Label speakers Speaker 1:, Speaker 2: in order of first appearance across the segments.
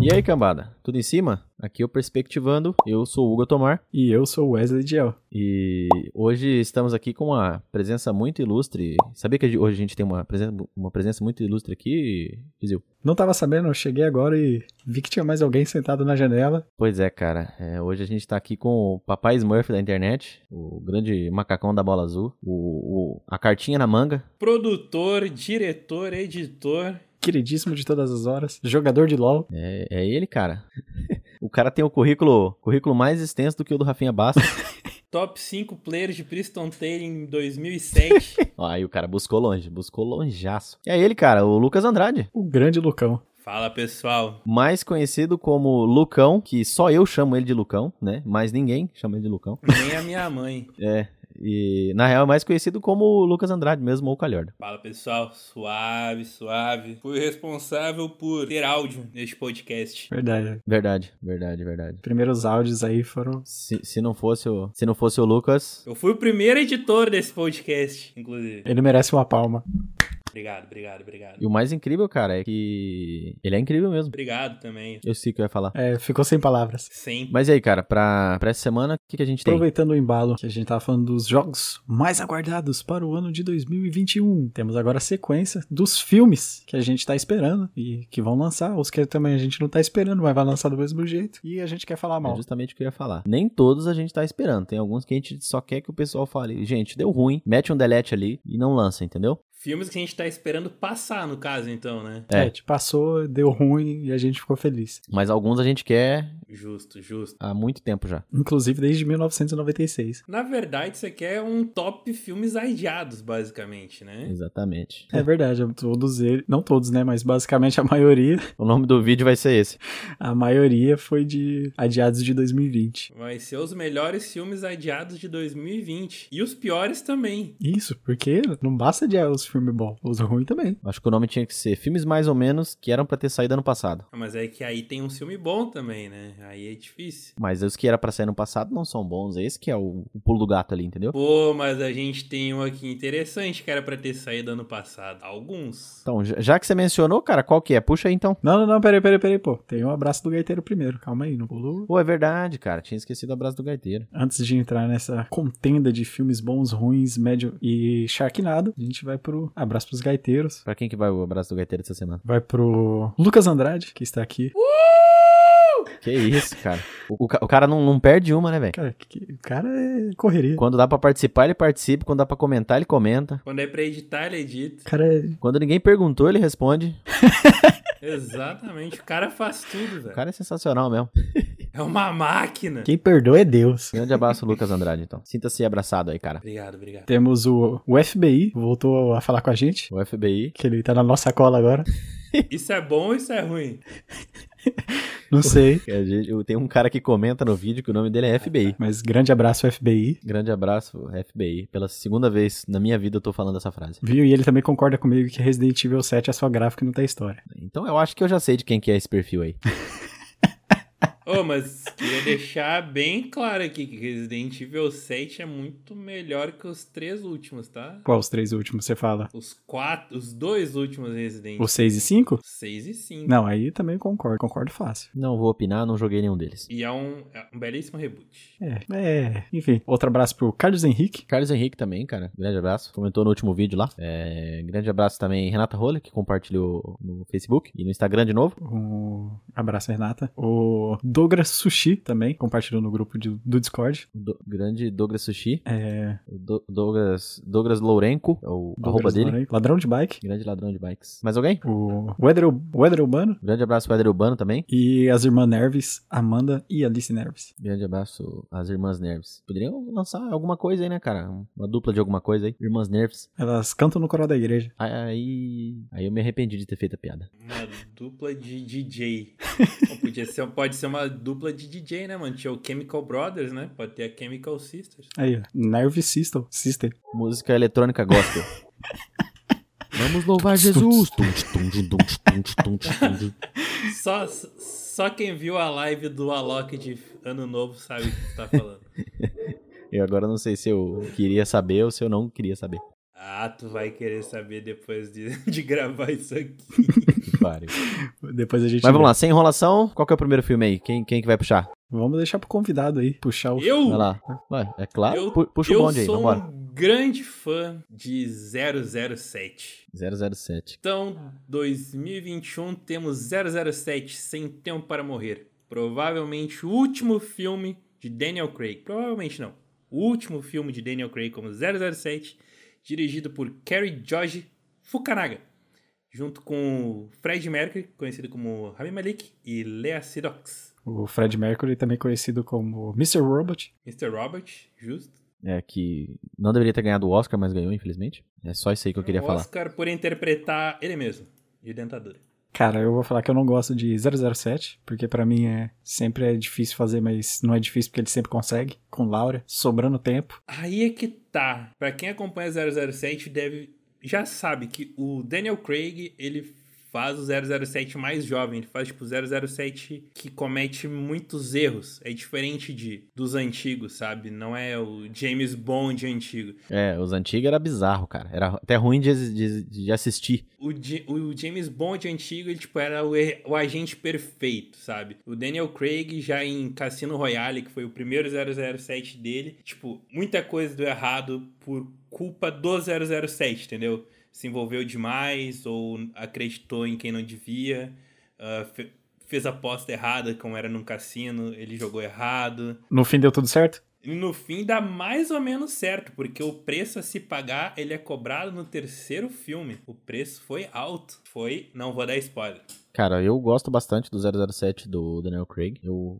Speaker 1: E aí, cambada? Tudo em cima? Aqui é o Perspectivando, eu sou o Hugo Tomar
Speaker 2: E eu sou Wesley Diel.
Speaker 1: e hoje estamos aqui com uma presença muito ilustre. Sabia que hoje a gente tem uma presença, uma presença muito ilustre aqui, Fizil?
Speaker 2: Não tava sabendo, eu cheguei agora e vi que tinha mais alguém sentado na janela.
Speaker 1: Pois é, cara. É, hoje a gente tá aqui com o Papai Smurf da internet, o grande macacão da bola azul, o, o- a cartinha na manga.
Speaker 3: produtor, diretor, editor.
Speaker 2: Queridíssimo de todas as horas, jogador de LOL.
Speaker 1: É, é ele, cara. o cara tem o currículo, currículo mais extenso do que o do Rafinha Bastos.
Speaker 3: Top 5 players de Priston Taylor em 2007.
Speaker 1: Ó, Aí o cara buscou longe, buscou longeaço. E é ele, cara, o Lucas Andrade.
Speaker 2: O grande Lucão.
Speaker 3: Fala pessoal.
Speaker 1: mais conhecido como Lucão, que só eu chamo ele de Lucão, né? Mas ninguém chama ele de Lucão.
Speaker 3: Nem a minha mãe.
Speaker 1: E na real é mais conhecido como Lucas Andrade mesmo, ou Calhorda.
Speaker 3: Fala pessoal. Suave, suave. Fui responsável por ter áudio neste podcast.
Speaker 2: Verdade.
Speaker 1: Verdade, verdade, verdade.
Speaker 2: Primeiros áudios aí foram.
Speaker 1: Se, se não fosse o, se não fosse o Lucas,
Speaker 3: Eu fui o primeiro editor desse podcast, inclusive.
Speaker 2: Ele merece uma palma.
Speaker 3: Obrigado, obrigado, obrigado.
Speaker 1: e o mais incrível, cara, é que ele é incrível mesmo.
Speaker 3: Obrigado também.
Speaker 1: Eu sei o que eu ia falar.
Speaker 2: É, ficou sem palavras.
Speaker 3: Sempre.
Speaker 1: Mas e aí, cara, pra, pra essa semana, o que, que a gente tem?
Speaker 2: Aproveitando o embalo que a gente tava falando dos jogos mais aguardados para o ano de 2021, temos agora a sequência dos filmes que a gente tá esperando e que vão lançar, os que também a gente não tá esperando, mas vai lançar do mesmo jeito e a gente quer falar
Speaker 1: É
Speaker 2: mal.
Speaker 1: justamente o que eu ia falar. Nem todos a gente tá esperando. Tem alguns que a gente só quer que o pessoal fale, gente, deu ruim, mete um delete ali e não lança, entendeu?
Speaker 3: Filmes que a gente tá esperando passar, no caso, então, né?
Speaker 1: É.
Speaker 2: É, te passou, deu ruim e a gente ficou feliz.
Speaker 1: Mas alguns a gente quer
Speaker 3: Justo, justo.
Speaker 1: há muito tempo já.
Speaker 2: Inclusive desde 1996.
Speaker 3: Na verdade, isso aqui é um top filmes adiados, basicamente, né?
Speaker 1: Exatamente.
Speaker 2: É verdade, todos eles, não todos, né, mas basicamente a maioria,
Speaker 1: O nome do vídeo vai ser esse.
Speaker 2: a maioria foi de adiados de 2020.
Speaker 3: Vai ser os melhores filmes adiados de 2020. E os piores também.
Speaker 2: Isso, porque não basta adiar os filmes bons, os ruins também.
Speaker 1: Acho que o nome tinha que ser Filmes Mais ou Menos que eram pra ter saído ano passado.
Speaker 3: Ah, Mas é que aí tem um filme bom também, né? Aí é difícil.
Speaker 1: Mas os que era pra sair ano passado não são bons. Esse que é o, o pulo do gato ali, entendeu?
Speaker 3: Pô, mas a gente tem um aqui interessante que era pra ter saído ano passado. Alguns.
Speaker 1: Então, já- já que você mencionou, cara, qual que é? Puxa aí então.
Speaker 2: Não, não, não, peraí, peraí, peraí, pô. Tem um abraço do gaiteiro primeiro, calma aí, não pulou.
Speaker 1: Pô, é verdade, cara. Tinha esquecido o abraço do gaiteiro.
Speaker 2: Antes de entrar nessa contenda de filmes bons, ruins, médio e charquinado, a gente vai pro abraço pros gaiteiros.
Speaker 1: Pra quem que vai o abraço do gaiteiro essa semana?
Speaker 2: Vai pro Lucas Andrade, que está aqui.
Speaker 1: Que isso, cara. O, o ca- o cara não, não perde uma, né, velho?
Speaker 2: Cara, que- que- o cara é correria.
Speaker 1: Quando dá pra participar, ele participa. Quando dá pra comentar, ele comenta.
Speaker 3: Quando é pra editar, ele edita.
Speaker 2: O cara é...
Speaker 1: Quando ninguém perguntou, ele responde.
Speaker 3: Exatamente. O cara faz tudo,
Speaker 1: O
Speaker 3: velho.
Speaker 1: cara é sensacional mesmo.
Speaker 3: É uma máquina.
Speaker 2: Quem perdoa é Deus.
Speaker 1: Grande abraço, Lucas Andrade, então. Sinta-se abraçado aí, cara.
Speaker 3: Obrigado, obrigado.
Speaker 2: Temos o, o FBI, voltou a falar com a gente,
Speaker 1: O FBI
Speaker 2: que ele tá na nossa cola agora.
Speaker 3: Isso é bom ou isso é ruim?
Speaker 2: Não sei,
Speaker 1: Que a gente- eu- Tem um cara que comenta no vídeo que o nome dele é FBI.
Speaker 2: mas grande abraço FBI.
Speaker 1: Grande abraço, FBI. Pela segunda vez na minha vida eu tô falando essa frase.
Speaker 2: Viu? E ele também concorda comigo que Resident Evil 7 é só gráfico e não tem história.
Speaker 1: Então eu acho que eu já sei de quem que é esse perfil aí.
Speaker 3: Ô, mas queria deixar bem claro aqui que Resident Evil 7 é muito melhor que os três últimos, tá?
Speaker 2: Qual os três últimos você fala?
Speaker 3: Os quatro, os dois últimos Resident
Speaker 2: Os 6 e 5?
Speaker 3: 6 e 5.
Speaker 2: Não, aí também concordo, concordo fácil.
Speaker 1: Não vou opinar, não joguei nenhum deles.
Speaker 3: E é um, é um belíssimo reboot.
Speaker 2: É, é, enfim. Outro abraço pro Carlos Henrique.
Speaker 1: Carlos Henrique também, cara. Grande abraço. Comentou no último vídeo lá. É, grande abraço também Renata Roller, que compartilhou no Facebook e no Instagram de novo.
Speaker 2: Um abraço, Renata. O Douglas Sushi também compartilhou no grupo de- do Discord.
Speaker 1: Do- grande Douglas Sushi.
Speaker 2: É,
Speaker 1: Do- Douglas, Douglas Lourenco, é o arroba
Speaker 2: Douglas
Speaker 1: dele.
Speaker 2: Lourenço, Ladrão de bike.
Speaker 1: Grande ladrão de bikes. Mais alguém?
Speaker 2: O Weather, Weather Urbano.
Speaker 1: Grande abraço para o Eder Urbano também.
Speaker 2: E as irmãs Nerves, Amanda e Alice Nerves.
Speaker 1: Grande abraço às Irmãs Nerves. Poderiam lançar alguma coisa aí, né, cara? Uma dupla de alguma coisa aí. Irmãs Nerves.
Speaker 2: Elas cantam no coral da igreja.
Speaker 1: Aí. Aí eu me arrependi de ter feito a piada.
Speaker 3: Uma dupla de DJ. Bom, podia ser, pode ser uma dupla de DJ, né, mano? Tinha o Chemical Brothers, né? Pode ter a Chemical Sisters.
Speaker 2: Aí, ó. Nerve System. Sister.
Speaker 1: Música eletrônica gospel. Vamos louvar Jesus! Tum, tch, tum, tch, tum, tch, tum, tch, tum, tch, tum, tch.
Speaker 3: Só, só quem viu a live do Alok de Ano Novo sabe o que tu tá falando.
Speaker 1: Eu agora não sei se eu queria saber ou se eu não queria saber.
Speaker 3: Ah, tu vai querer saber depois de, de gravar isso aqui.
Speaker 1: Pare.
Speaker 2: Depois a gente.
Speaker 1: Mas vamos lá, sem enrolação, qual que é o primeiro filme aí? Quem, quem que vai puxar?
Speaker 2: Vamos deixar pro convidado aí, puxar o.
Speaker 3: Eu,
Speaker 1: Vai lá. Vai, é claro,
Speaker 3: Uh! eu,
Speaker 1: pu- puxa
Speaker 3: eu
Speaker 1: o bonde aí,
Speaker 3: sou
Speaker 1: vambora.
Speaker 3: um grande fã de 007.
Speaker 1: 007.
Speaker 3: Então, 2021 temos 007 Sem Tempo para Morrer. Provavelmente o último filme de Daniel Craig. Provavelmente não. O último filme de Daniel Craig como 007, dirigido por Cary George Fukunaga, junto com o Fred Mercury, conhecido como Rami Malik, e Lea Sidox.
Speaker 2: O Fred Mercury, também conhecido como Mr. Robot.
Speaker 3: Mr. Robert, justo.
Speaker 1: É que não deveria ter ganhado o Oscar, mas ganhou, infelizmente. É só isso aí que eu queria falar.
Speaker 3: Oscar por interpretar ele mesmo, de dentadura.
Speaker 2: Cara, eu vou falar que eu não gosto de 007, porque pra mim é sempre é difícil fazer, mas não é difícil porque ele sempre consegue, com Laura, sobrando tempo.
Speaker 3: Aí é que tá. Pra quem acompanha 007 deve já sabe que o Daniel Craig, ele faz o 007 mais jovem, ele faz tipo o 007 que comete muitos erros. É diferente de dos antigos, sabe? Não é o James Bond antigo.
Speaker 1: É, os antigos era bizarro, cara. Era até ruim de, de- de assistir.
Speaker 3: O, Ja- o James Bond antigo, ele, tipo, era o, e- o agente perfeito, sabe? O Daniel Craig, já em Cassino Royale, que foi o primeiro 007 dele, tipo, muita coisa deu errado por culpa do 007, entendeu? Se envolveu demais ou acreditou em quem não devia, ah, fe- fez aposta errada, como era num cassino, ele jogou errado.
Speaker 2: No fim deu tudo certo?
Speaker 3: E no fim dá mais ou menos certo, porque o preço a se pagar, ele é cobrado no terceiro filme. O preço foi alto. Foi, não vou dar spoiler.
Speaker 1: Cara, eu gosto bastante do 007 do Daniel Craig. Eu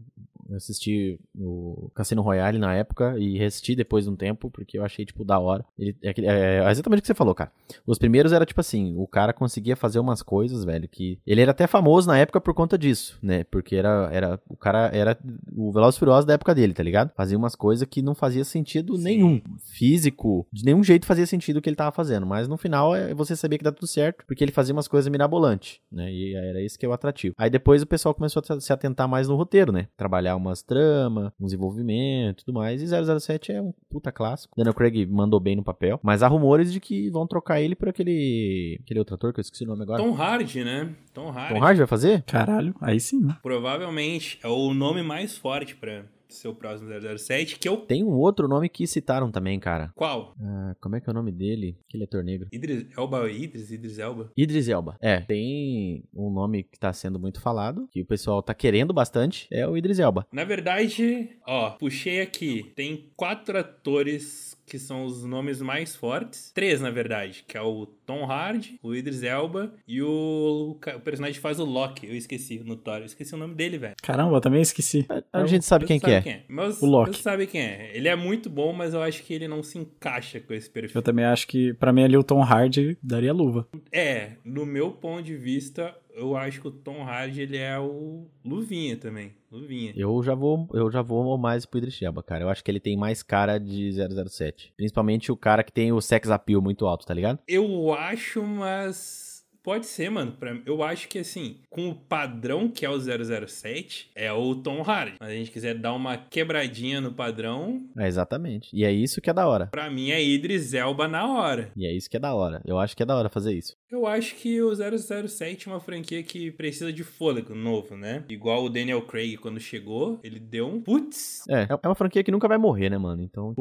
Speaker 1: assisti o Cassino Royale na época e reassisti depois de um tempo, porque eu achei, tipo, da hora. Ele, é, aquele- é exatamente o que você falou, cara. Os primeiros era, tipo assim, o cara conseguia fazer umas coisas, velho, que... Ele era até famoso na época por conta disso, né? Porque era... era o cara era o Veloz Furioso da época dele, tá ligado? Fazia umas coisas que não fazia sentido
Speaker 3: Sim.
Speaker 1: nenhum. físico, de nenhum jeito fazia sentido o que ele tava fazendo, mas no final é você sabia que dá tudo certo, porque ele fazia umas coisas mirabolantes, né? E era isso que é o atrativo. Aí depois o pessoal começou a se atentar mais no roteiro, né? Trabalhar umas tramas, uns envolvimentos, tudo mais, e 007 é um puta clássico. Daniel Craig mandou bem no papel, mas há rumores de que vão trocar ele por aquele aquele outro ator que eu esqueci o nome agora.
Speaker 3: Tom Hardy, né? Tom Hardy.
Speaker 1: Tom Hardy vai fazer?
Speaker 2: Caralho, aí sim, né?
Speaker 3: Provavelmente é o nome mais forte pra ser o próximo 007, que é o...
Speaker 1: Tem um outro nome que citaram também, cara.
Speaker 3: Qual?
Speaker 1: Ah, como é que é o nome dele? Aquele ator negro.
Speaker 3: Idris Elba? é Idris? Idris Elba?
Speaker 1: Idris Elba. É, tem um nome que tá sendo muito falado, que o pessoal tá querendo bastante, é o Idris Elba.
Speaker 3: Na verdade, ó, puxei aqui. Tem quatro atores que são os nomes mais fortes. Três, na verdade, que é o Tom Hardy, o Idris Elba e o, ca- o personagem que faz o Loki. Eu esqueci, o notório. Eu esqueci o nome dele, velho.
Speaker 2: Caramba, eu também esqueci.
Speaker 1: A gente sabe
Speaker 3: Você
Speaker 1: quem que é.
Speaker 3: Mas
Speaker 2: O Loki.
Speaker 3: você sabe quem é. Ele é muito bom, mas eu acho que ele não se encaixa com esse perfil.
Speaker 2: Eu também acho que pra mim ali o Tom Hardy daria luva.
Speaker 3: É, no meu ponto de vista, eu acho que o Tom Hardy ele é o Luvinha também. Luvinha.
Speaker 1: Eu já vou, eu já vou mais pro Idris Elba, cara. Eu acho que ele tem mais cara de 007. Principalmente o cara que tem o sex appeal muito alto, tá ligado?
Speaker 3: Eu acho, mas. Pode ser, mano. Pra... Eu acho que, assim, com o padrão que é o 007, é o Tom Hardy. Mas a gente quiser dar uma quebradinha no padrão,
Speaker 1: É, exatamente. E é isso que é da hora.
Speaker 3: pra mim é Idris Elba na hora.
Speaker 1: E é isso que é da hora. Eu acho que é da hora fazer isso.
Speaker 3: Eu acho que o 007 é uma franquia que precisa de fôlego novo, né? Igual o Daniel Craig, quando chegou, ele deu um putz.
Speaker 1: É, é uma franquia que nunca vai morrer, né, mano? Então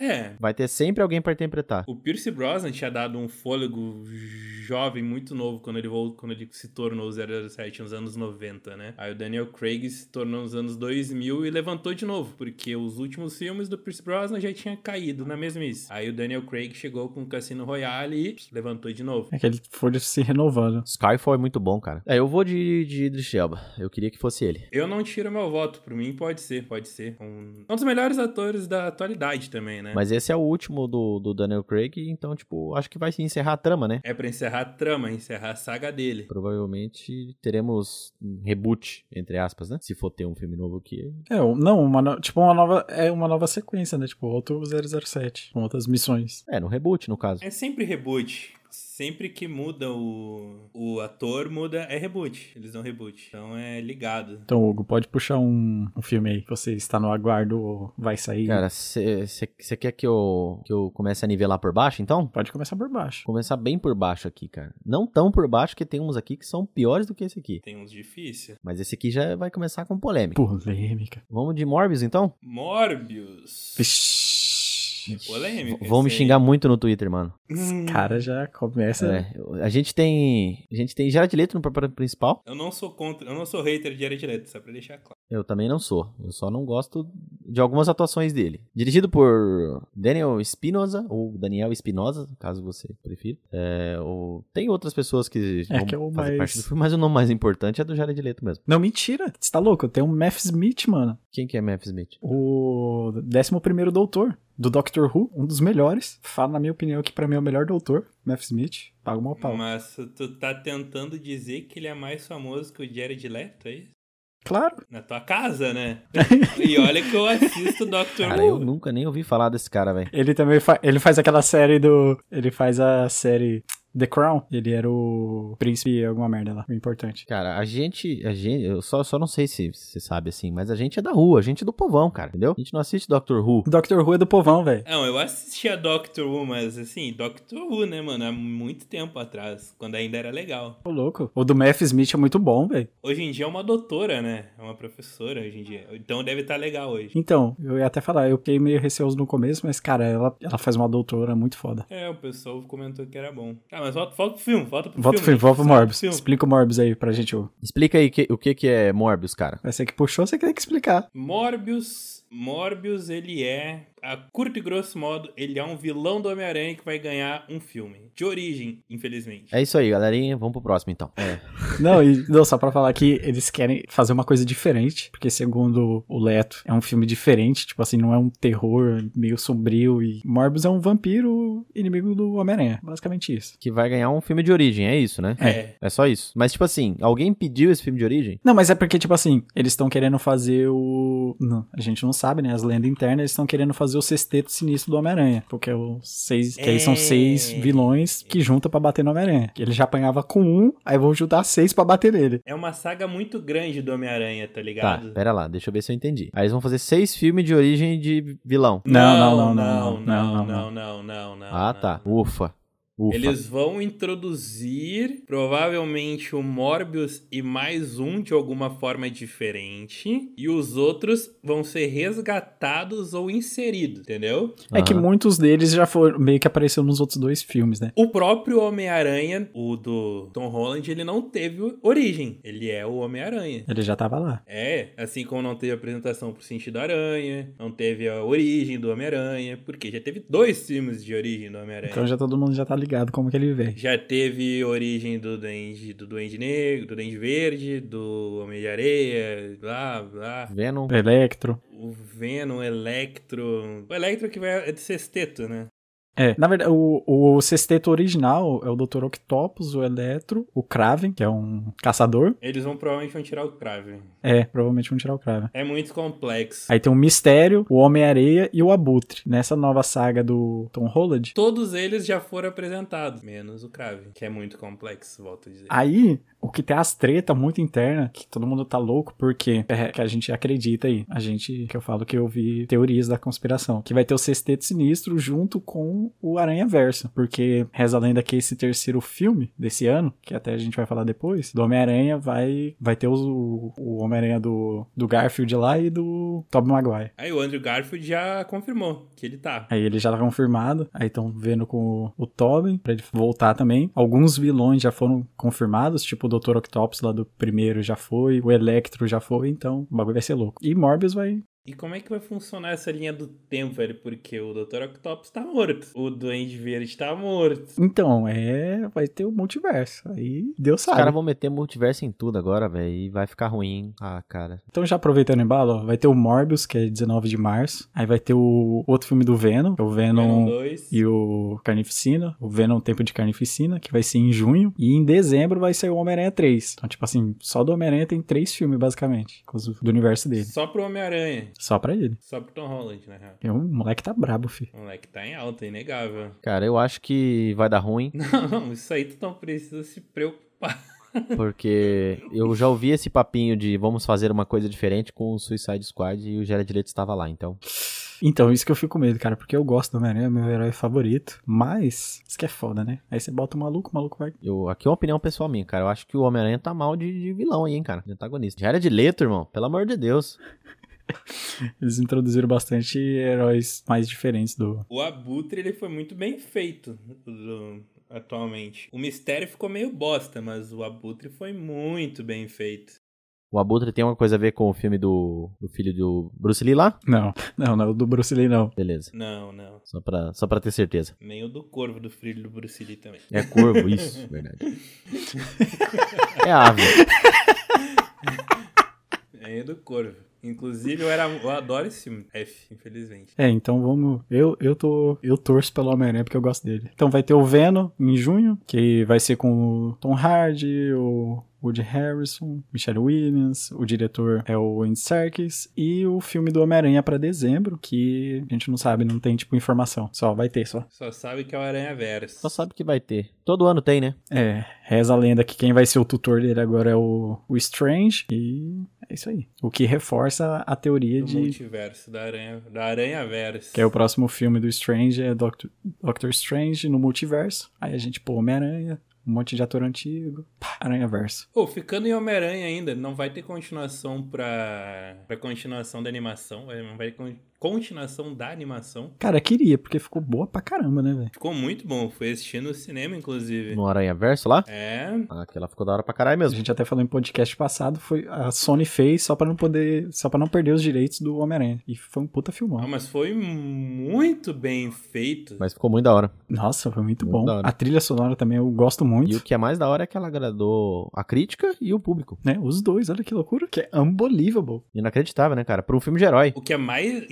Speaker 3: É,
Speaker 1: vai ter sempre alguém pra interpretar.
Speaker 3: O Pierce Brosnan tinha dado um fôlego jovem, muito novo, quando ele, vol- quando ele se tornou o 007 nos anos 90, né? Aí o Daniel Craig se tornou nos anos 2000 e levantou de novo, porque os últimos filmes do Pierce Brosnan já tinham caído na mesmice. Aí o Daniel Craig chegou com o Cassino Royale e pss, levantou de novo.
Speaker 2: É que ele foi se renovando.
Speaker 1: Skyfall é muito bom, cara. É, eu vou de, de Idris Elba. Eu queria que fosse ele.
Speaker 3: Eu não tiro meu voto, por mim pode ser, pode ser. Um, um dos melhores atores da atualidade também, né?
Speaker 1: Mas esse é o último do, do Daniel Craig, então, tipo, acho que vai se encerrar a trama, né?
Speaker 3: É pra encerrar a trama, encerrar a saga dele.
Speaker 1: Provavelmente teremos um reboot, entre aspas, né? Se for ter um filme novo que.
Speaker 2: É, um- não, uma no- tipo uma nova, é uma nova sequência, né? Tipo, outro 007, com outras missões.
Speaker 1: É, no reboot, no caso.
Speaker 3: É sempre reboot. sempre que muda o, o ator, muda. É reboot. Eles dão reboot. Então é ligado.
Speaker 2: Então, Hugo, pode puxar um, um filme aí que você está no aguardo ou vai sair.
Speaker 1: Cara, você quer que eu, que eu comece a nivelar por baixo, então?
Speaker 2: Pode começar por baixo.
Speaker 1: Começar bem por baixo aqui, cara. Não tão por baixo, que tem uns aqui que são piores do que esse aqui.
Speaker 3: Tem uns difíceis.
Speaker 1: Mas esse aqui já vai começar com polêmica.
Speaker 2: Polêmica.
Speaker 1: Vamos de Morbius, então?
Speaker 3: Morbius. É polêmica.
Speaker 1: Vão me
Speaker 3: esse aí.
Speaker 1: xingar muito no Twitter, mano.
Speaker 3: Hum,
Speaker 2: Cara, já começa.
Speaker 1: É, a gente tem. A gente tem Jared Leto no papel principal.
Speaker 3: Eu não sou contra. Eu não sou hater de Jared Leto, só pra deixar claro.
Speaker 1: Eu também não sou. Eu só não gosto de algumas atuações dele. Dirigido por Daniel Espinosa, ou Daniel Espinosa, caso você prefira. É, ou... Tem outras pessoas que
Speaker 2: É, que é o
Speaker 1: fazer
Speaker 2: mais-
Speaker 1: parte do filme, mas o nome mais importante é do Jared Leto mesmo.
Speaker 2: Não, mentira. Você tá louco? Tem um Math Smith, mano.
Speaker 1: Quem que é Matt Smith?
Speaker 2: O 11 Doutor, do Doctor Who. Um dos melhores. Fala, na minha opinião, que pra mim é o melhor doutor. Math Smith. Paga uma pau.
Speaker 3: Mas tu tá tentando dizer que ele é mais famoso que o Jared Leto, é isso?
Speaker 2: Claro.
Speaker 3: Na tua casa, né? e olha que eu assisto Doctor
Speaker 1: Cara, eu
Speaker 3: Who.
Speaker 1: nunca nem ouvi falar desse cara, velho.
Speaker 2: Ele também fa ele faz aquela série do. Ele faz a série The Crown. Ele era o príncipe, alguma merda lá. Importante.
Speaker 1: Cara, a gente, a gente, eu só, só não sei se você sabe assim, mas a gente é da rua, a gente é do povão, cara, entendeu? A gente não assiste Doctor Who.
Speaker 2: Doctor Who é do povão, velho.
Speaker 3: Não, eu assistia Doctor Who, mas assim, Doctor Who, né, mano? Há muito tempo atrás, quando ainda era legal.
Speaker 2: Ô, louco. O do Math Smith é muito bom, velho.
Speaker 3: Hoje em dia é uma doutora, né? É uma professora hoje em dia. Então deve estar legal hoje.
Speaker 2: Então, eu ia até falar, eu fiquei meio receoso no começo, mas, cara, ela, ela faz uma doutora muito foda.
Speaker 3: É, o pessoal comentou que era bom. Ah, mas volta, volta pro filme, volta pro
Speaker 2: Volta pro
Speaker 3: filme.
Speaker 2: filme, volta pro Morbius.
Speaker 3: filme.
Speaker 2: Explica o Morbius aí pra gente. ô.
Speaker 1: Explica aí que- o que que é Morbius, cara.
Speaker 2: Vai ser que puxou, você que tem que explicar.
Speaker 3: Morbius, Morbius, ele é, a curto e grosso modo, ele é um vilão do Homem-Aranha que vai ganhar um filme. De origem, infelizmente.
Speaker 1: É isso aí, galerinha, vamos pro próximo então. É.
Speaker 2: Não, e não, só pra falar que eles querem fazer uma coisa diferente, porque segundo o Leto, é um filme diferente, tipo assim, não é um terror meio sombrio e Morbius é um vampiro inimigo do Homem-Aranha, basicamente isso.
Speaker 1: Que vai ganhar um filme de origem, é isso, né?
Speaker 2: É.
Speaker 1: É só isso. Mas tipo assim, alguém pediu esse filme de origem?
Speaker 2: Não, mas é porque, tipo assim, eles estão querendo fazer o. Não, a gente não sabe, né? As lendas internas, eles estão querendo fazer o sexteto sinistro do Homem-Aranha. Porque é o seis. Que aí são
Speaker 3: É.
Speaker 2: seis vilões que juntam pra bater no Homem-Aranha. Ele já apanhava com um, aí vão juntar seis pra bater nele.
Speaker 3: É uma saga muito grande do Homem-Aranha, tá
Speaker 1: Tá,
Speaker 3: ligado?
Speaker 1: pera lá, deixa eu ver se eu entendi. Aí eles vão fazer seis filmes de origem de vilão.
Speaker 2: Não, não, não, não, não,
Speaker 3: não, não, não, não,
Speaker 1: ah,
Speaker 3: não.
Speaker 1: tá. Ufa. Ufa.
Speaker 3: Eles vão introduzir provavelmente o Morbius e mais um de alguma forma diferente. E os outros vão ser resgatados ou inseridos, entendeu?
Speaker 2: É que
Speaker 1: Aham.
Speaker 2: muitos deles já foram. Meio que apareceu nos outros dois filmes, né?
Speaker 3: O próprio Homem-Aranha, o do Tom Holland, ele não teve origem. Ele é o Homem-Aranha.
Speaker 2: Ele já tava lá.
Speaker 3: É, assim como não teve apresentação pro sentido aranha, não teve a origem do Homem-Aranha, porque já teve dois filmes de origem do Homem-Aranha.
Speaker 2: Então já todo mundo já tá ligado como que ele vem.
Speaker 3: Já teve origem do Duende, do Duende Negro, do Duende Verde, do Homem de Areia, blá, blá.
Speaker 1: Venom.
Speaker 2: Electro.
Speaker 3: O Venom, o Electro... O Electro que vai... é de sexteto, né?
Speaker 2: É, na verdade, o, o sexteto original é o Dr. Octopus, o Electro, o Kraven, que é um caçador,
Speaker 3: Eles vão provavelmente vão tirar o Kraven.
Speaker 2: É, provavelmente vão tirar o Kraven.
Speaker 3: É muito complexo.
Speaker 2: Aí tem o Mistério, o Homem-Areia e o Abutre. Nessa nova saga do Tom Holland.
Speaker 3: Todos eles já foram apresentados, menos o Kraven, que é muito complexo, volto a dizer.
Speaker 2: Aí, o que tem as treta muito interna, que todo mundo tá louco, porque é que a gente acredita aí. A gente, que eu falo que eu vi teorias da conspiração. Que vai ter o Sexteto Sinistro junto com o Aranha Verso. Porque reza a lenda que esse terceiro filme desse ano, que até a gente vai falar depois, do Homem-Aranha vai, vai ter os- o, o Homem-Aranha do, do Garfield lá e do Tobey Maguire.
Speaker 3: Aí o Andrew Garfield já confirmou que ele tá.
Speaker 2: Aí ele já tá confirmado. Aí estão vendo com o, o Tobin pra ele voltar também. Alguns vilões já foram confirmados, tipo o Dr. Octopus lá do primeiro já foi, o Electro já foi, então o bagulho vai ser louco. E Morbius vai.
Speaker 3: E como é que vai funcionar essa linha do tempo, velho? Porque o Dr. Octopus tá morto. O Duende Verde tá morto.
Speaker 2: Então, é. Vai ter o multiverso. Aí Deus
Speaker 1: Os
Speaker 2: sabe.
Speaker 1: caras vão meter multiverso em tudo agora, velho, e vai ficar ruim. hein? Ah, cara.
Speaker 2: Então, já aproveitando o embalo, ó, vai ter o Morbius, que é 19 de março. Aí vai ter o outro filme do Venom, que é o Venom.
Speaker 3: Venom 2.
Speaker 2: E o Carnificina, o Venom Tempo de Carnificina, que vai ser em junho. E em dezembro vai ser o Homem-Aranha 3. Então, tipo assim, só do Homem-Aranha tem três filmes, basicamente, com os- do universo dele.
Speaker 3: Só pro Homem-Aranha.
Speaker 2: Só pra ele.
Speaker 3: Só pro Tom Holland, na real.
Speaker 2: É um o moleque tá brabo, fi.
Speaker 3: O moleque tá em alta, é inegável.
Speaker 1: Cara, eu acho que vai dar ruim,
Speaker 3: Não, isso aí tu não precisa se preocupar.
Speaker 1: porque eu já ouvi esse papinho de vamos fazer uma coisa diferente com o Suicide Squad e o Jared Leto estava lá, então.
Speaker 2: Então, isso que eu fico com medo, cara, porque eu gosto do Homem-Aranha, é meu herói favorito, mas isso que é foda, né? Aí você bota o maluco, o maluco vai...
Speaker 1: Eu, aqui é uma opinião pessoal minha, cara. Eu acho que o Homem-Aranha tá mal de, de vilão aí, hein, cara. De antagonista. Jared Leto, irmão. Pelo amor de Deus.
Speaker 2: Eles introduziram bastante heróis mais diferentes do...
Speaker 3: O Abutre, ele foi muito bem feito do- atualmente. O Mistério ficou meio bosta, mas o Abutre foi muito bem feito.
Speaker 1: O Abutre tem uma coisa a ver com o filme do, do filho do Bruce Lee lá?
Speaker 2: Não, não, não, do Bruce Lee não.
Speaker 1: Beleza.
Speaker 3: Não, não.
Speaker 1: Só pra, só pra ter certeza.
Speaker 3: Nem o do Corvo, do filho do Bruce Lee também.
Speaker 1: É corvo, isso, verdade. É ave.
Speaker 3: Nem o do Corvo. Inclusive, eu, era, eu adoro esse filme. F, infelizmente.
Speaker 2: É, então vamos. Eu, eu tô. Eu torço pelo Homem-Aranha porque eu gosto dele. Então vai ter o Venom em junho, que vai ser com o Tom Hardy, o Woody Harrison, Michelle Williams, o diretor é o Andy Serkis e o filme do Homem-Aranha pra dezembro, que a gente não sabe, não tem tipo informação. Só vai ter só.
Speaker 3: Só sabe que é o Aranha Verso.
Speaker 1: Só sabe que vai ter. Todo ano tem, né?
Speaker 2: É, reza a lenda que quem vai ser o tutor dele agora é o, o Strange e é isso aí. O que reforça a teoria
Speaker 3: do
Speaker 2: de
Speaker 3: multiverso, da Aranha, da Aranha Verso.
Speaker 2: Que é o próximo filme do Strange, é Doctor, Doctor Strange no multiverso. Aí a gente, pô, Homem-Aranha, um monte de ator antigo, pá, Aranha-Verso.
Speaker 3: Pô, ficando em Homem-Aranha ainda, não vai ter continuação pra, pra continuação da animação, vai- não vai ter con- continuação da animação.
Speaker 2: Cara, queria, porque ficou boa pra caramba, né, velho?
Speaker 3: Ficou muito bom, fui assistir no cinema, inclusive.
Speaker 1: No Aranha Verso lá.
Speaker 3: É,
Speaker 1: Ah, Aquela ficou da hora pra caralho
Speaker 2: A
Speaker 1: mesmo.
Speaker 2: gente até falou em podcast passado, foi a Sony fez só pra não poder, só para não perder os direitos do Homem-Aranha. E foi um puta
Speaker 3: ah,
Speaker 2: filmão.
Speaker 3: mas foi muito bem feito.
Speaker 1: Mas ficou muito da hora.
Speaker 2: Nossa, foi muito
Speaker 1: Muito
Speaker 2: bom.
Speaker 1: da hora.
Speaker 2: A trilha sonora também eu gosto
Speaker 1: E o
Speaker 2: muito.
Speaker 1: que é mais da hora é que ela agradou a crítica e o público.
Speaker 2: Né? Os dois, olha que loucura, que é unbelievable.
Speaker 1: Inacreditável, né, cara? Pra um filme de herói.
Speaker 3: O que é mais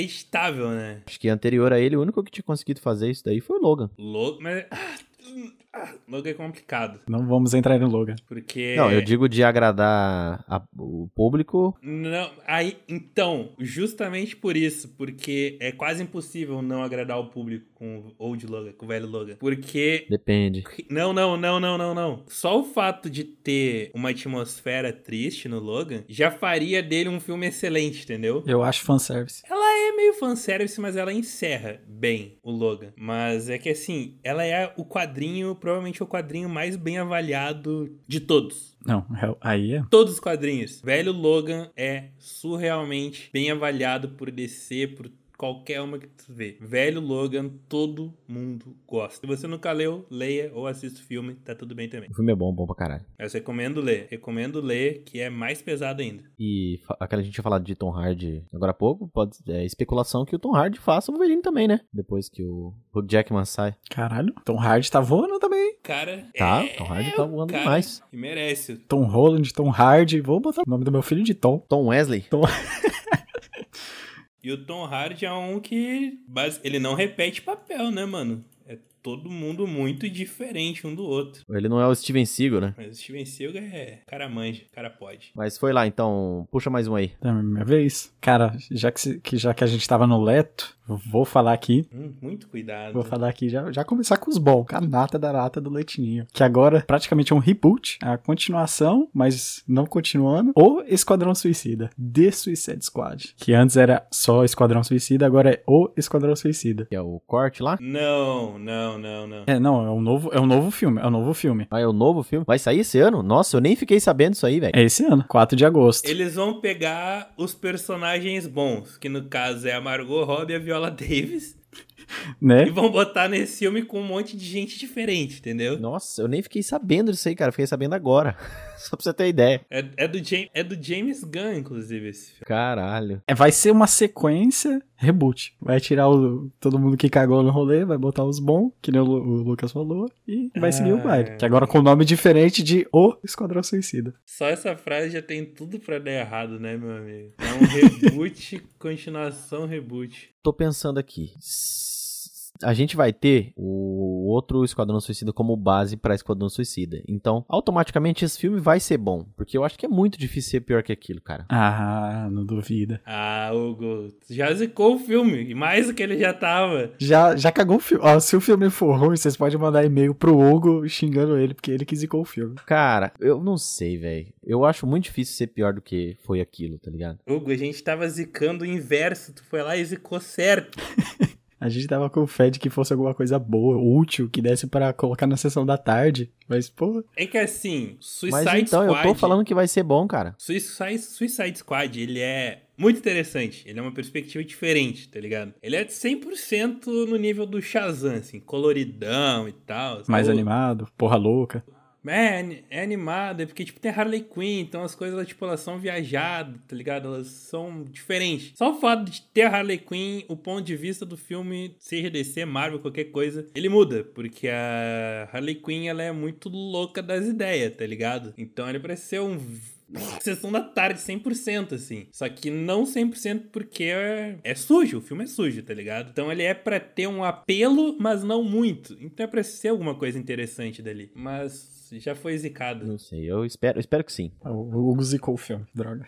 Speaker 3: inacreditável, né?
Speaker 1: Acho que anterior a ele, o único que tinha conseguido fazer isso daí foi o Logan.
Speaker 3: Louco, mas... ah, hum, ah, Louco é complicado,
Speaker 2: Não vamos entrar em Logan.
Speaker 3: porque...
Speaker 1: Não, eu digo de agradar a- o público.
Speaker 3: Não, aí, então, justamente por isso, porque é quase impossível não agradar o público com o Old Logan, com o velho Logan. Porque.
Speaker 1: Depende.
Speaker 3: Não, não, não, não, não, não. Só o fato de ter uma atmosfera triste no Logan já faria dele um filme excelente, entendeu?
Speaker 2: Eu acho fanservice.
Speaker 3: É meio fanservice, mas ela encerra bem o Logan. Mas é que assim, ela é o quadrinho, provavelmente o quadrinho mais bem avaliado de todos
Speaker 2: Não, é- aí é.
Speaker 3: todos os quadrinhos. Velho Logan é surrealmente bem avaliado por DC, por qualquer uma que tu vê. Velho Logan, todo mundo gosta. Se você nunca leu, leia ou assista o filme, tá tudo bem também.
Speaker 1: O filme é bom, bom pra caralho.
Speaker 3: Mas recomendo ler, recomendo ler, que é mais pesado ainda.
Speaker 1: E fa- aquela gente tinha falado de Tom Hardy agora há pouco, pode, é especulação que o Tom Hardy faça o Wolverine também, né? Depois que o Hugh Jackman sai.
Speaker 2: Caralho, Tom Hardy tá voando também.
Speaker 3: Cara,
Speaker 1: Tá,
Speaker 3: é...
Speaker 1: Tom Hardy tá voando
Speaker 3: cara.
Speaker 1: demais.
Speaker 3: que merece.
Speaker 2: Tom Holland, Tom Hardy. Vou botar o nome do meu filho de Tom.
Speaker 1: Tom Wesley.
Speaker 3: E o Tom Hardy é um que base- ele não repete papel, né, mano? É todo mundo muito diferente um do outro.
Speaker 1: Ele não é o Steven Seagal, né?
Speaker 3: Mas o Steven Seagal é cara manja, cara pode.
Speaker 1: Mas foi lá, então. Puxa mais um aí.
Speaker 2: Da É minha vez. Cara, já que, se- que- já que a gente tava no Leto, vou falar aqui.
Speaker 3: Hum, muito cuidado.
Speaker 2: Vou falar aqui, já, já começar com os bons, com a nata da nata do Leitinho. Que agora praticamente é um reboot, é a continuação, mas não continuando. O Esquadrão Suicida, The Suicide Squad. Que antes era só Esquadrão Suicida, agora é o Esquadrão Suicida.
Speaker 1: Que é o corte lá.
Speaker 3: Não, não, não, não.
Speaker 2: É, não, é um novo, é um novo filme, é um novo filme.
Speaker 1: Ah, é o novo filme. Vai sair esse ano? Nossa, eu nem fiquei sabendo isso aí, velho.
Speaker 2: É esse ano, 4 de agosto.
Speaker 3: Eles vão pegar os personagens bons, que no caso é a Margot Robbie e a Viola Davis,
Speaker 2: Né?
Speaker 1: É?
Speaker 3: e vão botar nesse filme com um monte de gente diferente, entendeu?
Speaker 1: Nossa, eu nem fiquei sabendo disso aí, cara. Eu Fiquei sabendo agora. Só pra você ter ideia.
Speaker 3: É, é do James, é do James Gunn, inclusive, esse filme.
Speaker 1: Caralho.
Speaker 2: É, vai ser uma sequência reboot. Vai tirar o- todo mundo que cagou no rolê, vai botar os bons, que nem o, Lu- o Lucas falou, e vai seguir o baile. Que agora com o nome diferente de O Esquadrão Suicida.
Speaker 3: Só essa frase já tem tudo pra dar errado, né, meu amigo? É um reboot, continuação, reboot.
Speaker 1: Tô pensando aqui. S- a gente vai ter o outro Esquadrão Suicida como base para Esquadrão Suicida. Então, automaticamente esse filme vai ser bom, porque eu acho que é muito difícil ser pior que aquilo, cara.
Speaker 2: Ah, não duvida.
Speaker 3: Ah, Hugo, já zicou o filme, e mais do que ele já tava.
Speaker 2: Já, já cagou o filme. Ó, se o filme for ruim, vocês podem mandar e-mail pro Hugo xingando ele, porque ele que zicou o filme.
Speaker 1: Cara, eu não sei, velho. Eu acho muito difícil ser pior do que foi aquilo, tá ligado?
Speaker 3: Hugo, a gente tava zicando o inverso, tu foi lá e zicou certo.
Speaker 2: A gente tava com fé de que fosse alguma coisa boa, útil, que desse pra colocar na sessão da tarde. Mas, pô,
Speaker 3: É que assim, Suicide
Speaker 1: Mas então,
Speaker 3: Squad...
Speaker 1: eu tô falando que vai ser bom, cara.
Speaker 3: Suicide, Suicide Squad, ele é muito interessante. Ele é uma perspectiva diferente, tá ligado? Ele é 100% no nível do Shazam, assim, coloridão e tal.
Speaker 2: mais
Speaker 3: Pô,
Speaker 2: animado, porra louca.
Speaker 3: É, ani- é animado, é porque, tipo, tem Harley Quinn, então as coisas, tipo, elas são viajadas, tá ligado? Elas são diferentes. Só o fato de ter a Harley Quinn, o ponto de vista do filme, seja DC, Marvel, qualquer coisa, ele muda, porque a Harley Quinn, ela é muito louca das ideias, tá ligado? Então ele parece ser um... Sessão da tarde 100%, assim. Só que não 100% porque é, é sujo, o filme é sujo, tá ligado? Então ele é pra ter um apelo, mas não muito. Então é pra ser alguma coisa interessante dali. Mas já foi zicado.
Speaker 1: Não sei, eu espero, eu espero que sim.
Speaker 2: Ah, O Hugo zicou o filme, droga.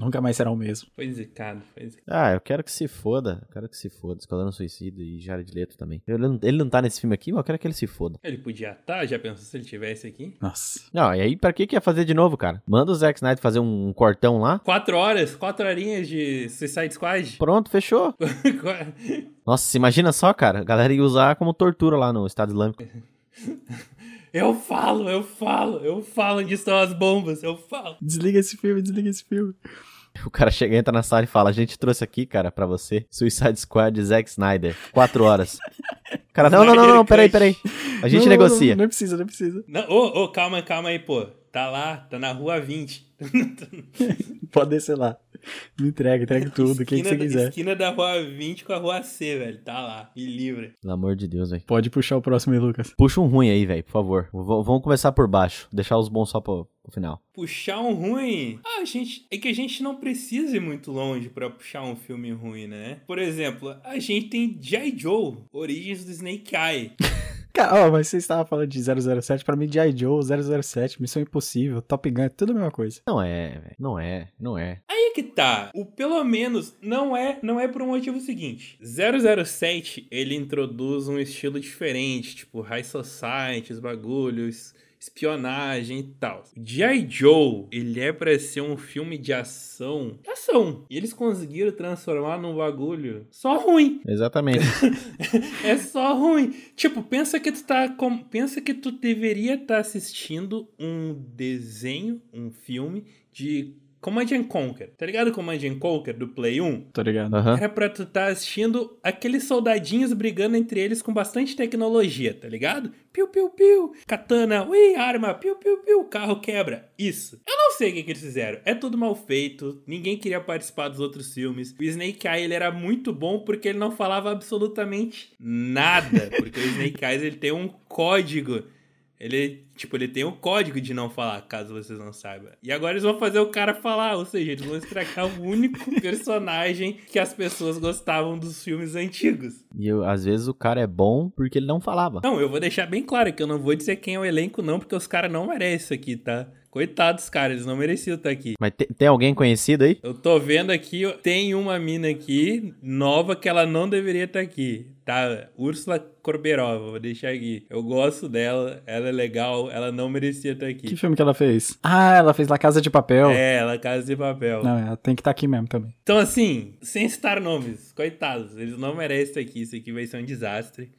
Speaker 2: Nunca mais será o mesmo.
Speaker 3: Foi zicado, foi zicado.
Speaker 1: Ah, eu quero que se foda. Eu quero que se foda. Esquadrão Suicida e Jared Leto também. Ele não, ele não tá nesse filme aqui, mas eu quero que ele se foda.
Speaker 3: Ele podia estar, já pensou se ele tivesse aqui?
Speaker 2: Nossa.
Speaker 1: Não, e aí pra que que ia fazer de novo, cara? Manda o Zack Snyder fazer um cortão lá.
Speaker 3: Quatro horas, quatro horinhas de Suicide Squad.
Speaker 1: Pronto, fechou. Nossa, imagina só, cara. A galera ia usar como tortura lá no Estado Islâmico.
Speaker 3: eu falo, eu falo, eu falo onde estão as bombas, eu falo.
Speaker 2: Desliga esse filme, desliga esse filme.
Speaker 1: O cara chega, entra na sala e fala: A gente trouxe aqui, cara, pra você Suicide Squad de Zack Snyder. Quatro horas. O cara, não, não, não, não, peraí, peraí. A gente
Speaker 2: Não, não,
Speaker 1: negocia.
Speaker 2: Não, não precisa, não é precisa.
Speaker 3: Não, Ô, ô, calma, calma aí, pô. Tá lá, tá na rua 20.
Speaker 2: Pode descer lá. Me entrega, entrega tudo, o que, que
Speaker 3: Esquina
Speaker 2: você
Speaker 3: da-
Speaker 2: quiser.
Speaker 3: Esquina da rua 20 com a rua C, velho. Tá lá, me livra.
Speaker 1: Pelo amor de Deus, velho.
Speaker 2: Pode puxar o próximo aí, Lucas.
Speaker 1: Puxa um ruim aí, velho, por favor. V- vamos começar por baixo. Deixar os bons só pro, pro final.
Speaker 3: Puxar um ruim? Ah, gente, é que a gente não precisa ir muito longe pra puxar um filme ruim, né? Por exemplo, a gente tem G.I. Joe, Origens do Snake Eye.
Speaker 2: Cara, ó, mas vocês estavam falando de 007, pra mim G.I. Joe, 007, Missão Impossível, Top Gun, é tudo a mesma coisa.
Speaker 1: Não é, velho. Não é, não é.
Speaker 3: Aí é que tá. O pelo menos não é, não é por um motivo seguinte. 007, ele introduz um estilo diferente, tipo high society, os bagulhos, espionagem e tal. G.I. Joe, ele é pra ser um filme de ação. Ação. E eles conseguiram transformar num bagulho só ruim.
Speaker 1: Exatamente.
Speaker 3: É só ruim. Tipo, pensa que tu tá. com- Pensa que tu deveria estar assistindo um desenho, um filme de Command and Conquer. Tá ligado Command and Conquer do Play 1?
Speaker 2: Tô ligado.
Speaker 1: Aham.
Speaker 3: Era É pra tu estar assistindo aqueles soldadinhos brigando entre eles com bastante tecnologia, tá ligado? Piu, piu, piu. Katana, ui, arma, piu, piu, piu. Carro quebra. Isso. Eu não sei o que, que eles fizeram. É tudo mal feito. Ninguém queria participar dos outros filmes. O Snake Eye, ele era muito bom porque ele não falava absolutamente nada. Porque o Snake Eyes, ele tem um código. Ele, tipo, ele tem um código de não falar, caso vocês não saibam. E agora eles vão fazer o cara falar, ou seja, eles vão estragar o único personagem que as pessoas gostavam dos filmes antigos.
Speaker 1: E eu- às vezes o cara é bom porque ele não falava.
Speaker 3: Não, eu vou deixar bem claro que eu não vou dizer quem é o elenco, não, porque os caras não merecem isso aqui, tá? Coitados, cara, eles não mereciam estar aqui.
Speaker 1: Mas te- tem alguém conhecido aí?
Speaker 3: Eu tô vendo aqui, ó, tem uma mina aqui, nova, que ela não deveria estar aqui. Tá, Úrsula Corberova, vou deixar aqui. Eu gosto dela, ela é legal, ela não merecia estar aqui.
Speaker 2: Que filme que ela fez? Ah, ela fez La Casa de Papel.
Speaker 3: É, ela Casa de Papel.
Speaker 2: Não, ela tem que estar aqui mesmo também.
Speaker 3: Então, assim, sem citar nomes, coitados, eles não merecem isso aqui, isso aqui vai ser um desastre.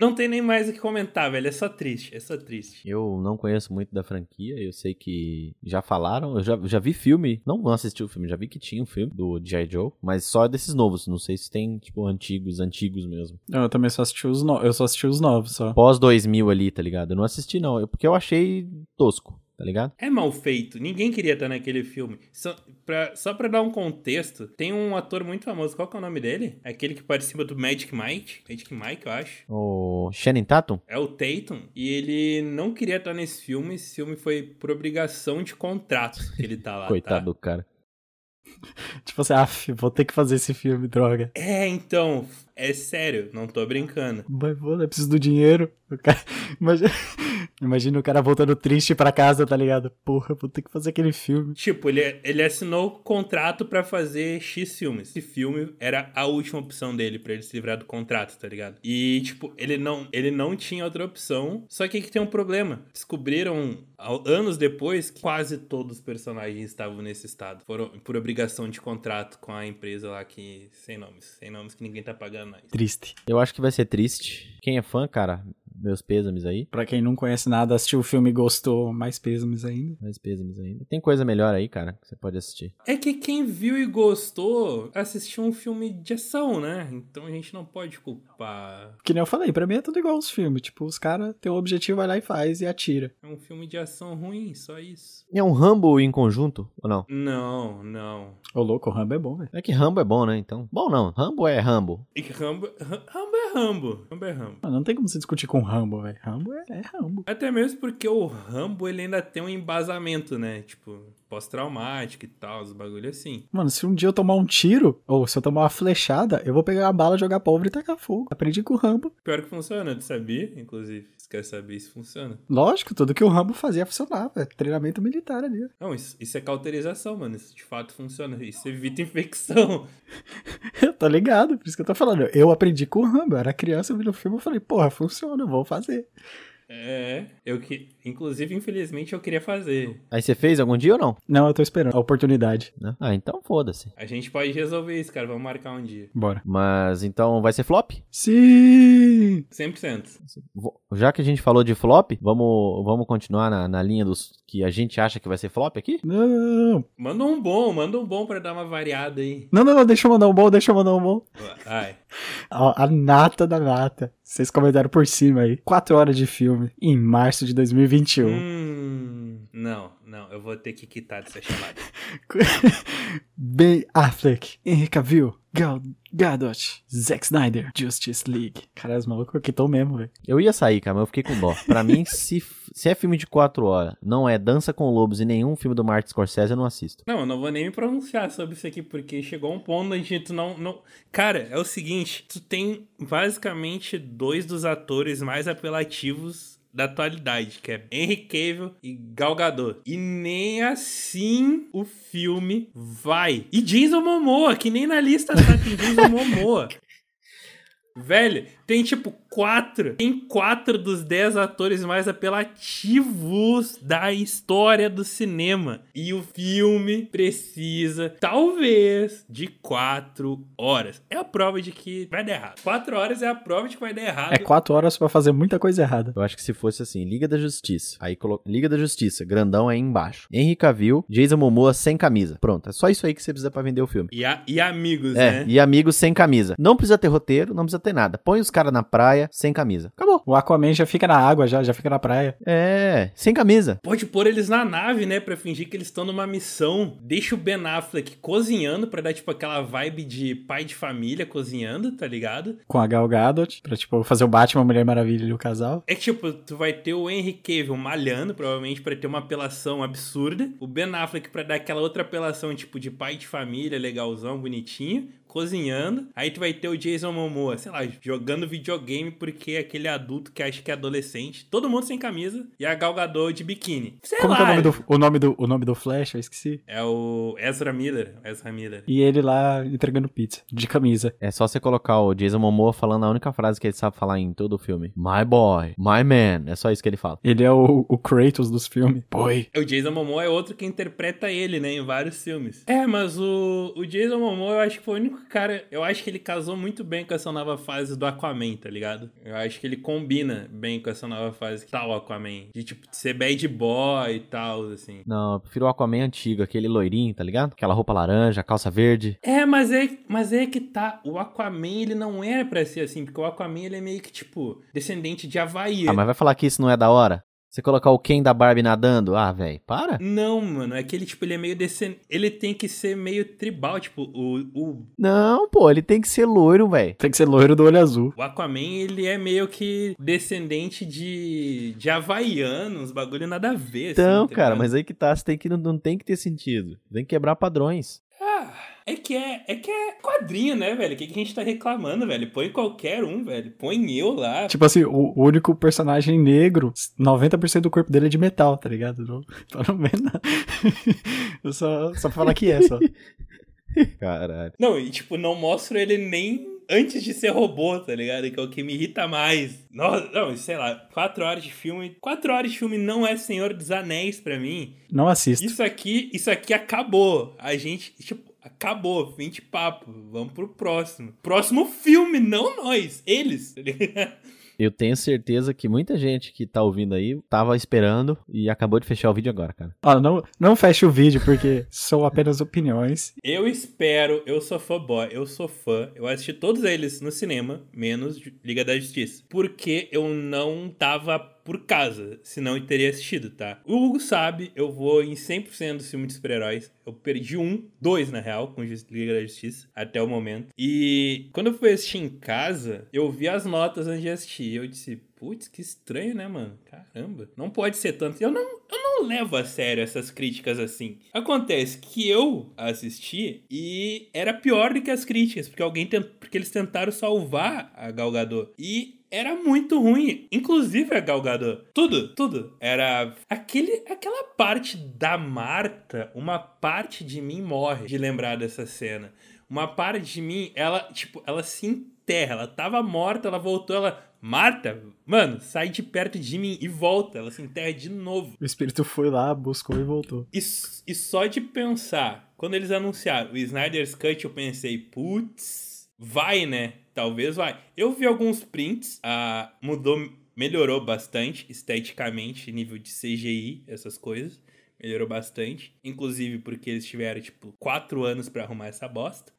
Speaker 3: Não tem nem mais o que comentar, velho, é só triste, é só triste.
Speaker 1: Eu não conheço muito da franquia, eu sei que já falaram, eu já, já vi filme, não não assisti o filme, já vi que tinha um filme do G.I. Joe, mas só desses novos, não sei se tem, tipo, antigos, antigos mesmo.
Speaker 2: Não, Eu também só assisti os, no... eu só assisti os novos, só.
Speaker 1: Pós 2000 ali, tá ligado? Eu não assisti não, eu- porque eu achei tosco, tá ligado?
Speaker 3: É mal feito, ninguém queria estar naquele filme. Só pra, só pra dar um contexto, tem um ator muito famoso, qual que é o nome dele? Aquele que participa do Magic Mike, Magic Mike, eu acho.
Speaker 1: O Shannon Tatum?
Speaker 3: É o Tatum, e ele não queria estar nesse filme, esse filme foi por obrigação de contrato que ele tá lá, tá?
Speaker 1: Coitado do cara.
Speaker 2: Tipo assim, ah, vou ter que fazer esse filme, droga.
Speaker 3: É, então. É sério, não tô brincando.
Speaker 2: Mas foda, eu preciso do dinheiro. O cara... Imagina... Imagina o cara voltando triste pra casa, tá ligado? Porra, vou ter que fazer aquele filme.
Speaker 3: Tipo, ele, ele assinou contrato pra fazer X filmes. Esse filme era a última opção dele pra ele se livrar do contrato, tá ligado? E, tipo, ele não, ele não tinha outra opção. Só que aqui tem um problema. Descobriram ao- anos depois que quase todos os personagens estavam nesse estado. Foram por obrigação de contrato com a empresa lá que. Sem nomes. Sem nomes que ninguém tá pagando mais.
Speaker 2: Triste.
Speaker 1: Eu acho que vai ser triste. Quem é fã, cara, meus pêsames aí.
Speaker 2: Pra quem não conhece nada, assistiu o filme e gostou, mais pêsames ainda.
Speaker 1: Meus pêsames ainda. Tem coisa melhor aí, cara, que você pode assistir.
Speaker 3: É que quem viu e gostou assistiu um filme de ação, né? Então a gente não pode culpar.
Speaker 2: Que nem eu falei, pra mim é tudo igual os filmes. Tipo, os caras têm um objetivo, vai lá e faz e atira.
Speaker 3: É um filme de ação ruim, só isso.
Speaker 1: É um Rambo em conjunto ou não?
Speaker 3: Não, não.
Speaker 2: Ô louco, o Rambo é bom, velho.
Speaker 1: É que Rambo é bom, né? Então. Bom, não. Rambo é Rambo.
Speaker 3: E que Rambo, Ra- Rambo é Rambo. Rambo é Rambo.
Speaker 2: Mano, não tem como se discutir com Rambo, velho. Rambo é, é Rambo.
Speaker 3: Até mesmo porque o Rambo ele ainda tem um embasamento, né? Tipo, pós-traumático e tal, os bagulho assim.
Speaker 2: Mano, se um dia eu tomar um tiro, ou se eu tomar uma flechada, eu vou pegar uma bala, jogar pólvora e tacar fogo. Aprendi com o Rambo.
Speaker 3: Pior que funciona, tu sabia? Inclusive, se quer saber se funciona.
Speaker 2: Lógico, tudo que o Rambo fazia funcionava. Treinamento militar ali.
Speaker 3: Não, isso, isso é cauterização, mano. Isso de fato funciona. Isso evita infecção.
Speaker 2: Eu tô ligado, por isso que eu tô falando. Eu aprendi com o Rambo. Eu era criança, eu vi no filme e falei, porra, funciona, eu vou fazer.
Speaker 3: É, eu que. Inclusive, infelizmente, eu queria fazer.
Speaker 1: Aí você fez algum dia ou não?
Speaker 2: Não, eu tô esperando a oportunidade.
Speaker 1: Né? Ah, então foda-se.
Speaker 3: A gente pode resolver isso, cara. Vamos marcar um dia.
Speaker 2: Bora.
Speaker 1: Mas então vai ser flop?
Speaker 2: Sim!
Speaker 3: 100%.
Speaker 1: Vo- Já que a gente falou de flop, vamos, vamos continuar na, na linha dos que a gente acha que vai ser flop aqui?
Speaker 2: Não!
Speaker 3: Manda um bom, manda um bom pra dar uma variada aí.
Speaker 2: Não, não, não, deixa eu mandar um bom, deixa eu mandar um bom.
Speaker 3: Ai.
Speaker 2: Ó, a nata da nata. Vocês comentaram por cima aí. Quatro horas de filme em março de 2021.
Speaker 3: Hum. Não, não, eu vou ter que quitar dessa chamada.
Speaker 2: Ben Affleck, Henry Cavill, Gal Gadot, Zack Snyder, Justice League. Cara, os malucos aqui estão mesmo, velho.
Speaker 1: Eu ia sair, cara, mas eu fiquei com dó. Pra mim, se, f- se é filme de 4 horas, não é Dança com Lobos e nenhum filme do Martin Scorsese, eu não assisto.
Speaker 3: Não, eu não vou nem me pronunciar sobre isso aqui, porque chegou um ponto onde tu não, não. Cara, é o seguinte: tu tem basicamente dois dos atores mais apelativos da atualidade, que é Henry Cavill e Gal Gadot. E nem assim o filme vai. E Jason Momoa, que nem na lista tá, tem Jason Momoa. Velho, tem tipo quatro. Tem quatro dos dez atores mais apelativos da história do cinema. E o filme precisa, talvez, de quatro horas. É a prova de que vai dar errado. Quatro horas é a prova de que vai dar errado.
Speaker 2: É quatro horas pra fazer muita coisa errada.
Speaker 1: Eu acho que se fosse assim, Liga da Justiça, aí colo... Liga da Justiça, grandão aí embaixo. Henry Cavill, Jason Momoa sem camisa. Pronto, é só isso aí que você precisa pra vender o filme.
Speaker 3: E, a- e amigos,
Speaker 1: É,
Speaker 3: né?
Speaker 1: e amigos sem camisa. Não precisa ter roteiro, não precisa ter nada. Põe os caras na praia, sem camisa. Acabou.
Speaker 2: O Aquaman já fica na água, já, já fica na praia.
Speaker 1: É, sem camisa.
Speaker 3: Pode pôr eles na nave, né? Pra fingir que eles estão numa missão. Deixa o Ben Affleck cozinhando pra dar, tipo, aquela vibe de pai de família cozinhando, tá ligado?
Speaker 2: Com a Gal Gadot, pra, tipo, fazer o Batman, a Mulher Maravilha e o casal.
Speaker 3: É que, tipo, tu vai ter o Henry Cavill malhando, provavelmente, pra ter uma apelação absurda. O Ben Affleck pra dar aquela outra apelação, tipo, de pai de família, legalzão, bonitinho, cozinhando. Aí tu vai ter o Jason Momoa, sei lá, jogando videogame porque é aquele adulto que acha que é adolescente. Todo mundo sem camisa e a Gal Gadot de biquíni. Sei
Speaker 2: Como
Speaker 3: lá.
Speaker 2: que é o nome, do, o, nome do, o nome do Flash? Eu esqueci.
Speaker 3: É o Ezra Miller. Ezra Miller.
Speaker 2: E ele lá entregando pizza, de camisa.
Speaker 1: É só você colocar o Jason Momoa falando a única frase que ele sabe falar em todo o filme. My boy, my man. É só isso que ele fala.
Speaker 2: Ele é o, o Kratos dos filmes. Boy.
Speaker 3: O Jason Momoa é outro que interpreta ele, né, em vários filmes. É, mas o, o Jason Momoa eu acho que foi o único cara. Eu acho que ele casou muito bem com essa nova fase do Aquaman, tá ligado? Eu acho que ele combina bem com essa nova fase que tá o Aquaman. De tipo, ser bad boy e tal, assim.
Speaker 1: Não, eu prefiro o Aquaman antigo, aquele loirinho, tá ligado? Aquela roupa laranja, calça verde.
Speaker 3: É, mas é, mas é que tá. O Aquaman, ele não era pra ser assim, porque o Aquaman, ele é meio que, tipo, descendente de Havaí.
Speaker 1: Ah, mas vai falar que isso não é da hora? Você colocar o Ken da Barbie nadando? Ah, velho, para.
Speaker 3: Não, mano, é que ele, tipo, ele é meio descendente. Ele tem que ser meio tribal, tipo, o, o
Speaker 1: Não, pô, ele tem que ser loiro, velho.
Speaker 2: Tem que ser loiro do olho azul.
Speaker 3: O Aquaman, ele é meio que descendente de, de havaiano, uns bagulho nada a ver. assim,
Speaker 1: Então,
Speaker 3: tá
Speaker 1: cara,
Speaker 3: ligado?
Speaker 1: mas aí que tá, você tem que, não, não tem que ter sentido. Tem que quebrar padrões.
Speaker 3: Ah, É que é, é que é quadrinho, né, velho? O que, que a gente tá reclamando, velho? Põe qualquer um, velho. Põe eu lá.
Speaker 2: Tipo assim, o único personagem negro, 90% do corpo dele é de metal, tá ligado? Não, pra não ver nada. Eu só, só pra falar que é, só.
Speaker 1: Caralho.
Speaker 3: Não, e tipo, não mostro ele nem antes de ser robô, tá ligado? Que é o que me irrita mais. Nossa, não, sei lá, quatro horas de filme. Quatro horas de filme não é Senhor dos Anéis pra mim.
Speaker 2: Não assisto.
Speaker 3: Isso aqui, isso aqui acabou. A gente, tipo, acabou, fim de papo. Vamos pro próximo. Próximo filme, não nós, eles, tá ligado?
Speaker 1: Eu tenho certeza que muita gente que tá ouvindo aí tava esperando e acabou de fechar o vídeo agora, cara.
Speaker 2: Ó, Ah, não, não feche o vídeo, porque são apenas opiniões.
Speaker 3: Eu espero, eu sou fanboy, eu sou fã. Eu assisti todos eles no cinema, menos Ju- Liga da Justiça. Porque eu não tava por casa, senão eu teria assistido, tá? O Hugo sabe, eu vou em 100% do filme de super-heróis. Eu perdi um, dois na real, com Justi- Liga da Justiça, até o momento. E quando eu fui assistir em casa, eu vi as notas antes de assistir. E eu disse, putz, que estranho, né, mano? Caramba, não pode ser tanto. Eu não, eu não levo a sério essas críticas assim. Acontece que eu assisti e era pior do que as críticas, porque alguém tent... porque eles tentaram salvar a Galgador e era muito ruim, inclusive a Galgador. Tudo, tudo era aquele aquela parte da Marta, uma parte de mim morre de lembrar dessa cena. Uma parte de mim, ela, tipo, ela se enterra, ela tava morta, ela voltou, ela Marta, mano, sai de perto de mim e volta. Ela se enterra de novo.
Speaker 2: O espírito foi lá, buscou e voltou.
Speaker 3: E, s- e só de pensar, quando eles anunciaram o Snyder's Cut, eu pensei, putz, vai, né? Talvez vai. Eu vi alguns prints, ah, mudou, melhorou bastante esteticamente, nível de CGI, essas coisas. Melhorou bastante. Inclusive porque eles tiveram, tipo, quatro anos pra arrumar essa bosta.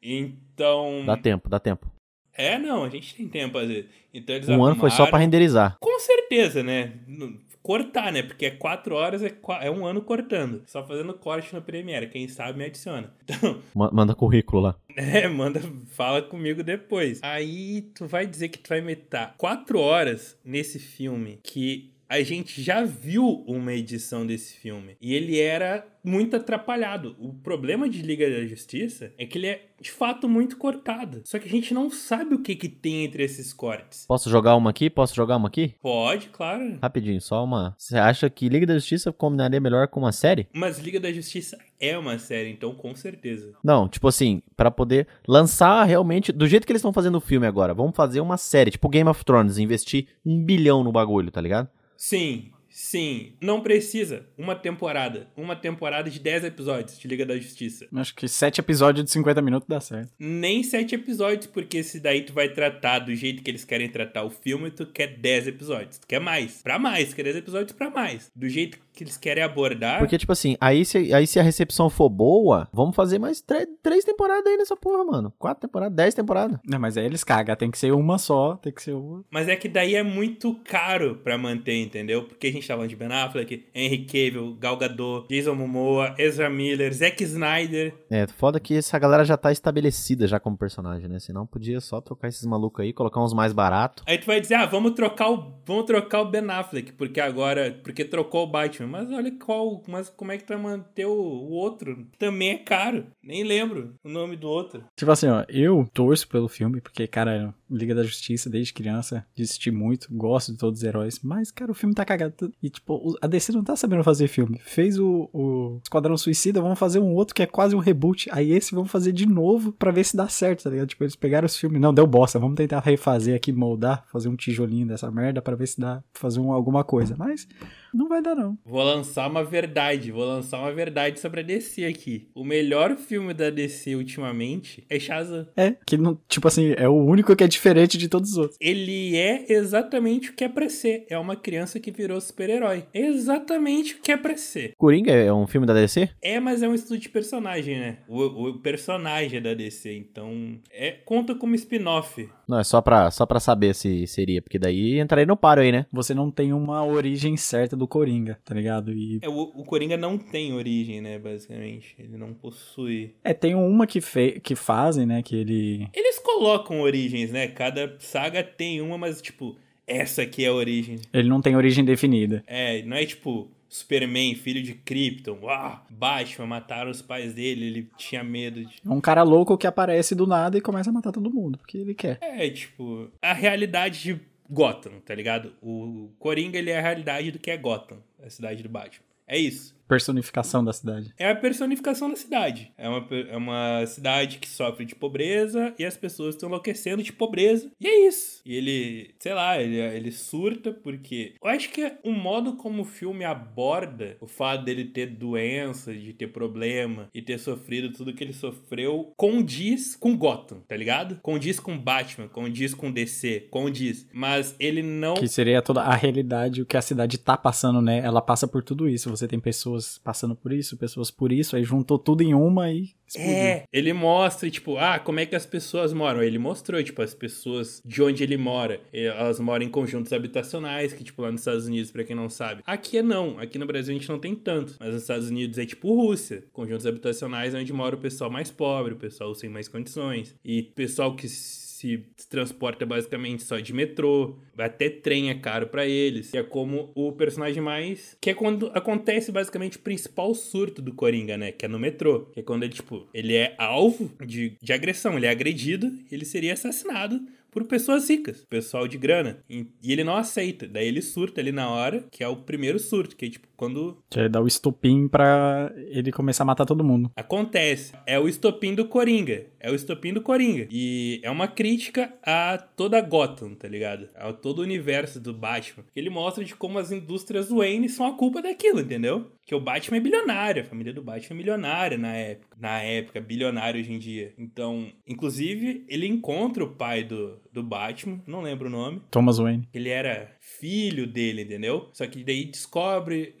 Speaker 3: Então.
Speaker 1: Dá tempo, dá tempo.
Speaker 3: É, não, a gente tem tempo às vezes. Então eles
Speaker 1: Um ano foi só
Speaker 3: arrumaram.
Speaker 1: pra renderizar.
Speaker 3: Com certeza, né? No- Cortar, né? Porque é quatro horas, é, qua- é um ano cortando. Só fazendo corte no Premiere. Quem sabe me adiciona. Então,
Speaker 1: Ma- Manda currículo lá.
Speaker 3: né? Manda, fala comigo depois. Aí tu vai dizer que tu vai meter quatro horas nesse filme que a gente já viu uma edição desse filme. E ele era muito atrapalhado. O problema de Liga da Justiça é que ele é, de fato, muito cortado. Só que a gente não sabe o que, que tem entre esses cortes.
Speaker 1: Posso jogar uma aqui? Posso jogar uma aqui?
Speaker 3: Pode, claro.
Speaker 1: Rapidinho, só uma. Você acha que Liga da Justiça combinaria melhor com uma série?
Speaker 3: Mas Liga da Justiça é uma série, então com certeza.
Speaker 1: Não, tipo assim, pra poder lançar realmente do jeito que eles estão fazendo o filme agora. Vamos fazer uma série, tipo Game of Thrones, investir um bilhão no bagulho, tá ligado?
Speaker 3: Sim, sim. Não precisa. Uma temporada. Uma temporada de 10 episódios de Liga da Justiça.
Speaker 2: Acho que sete episódios de 50 minutos dá certo.
Speaker 3: Nem 7 episódios, porque esse daí tu vai tratar do jeito que eles querem tratar o filme, tu quer 10 episódios. Tu quer mais. Pra mais. Quer 10 episódios pra mais. Do jeito que eles querem abordar.
Speaker 1: Porque, tipo assim, aí se, aí se a recepção for boa, vamos fazer mais tre- três temporadas aí nessa porra, mano. Quatro temporadas, dez temporadas.
Speaker 2: Não, mas aí eles cagam, tem que ser uma só, tem que ser uma.
Speaker 3: Mas é que daí é muito caro pra manter, entendeu? Porque a gente tá falando de Ben Affleck, Henry Cavill, Gal Gadot, Jason Momoa, Ezra Miller, Zack Snyder.
Speaker 1: É, foda que essa galera já tá estabelecida já como personagem, né? Senão podia só trocar esses malucos aí, colocar uns mais barato.
Speaker 3: Aí tu vai dizer, ah, vamos trocar o, vamos trocar o Ben Affleck, porque agora, porque trocou o Batman. Mas olha qual, mas como é que tu vai manter o, o outro? Também é caro. Nem lembro o nome do outro.
Speaker 2: Tipo assim, ó, eu torço pelo filme, porque, cara, Liga da Justiça, desde criança, assisti muito, gosto de todos os heróis, mas, cara, o filme tá cagado. E, tipo, o- a DC não tá sabendo fazer filme. Fez o, o Esquadrão Suicida, vamos fazer um outro que é quase um reboot. Aí esse vamos fazer de novo pra ver se dá certo, tá ligado? Tipo, eles pegaram os filmes, não, deu bosta, vamos tentar refazer aqui, moldar, fazer um tijolinho dessa merda pra ver se dá, fazer um, alguma coisa. Mas não vai dar, não.
Speaker 3: Vou lançar uma verdade, vou lançar uma verdade sobre a DC aqui. O melhor filme da DC ultimamente é Shazam.
Speaker 2: É, que não, tipo assim, é o único que é diferente de todos os outros.
Speaker 3: Ele é exatamente o que é pra ser. É uma criança que virou super-herói. É Exatamente o que é pra ser.
Speaker 1: Coringa é um filme da DC?
Speaker 3: É, mas é um estudo de personagem, né? O, o personagem é da DC, então. É, conta como spin-off.
Speaker 1: Não, é só pra, só pra saber se seria, porque daí entraria no paro aí, né?
Speaker 2: você não tem uma origem certa do Coringa, tá ligado? E
Speaker 3: É, o, o Coringa não tem origem, né? Basicamente. Ele não possui.
Speaker 2: é, tem uma que, fe... que fazem, né? Que ele.
Speaker 3: Eles colocam origens, né? Cada saga tem uma, mas tipo, essa aqui é a origem.
Speaker 2: Ele não tem origem definida.
Speaker 3: É, não é tipo, Superman, filho de Krypton, uau, Batman, mataram os pais dele, ele tinha medo de.
Speaker 2: É um cara louco que aparece do nada e começa a matar todo mundo, porque ele quer.
Speaker 3: É, tipo, a realidade de Gotham, tá ligado? O Coringa, ele é a realidade do que é Gotham, a cidade do Batman. É isso.
Speaker 2: Personificação da cidade.
Speaker 3: É a personificação da cidade. É uma, pe- é uma cidade que sofre de pobreza e as pessoas estão enlouquecendo de pobreza. E é isso. E ele, sei lá, ele, ele surta porque. Eu acho que o modo como o filme aborda o fato dele ter doença, de ter problema e ter sofrido tudo que ele sofreu condiz com Gotham, tá ligado? Condiz com Batman, condiz com DC, condiz. Mas ele não.
Speaker 2: Que seria toda a realidade, o que a cidade tá passando, né? Ela passa por tudo isso. Você tem pessoas passando por isso, pessoas por isso, aí juntou tudo em uma e explodiu.
Speaker 3: É, ele mostra, tipo, ah, como é que as pessoas moram. Ele mostrou, tipo, as pessoas de onde ele mora. Elas moram em conjuntos habitacionais, que, tipo, lá nos Estados Unidos, pra quem não sabe. Aqui é não. Aqui no Brasil a gente não tem tanto. Mas nos Estados Unidos é tipo Rússia. Conjuntos habitacionais é onde mora o pessoal mais pobre, o pessoal sem mais condições. E pessoal que se transporta basicamente só de metrô, até trem é caro pra eles. E é como o personagem mais. Que é quando acontece basicamente o principal surto do Coringa, né? Que é no metrô. Que é quando ele, tipo, ele é alvo de, de agressão, ele é agredido, ele seria assassinado por pessoas ricas, pessoal de grana. E e ele não aceita. Daí ele surta ali na hora, que é o primeiro surto, que é tipo quando
Speaker 2: Que aí dá o estopim pra ele começar a matar todo mundo.
Speaker 3: Acontece. É o estopim do Coringa. É o estopim do Coringa. E é uma crítica a toda Gotham, tá ligado? A todo o universo do Batman. Ele mostra de como as indústrias Wayne são a culpa daquilo, entendeu? Que o Batman é bilionário, a família do Batman é milionária na época. Na época, bilionário hoje em dia. Então, inclusive, ele encontra o pai do, do Batman, não lembro o nome
Speaker 2: Thomas Wayne.
Speaker 3: ele era filho dele, entendeu? Só que daí descobre,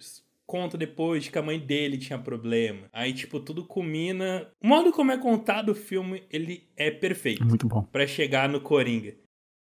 Speaker 3: conta depois que a mãe dele tinha problema. Aí, tipo, tudo culmina. O modo como é contado o filme, ele é perfeito
Speaker 2: Muito bom.
Speaker 3: pra chegar no Coringa.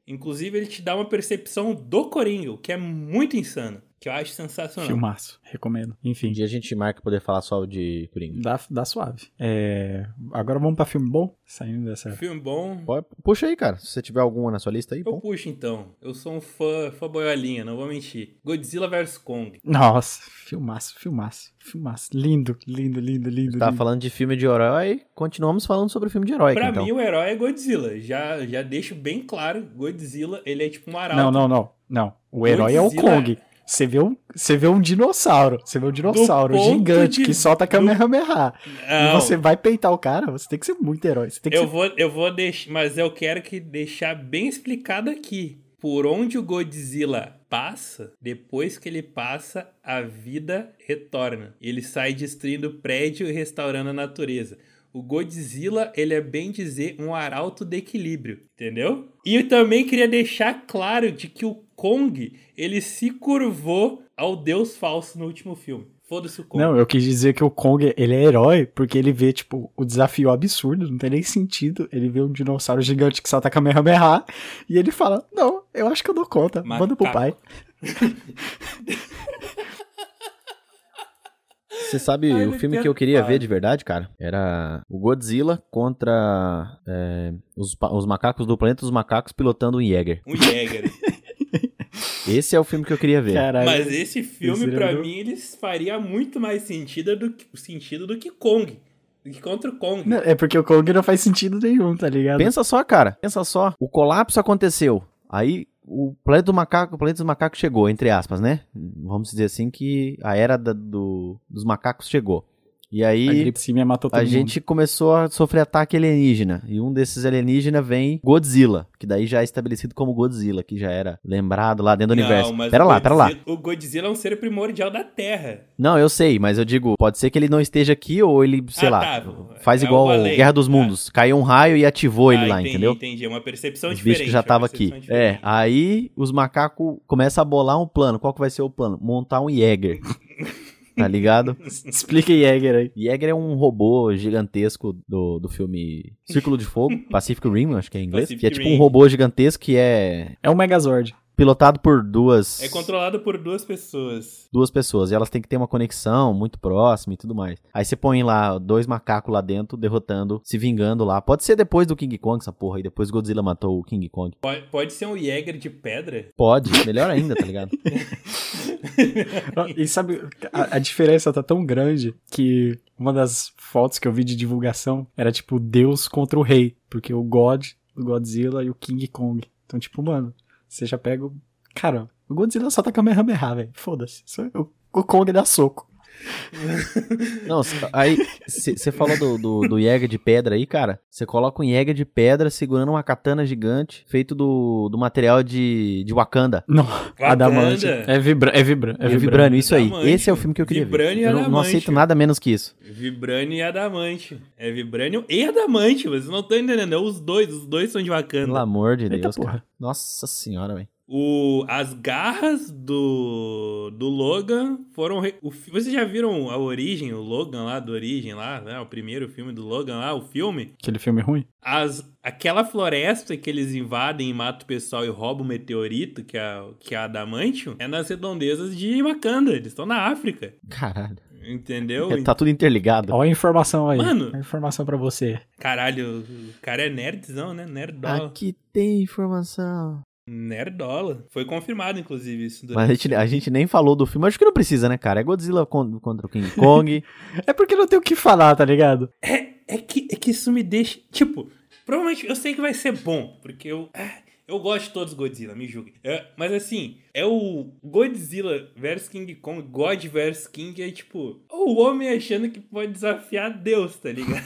Speaker 3: Inclusive, ele te dá uma percepção do Coringa, o que é muito insano. Que eu acho sensacional.
Speaker 2: Filmaço. Recomendo.
Speaker 1: Um
Speaker 2: Enfim.
Speaker 1: dia a gente marca poder falar só de Coringa.
Speaker 2: Dá, dá suave. É, agora vamos pra filme bom? Saindo dessa.
Speaker 3: Filme bom.
Speaker 1: Pode- Puxa aí, cara. Se você tiver alguma na sua lista aí,
Speaker 3: Eu
Speaker 1: bom.
Speaker 3: puxo então. Eu sou um fã, fã boiolinha, não vou mentir. Godzilla vs Kong.
Speaker 2: Nossa, filmaço, filmaço, filmaço. Lindo, lindo, lindo, lindo.
Speaker 1: Tá
Speaker 2: lindo.
Speaker 1: falando de filme de herói, continuamos falando sobre filme de herói,
Speaker 3: Pra
Speaker 1: então.
Speaker 3: mim, o herói é Godzilla. Já, já deixo bem claro, Godzilla, ele é tipo um arauto.
Speaker 2: Não, não, não. Não. O herói é o
Speaker 3: Godzilla.
Speaker 2: Kong. Você vê, um, você vê um dinossauro. Você vê um dinossauro
Speaker 3: ponto
Speaker 2: gigante
Speaker 3: de-
Speaker 2: que solta Kamehameha. E
Speaker 3: Não,
Speaker 2: você vai peitar o cara, você tem que ser muito herói. Você tem que
Speaker 3: eu
Speaker 2: ser...
Speaker 3: vou, eu vou deixar, mas eu quero que deixar bem explicado aqui por onde o Godzilla passa, depois que ele passa, a vida retorna. Ele sai destruindo prédio e restaurando a natureza. O Godzilla, ele é bem dizer um arauto de equilíbrio, entendeu? E eu também queria deixar claro de que o Kong, ele se curvou ao deus falso no último filme. Foda-se o Kong.
Speaker 2: Não, eu quis dizer que o Kong, ele é herói porque ele vê, tipo, o desafio absurdo, não tem nem sentido. Ele vê um dinossauro gigante que solta Kamehameha e ele fala, não, eu acho que eu dou conta, manda pro
Speaker 3: Macaco.
Speaker 2: pai.
Speaker 1: Você sabe,
Speaker 3: Ai,
Speaker 1: o
Speaker 3: ele
Speaker 1: filme
Speaker 3: quer-
Speaker 1: que eu queria
Speaker 3: Ah.
Speaker 1: ver de verdade, cara, era o Godzilla contra é, os, pa- os macacos do planeta dos macacos pilotando um Jäger.
Speaker 3: Um Jäger.
Speaker 1: Esse é o filme que eu queria ver.
Speaker 2: Caralho.
Speaker 3: Mas esse filme,
Speaker 2: Esse
Speaker 3: pra
Speaker 2: lembrou-
Speaker 3: mim, ele faria muito mais sentido do que, sentido do que Kong. Do que contra o Kong.
Speaker 2: Não, é porque o Kong não faz sentido nenhum, tá ligado?
Speaker 1: Pensa só, cara. Pensa só. O colapso aconteceu. Aí o planeta do macaco, o planeta dos macacos chegou, entre aspas, né? Vamos dizer assim que a era da- do- dos macacos chegou. E
Speaker 2: A
Speaker 1: aí
Speaker 2: gripe símia matou todo
Speaker 1: a
Speaker 2: mundo.
Speaker 1: gente começou a sofrer ataque alienígena. E um desses alienígenas vem Godzilla, que daí já é estabelecido como Godzilla, que já era lembrado lá dentro do universo. Pera
Speaker 3: o
Speaker 1: lá, pera lá.
Speaker 3: Godzilla- O Godzilla é um ser primordial da Terra.
Speaker 1: Não, eu sei, mas eu digo, pode ser que ele não esteja aqui ou ele, sei
Speaker 3: Ah,
Speaker 1: lá,
Speaker 3: tá.
Speaker 1: faz
Speaker 3: É
Speaker 1: igual
Speaker 3: uma lei.
Speaker 1: Guerra dos
Speaker 3: Ah.
Speaker 1: Mundos. Caiu um raio e ativou ele
Speaker 3: Ah,
Speaker 1: lá,
Speaker 3: entendi,
Speaker 1: entendeu?
Speaker 3: Entendi, é uma percepção
Speaker 1: Os bichos
Speaker 3: diferente.
Speaker 1: que já
Speaker 3: uma
Speaker 1: estavam aqui.
Speaker 3: percepção
Speaker 1: É,
Speaker 3: diferente.
Speaker 1: aí os macacos começam a bolar um plano. Qual que vai ser o plano? Montar um Jäger. tá ligado?
Speaker 2: Explica Jäger aí.
Speaker 1: Jäger é um robô gigantesco do, do filme Círculo de Fogo, Pacific Rim, acho que é em inglês.
Speaker 3: Pacific
Speaker 1: que é tipo
Speaker 3: Rim.
Speaker 1: um robô gigantesco que é.
Speaker 2: É um Megazord.
Speaker 1: pilotado por duas.
Speaker 3: É controlado por duas pessoas.
Speaker 1: Duas pessoas, e elas têm que ter uma conexão muito próxima e tudo mais. Aí você põe lá dois macacos lá dentro, derrotando, se vingando lá. Pode ser depois do King Kong, essa porra aí. Depois Godzilla matou o King Kong.
Speaker 3: Pode, pode ser um Jäger de pedra?
Speaker 1: Pode, melhor ainda, tá ligado?
Speaker 2: E sabe, a, a diferença tá tão grande que uma das fotos que eu vi de divulgação era tipo Deus contra o rei, porque o God, o Godzilla e o King Kong. Então, tipo, mano, você já pega o. Cara, o Godzilla só tá Kamehameha, velho. Foda-se. Só- O, o Kong dá soco.
Speaker 1: Não, cê- tá, aí você falou do, do, do Jäger de pedra aí, cara. Você coloca um Jäger de pedra segurando uma katana gigante feito do, do material de, de Wakanda.
Speaker 2: Não,
Speaker 3: Wakanda.
Speaker 2: Adamante. É vibra, é vibra, é
Speaker 1: É
Speaker 2: vibra.
Speaker 1: Vibranium, isso aí.
Speaker 3: Adamante.
Speaker 1: Esse é o filme que eu queria
Speaker 3: Vibranium
Speaker 1: ver. Eu não, não
Speaker 3: Adamante.
Speaker 1: aceito nada menos que isso.
Speaker 3: Vibranium e Adamante. É Vibranium e Adamante, vocês não estão entendendo. É os dois, os dois são de
Speaker 1: Pelo
Speaker 3: Wakanda.
Speaker 1: amor de
Speaker 2: Eita
Speaker 1: Deus, cara.
Speaker 2: porra.
Speaker 1: Nossa senhora, velho.
Speaker 3: O, as garras do, do Logan foram. re- O, fi- vocês já viram a origem, o Logan lá, do Origem lá, né? O primeiro filme do Logan lá, o filme?
Speaker 2: Aquele filme é ruim?
Speaker 3: As, aquela floresta que eles invadem e matam o pessoal e roubam o meteorito, que é, que é Adamantium, é nas redondezas de Wakanda. Eles estão na África.
Speaker 1: Caralho.
Speaker 3: Entendeu?
Speaker 1: É, tá tudo interligado.
Speaker 2: Olha a informação aí.
Speaker 3: Mano.
Speaker 2: Olha A informação pra você.
Speaker 3: Caralho, o cara é nerdzão, né? Nerdola.
Speaker 1: Aqui tem informação.
Speaker 3: Nerdola. Foi confirmado, inclusive, isso. durante-
Speaker 1: Mas a gente, a gente nem falou do filme. Acho que não precisa, né, cara? É Godzilla con- contra o King Kong.
Speaker 2: É porque não tem o que falar, tá ligado?
Speaker 3: É, é, que, é que isso me deixa. Tipo, provavelmente eu sei que vai ser bom, porque eu. ah, eu gosto de todos os Godzilla, me julguem. É, mas assim, é o Godzilla versus King Kong, God versus King, é tipo, o homem achando que pode desafiar Deus, tá ligado?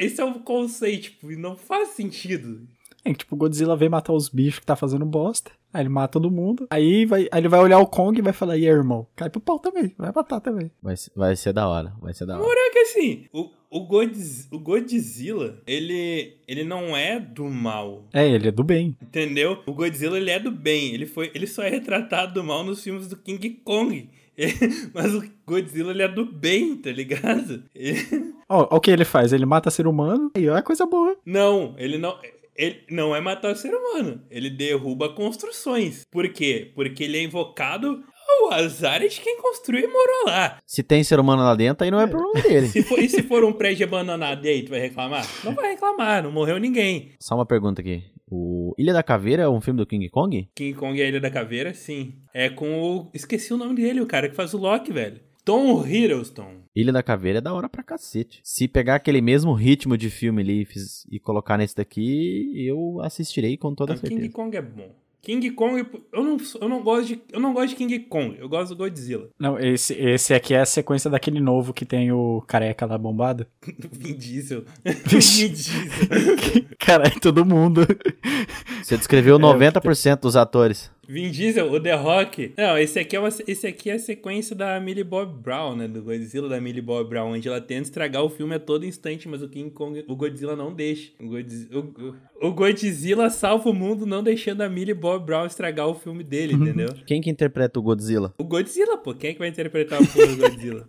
Speaker 3: Esse é um conceito, tipo, e não faz sentido.
Speaker 2: É que, tipo, o Godzilla vem matar os bichos que tá fazendo bosta. Aí ele mata todo mundo. Aí, vai, aí ele vai olhar o Kong e vai falar, e aí, irmão? Cai pro pau também. Vai matar também.
Speaker 1: Vai, ser- vai ser da hora. Vai ser da hora.
Speaker 3: Só que assim, o, o, Godz- o Godzilla, ele, ele não é do mal,
Speaker 2: É, ele é do bem.
Speaker 3: Entendeu? O Godzilla ele é do bem, ele foi, ele só é retratado do mal nos filmes do King Kong. Mas o Godzilla ele é do bem, tá ligado? Ele-
Speaker 2: Ó, ó o que ele faz? Ele mata ser humano. Aí ó, é coisa boa.
Speaker 3: não, ele não ele não é matar o ser humano, ele derruba construções. Por quê? Porque ele é invocado ao azar de quem construiu e morou lá.
Speaker 1: Se tem ser humano lá dentro, aí não é problema dele.
Speaker 3: Se for, e se for um prédio abandonado, e aí, tu vai reclamar? Não vai reclamar, não morreu ninguém.
Speaker 1: Só uma pergunta aqui. O Ilha da Caveira é um filme do King Kong?
Speaker 3: King Kong e a Ilha da Caveira, sim. É com o. Esqueci o nome dele, o cara que faz o Loki, velho. Tom Hiddleston.
Speaker 1: Ilha da Caveira é da hora pra cacete. Se pegar aquele mesmo ritmo de filme ali e fiz- e colocar nesse daqui, eu assistirei com toda
Speaker 3: Não, King
Speaker 1: certeza.
Speaker 3: Kong é bom. King Kong, eu não, sou- eu não gosto de, eu não gosto de King Kong, eu gosto do Godzilla.
Speaker 2: Não, esse, esse aqui é a sequência daquele novo que tem o careca lá bombado.
Speaker 3: Vin Diesel.
Speaker 2: Vixe.
Speaker 3: Vin Diesel.
Speaker 2: Cara, é todo mundo.
Speaker 1: Você descreveu 90% dos atores.
Speaker 3: Vin Diesel, o The Rock. Não, esse aqui é uma, esse aqui é a sequência da Millie Bob Brown, né, do Godzilla da Millie Bob Brown, onde ela tenta estragar o filme a todo instante, mas o King Kong, o Godzilla não deixa. O Godzi- o- o- o Godzilla, salva o mundo não deixando a Millie Bob Brown estragar o filme dele, entendeu?
Speaker 1: Quem que interpreta o Godzilla?
Speaker 3: O Godzilla, pô, quem é que vai interpretar o porra do Godzilla?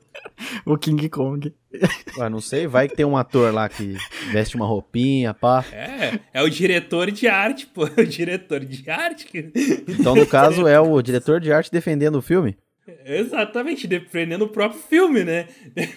Speaker 2: o King Kong.
Speaker 1: Ah, não sei, vai que tem um ator lá que veste uma roupinha, pá.
Speaker 3: É, é o diretor de arte, pô. É o diretor de arte. que-
Speaker 1: Então, no caso, é o diretor de arte defendendo o filme.
Speaker 3: Exatamente, defendendo o próprio filme, né?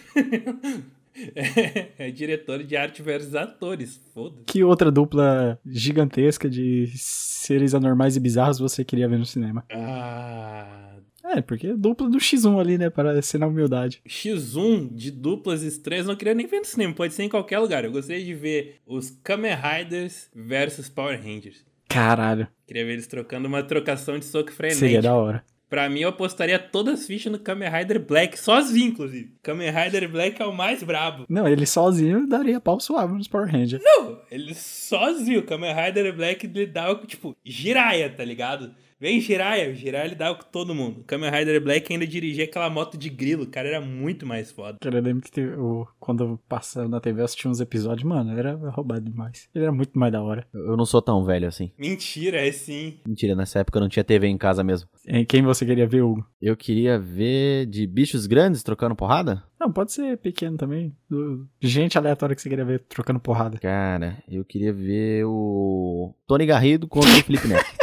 Speaker 3: É, é diretor de arte versus atores. Foda-se.
Speaker 2: Que outra dupla gigantesca de seres anormais e bizarros você queria ver no cinema?
Speaker 3: Ah.
Speaker 2: É, porque é dupla do X1 ali, né? Para ser na humildade.
Speaker 3: X1 de duplas estranhas, não queria nem ver no cinema, pode ser em qualquer lugar. Eu gostaria de ver os Kamen Riders versus Power Rangers.
Speaker 2: Caralho,
Speaker 3: Queria ver eles trocando uma trocação de soco frenético.
Speaker 2: seria da hora.
Speaker 3: Pra mim, eu apostaria todas as fichas no Kamen Rider Black, sozinho, inclusive. Kamen Rider Black é o mais brabo.
Speaker 2: Não, ele sozinho daria pau suave nos Power Rangers.
Speaker 3: Não, ele sozinho, o Kamen Rider Black ele dava com, tipo, Jiraya, tá ligado? Vem Jiraya, o Jiraya ele dava com todo mundo. O Kamen Rider Black ainda dirigia aquela moto de grilo, o cara era muito mais foda.
Speaker 2: Cara, eu lembro que teve, o- quando eu passava na TV eu assistia uns episódios, mano, era roubado demais. Ele era muito mais da hora.
Speaker 1: Eu não sou tão velho assim.
Speaker 3: Mentira, é sim.
Speaker 1: Mentira, nessa época eu não tinha TV em casa mesmo.
Speaker 2: Em quem você queria ver, Hugo?
Speaker 1: Eu queria ver de bichos grandes trocando porrada?
Speaker 2: Não, pode ser pequeno também. do- Gente aleatória que você queria ver trocando porrada.
Speaker 1: Cara, eu queria ver o Tony Garrido contra o Felipe Neto.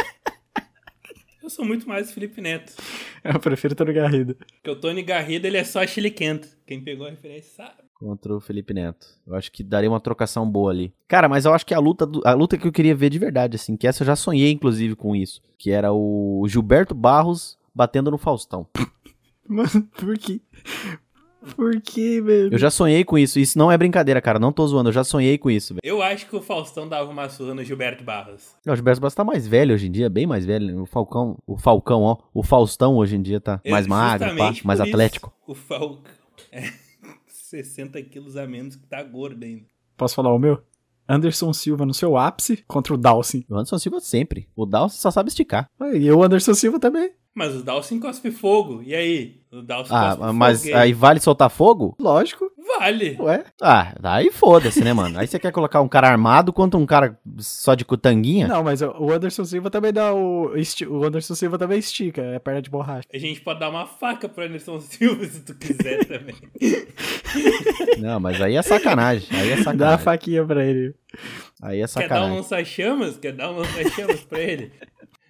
Speaker 3: Eu sou muito mais o Felipe Neto.
Speaker 2: Eu prefiro Tony Garrido.
Speaker 3: Porque o Tony Garrido, ele é só Chile Quento. Quem pegou a referência sabe.
Speaker 1: Contra o Felipe Neto. Eu acho que daria uma trocação boa ali. Cara, mas eu acho que a luta, do- a luta que eu queria ver de verdade, assim, que essa eu já sonhei, inclusive, com isso. Que era o Gilberto Barros batendo no Faustão.
Speaker 2: Mano, por quê? Por quê, velho?
Speaker 1: Eu já sonhei com isso. Isso não é brincadeira, cara. Não tô zoando. Eu já sonhei com isso, velho.
Speaker 3: Eu acho que o Faustão dava uma surra no Gilberto Barros.
Speaker 1: Não, O Gilberto Barros tá mais velho hoje em dia, bem mais velho. né? O Falcão, o Falcão, ó. O Faustão hoje em dia tá mais
Speaker 3: Ele-
Speaker 1: magro, pá,
Speaker 3: É, justamente
Speaker 1: mais
Speaker 3: por isso,
Speaker 1: atlético.
Speaker 3: O Falcão é 60 quilos a menos que tá gordo ainda.
Speaker 2: Posso falar o meu? Anderson Silva no seu ápice contra o Dawson.
Speaker 1: O Anderson Silva sempre. O Dawson só sabe esticar.
Speaker 2: Ah, E o Anderson Silva também.
Speaker 3: Mas o Dawson cospe fogo. E aí? O Dawson cospe
Speaker 1: Ah,
Speaker 3: fogo.
Speaker 1: mas
Speaker 3: e
Speaker 1: aí vale soltar fogo?
Speaker 2: Lógico,
Speaker 3: Vale.
Speaker 2: ué.
Speaker 1: Ah, aí foda-se, né, mano? Aí você quer colocar um cara armado contra um cara só de cutanguinha?
Speaker 2: Não, mas o Anderson Silva também dá o. esti- O Anderson Silva também estica, é perna de borracha.
Speaker 3: A gente pode dar uma faca pro Anderson Silva se tu quiser também.
Speaker 1: Não, mas aí é sacanagem. Aí é
Speaker 2: Dá a
Speaker 1: sacanagem.
Speaker 2: faquinha pra ele.
Speaker 1: Aí é
Speaker 3: Quer dar um
Speaker 1: sacanagem.
Speaker 3: lança-chamas? Quer dar um lança-chamas pra ele?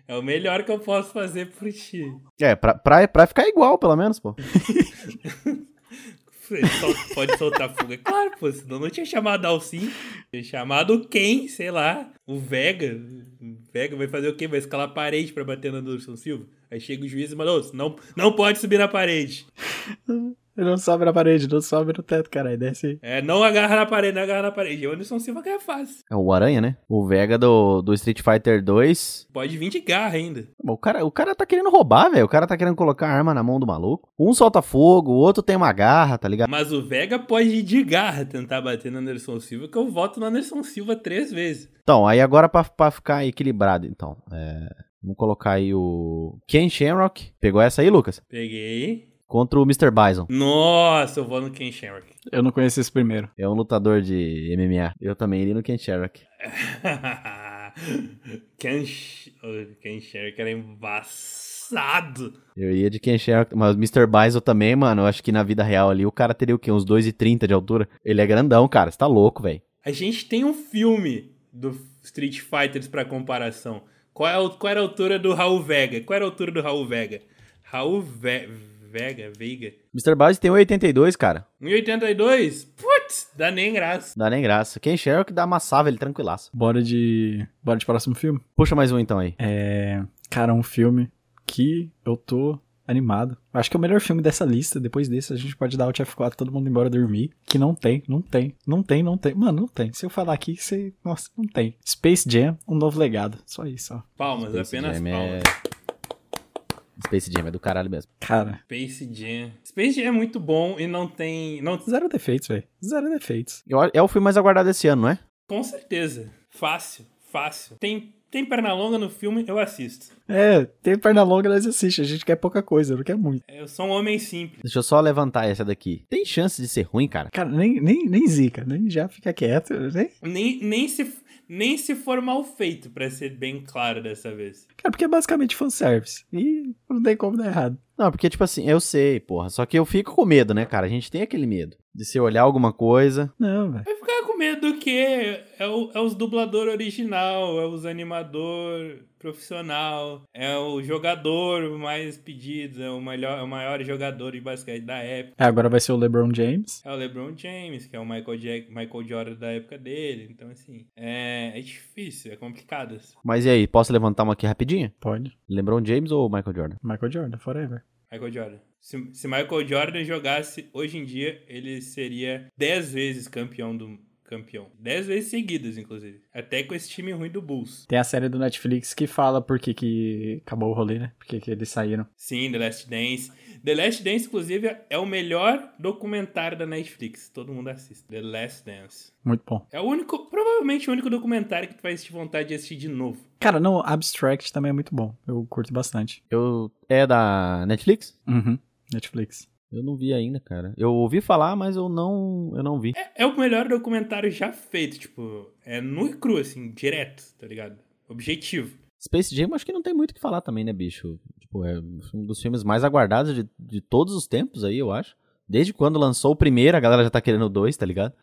Speaker 3: É o melhor que eu posso fazer pro ti.
Speaker 1: É, pra, pra, pra ficar igual, pelo menos, pô.
Speaker 3: Ele sol- pode soltar fogo, é claro, pô. Senão não tinha chamado Dalcin. Tinha chamado quem, sei lá. O Vega. O Vega vai fazer o quê? Vai escalar a parede pra bater no Anderson Silva? Aí chega o juiz e manda, "Ô, não, não pode subir na parede.
Speaker 2: Ele não sobe na parede, não sobe no teto, caralho. Desce aí.
Speaker 3: É, não agarra na parede, não agarra na parede. E o Anderson Silva ganha fácil.
Speaker 1: É o Aranha, né? O Vega do, do Street Fighter 2.
Speaker 3: Pode vir de garra ainda.
Speaker 1: O cara, o cara tá querendo roubar, velho. O cara tá querendo colocar a arma na mão do maluco. Um solta fogo, o outro tem uma garra, tá ligado?
Speaker 3: Mas o Vega pode ir de garra tentar bater no Anderson Silva, que eu voto no Anderson Silva três vezes.
Speaker 1: Então, aí agora pra, pra ficar equilibrado, então. É, vamos colocar aí o Ken Shamrock. Pegou essa aí, Lucas?
Speaker 3: Peguei.
Speaker 1: Contra o Mr. Bison.
Speaker 3: Nossa, eu vou no Ken Shamrock.
Speaker 2: Eu não conheço esse primeiro.
Speaker 1: É um lutador de MMA. Eu também iria no Ken Shamrock.
Speaker 3: Ken, Sh- o Ken Shamrock era embaçado.
Speaker 1: Eu iria de Ken Shamrock, mas o Mr. Bison também, mano, eu acho que na vida real ali o cara teria o quê? Uns 2,30 de altura? Ele é grandão, cara, você tá louco, velho.
Speaker 3: A gente tem um filme do Street Fighters pra comparação. Qual, é o- qual era a altura do Raul Vega? Qual era a altura do Raul Vega? Raul Ve- Vega, Veiga.
Speaker 1: Mr. Bison tem 1,82, cara.
Speaker 3: 1,82? Putz, dá nem graça.
Speaker 1: Não dá nem graça. Ken Shamrock dá amassava ele tranquilaço.
Speaker 2: Bora de. Bora de próximo filme?
Speaker 1: Puxa mais um então aí.
Speaker 2: É. Cara, um filme que eu tô animado. Acho que é o melhor filme dessa lista. Depois desse, a gente pode dar o F4 todo mundo embora dormir. Que não tem, não tem, não tem, não tem. Mano, não tem. Se eu falar aqui, você. Nossa, não tem. Space Jam, um novo legado. Só isso, ó.
Speaker 3: Palmas, apenas
Speaker 1: Jam
Speaker 3: palmas.
Speaker 1: é... Space Jam é do caralho mesmo.
Speaker 2: Cara,
Speaker 3: Space Jam. Space Jam é muito bom e não tem. Não,
Speaker 2: zero defeitos, velho. Zero defeitos.
Speaker 1: Eu a- É o filme mais aguardado esse ano, não é?
Speaker 3: com certeza. Fácil, fácil. Tem, tem perna longa no filme, eu assisto.
Speaker 2: É, tem perna longa, nós assiste. A gente quer pouca coisa, não quer muito.
Speaker 3: Eu sou um homem simples.
Speaker 1: Deixa eu só levantar essa daqui. Tem chance de ser ruim, cara?
Speaker 2: Cara, nem, nem, nem zica, nem já fica quieto, nem.
Speaker 3: Nem, nem, se, nem se for mal feito, pra ser bem claro dessa vez.
Speaker 2: Cara, porque é basicamente fanservice. E não tem como dar errado.
Speaker 1: Não, porque, tipo assim, eu sei, porra. Só que eu fico com medo, né, cara? A gente tem aquele medo de se olhar alguma coisa.
Speaker 2: Não, velho.
Speaker 3: Vai ficar com medo do quê? É, o, é os dublador original, é os animador profissional, é o jogador mais pedido, é o, melhor, é o maior jogador de basquete da época.
Speaker 2: É, agora vai ser o LeBron James.
Speaker 3: É o LeBron James, que é o Michael, Jack, Michael Jordan da época dele. Então, assim, é, é difícil, é complicado.
Speaker 1: Mas e aí, posso levantar uma aqui rapidinho?
Speaker 2: Pode.
Speaker 1: Lembrou o James ou o Michael Jordan?
Speaker 2: Michael Jordan, forever.
Speaker 3: Michael Jordan. Se, se Michael Jordan jogasse hoje em dia, ele seria 10 vezes campeão do campeão. 10 vezes seguidas, inclusive. Até com esse time ruim do Bulls.
Speaker 2: Tem a série do Netflix que fala por que, que acabou o rolê, né? Por que, que eles saíram.
Speaker 3: Sim, The Last Dance. The Last Dance, inclusive, é o melhor documentário da Netflix. Todo mundo assiste. The Last Dance.
Speaker 2: Muito bom.
Speaker 3: É o único, provavelmente o único documentário que tu vai sentir vontade de assistir de novo.
Speaker 2: Cara, não, Abstract também é muito bom. Eu curto bastante.
Speaker 1: Eu. É da Netflix?
Speaker 2: Uhum. Netflix.
Speaker 1: Eu não vi ainda, cara. Eu ouvi falar, mas eu não. Eu não vi.
Speaker 3: É o melhor documentário já feito, tipo, é nu e cru, assim, direto, tá ligado? Objetivo.
Speaker 1: Space Jam acho que não tem muito o que falar também, né, bicho? Tipo, é um dos filmes mais aguardados de, de todos os tempos aí, eu acho. Desde quando lançou o primeiro, a galera já tá querendo o dois, tá ligado?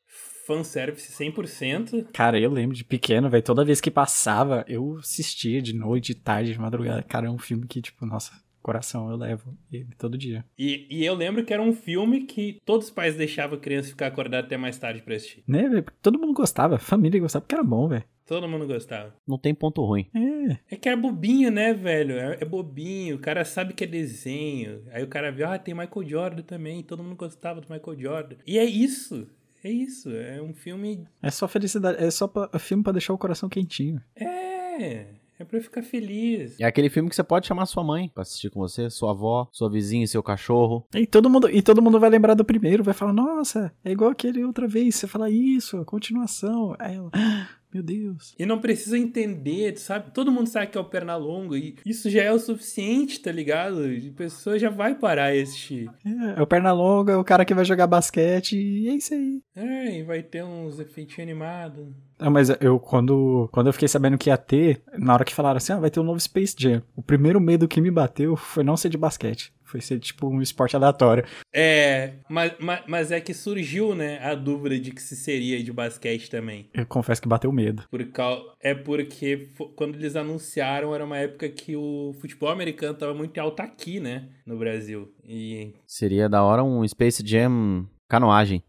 Speaker 3: fanservice 100%.
Speaker 2: Cara, eu lembro de pequeno, velho, toda vez que passava, eu assistia de noite, de tarde, de madrugada. Cara, é um filme que, tipo, nossa, coração, eu levo ele todo dia.
Speaker 3: E, e eu lembro que era um filme que todos os pais deixavam a criança ficar acordada até mais tarde pra assistir.
Speaker 2: Né, velho? Todo mundo gostava, família gostava, porque era bom, velho.
Speaker 3: Todo mundo gostava.
Speaker 1: Não tem ponto ruim.
Speaker 2: É,
Speaker 3: É que era bobinho, né, velho? É, é bobinho, o cara sabe que é desenho. Aí o cara viu, ah, tem Michael Jordan também, todo mundo gostava do Michael Jordan. E é isso, é isso. É um filme.
Speaker 2: é só felicidade, é só pra, filme pra deixar o coração quentinho.
Speaker 3: É, é pra eu ficar feliz.
Speaker 1: É aquele filme que você pode chamar sua mãe pra assistir com você, sua avó, sua vizinha, seu cachorro.
Speaker 2: E todo mundo, e todo mundo vai lembrar do primeiro, vai falar, nossa, é igual aquele outra vez. Você fala isso, a continuação. Aí ela, "Ah, meu Deus.
Speaker 3: E não precisa entender, sabe? Todo mundo sabe que é o Pernalonga e isso já é o suficiente, tá ligado? E A pessoa já vai parar este.
Speaker 2: É, é o Pernalonga, é o cara que vai jogar basquete, e é isso aí.
Speaker 3: É, e vai ter uns efeitos animados.
Speaker 2: Ah, mas eu, quando, quando eu fiquei sabendo que ia ter, na hora que falaram assim, ah, vai ter um novo Space Jam, o primeiro medo que me bateu foi não ser de basquete. Foi ser, tipo, um esporte aleatório.
Speaker 3: É, mas, mas, mas é que surgiu, né, a dúvida de que se seria de basquete também.
Speaker 2: Eu confesso que bateu medo.
Speaker 3: Por cau... É porque fo- quando eles anunciaram era uma época que o futebol americano tava muito alto aqui, né? No Brasil. E
Speaker 1: Seria da hora um Space Jam canoagem.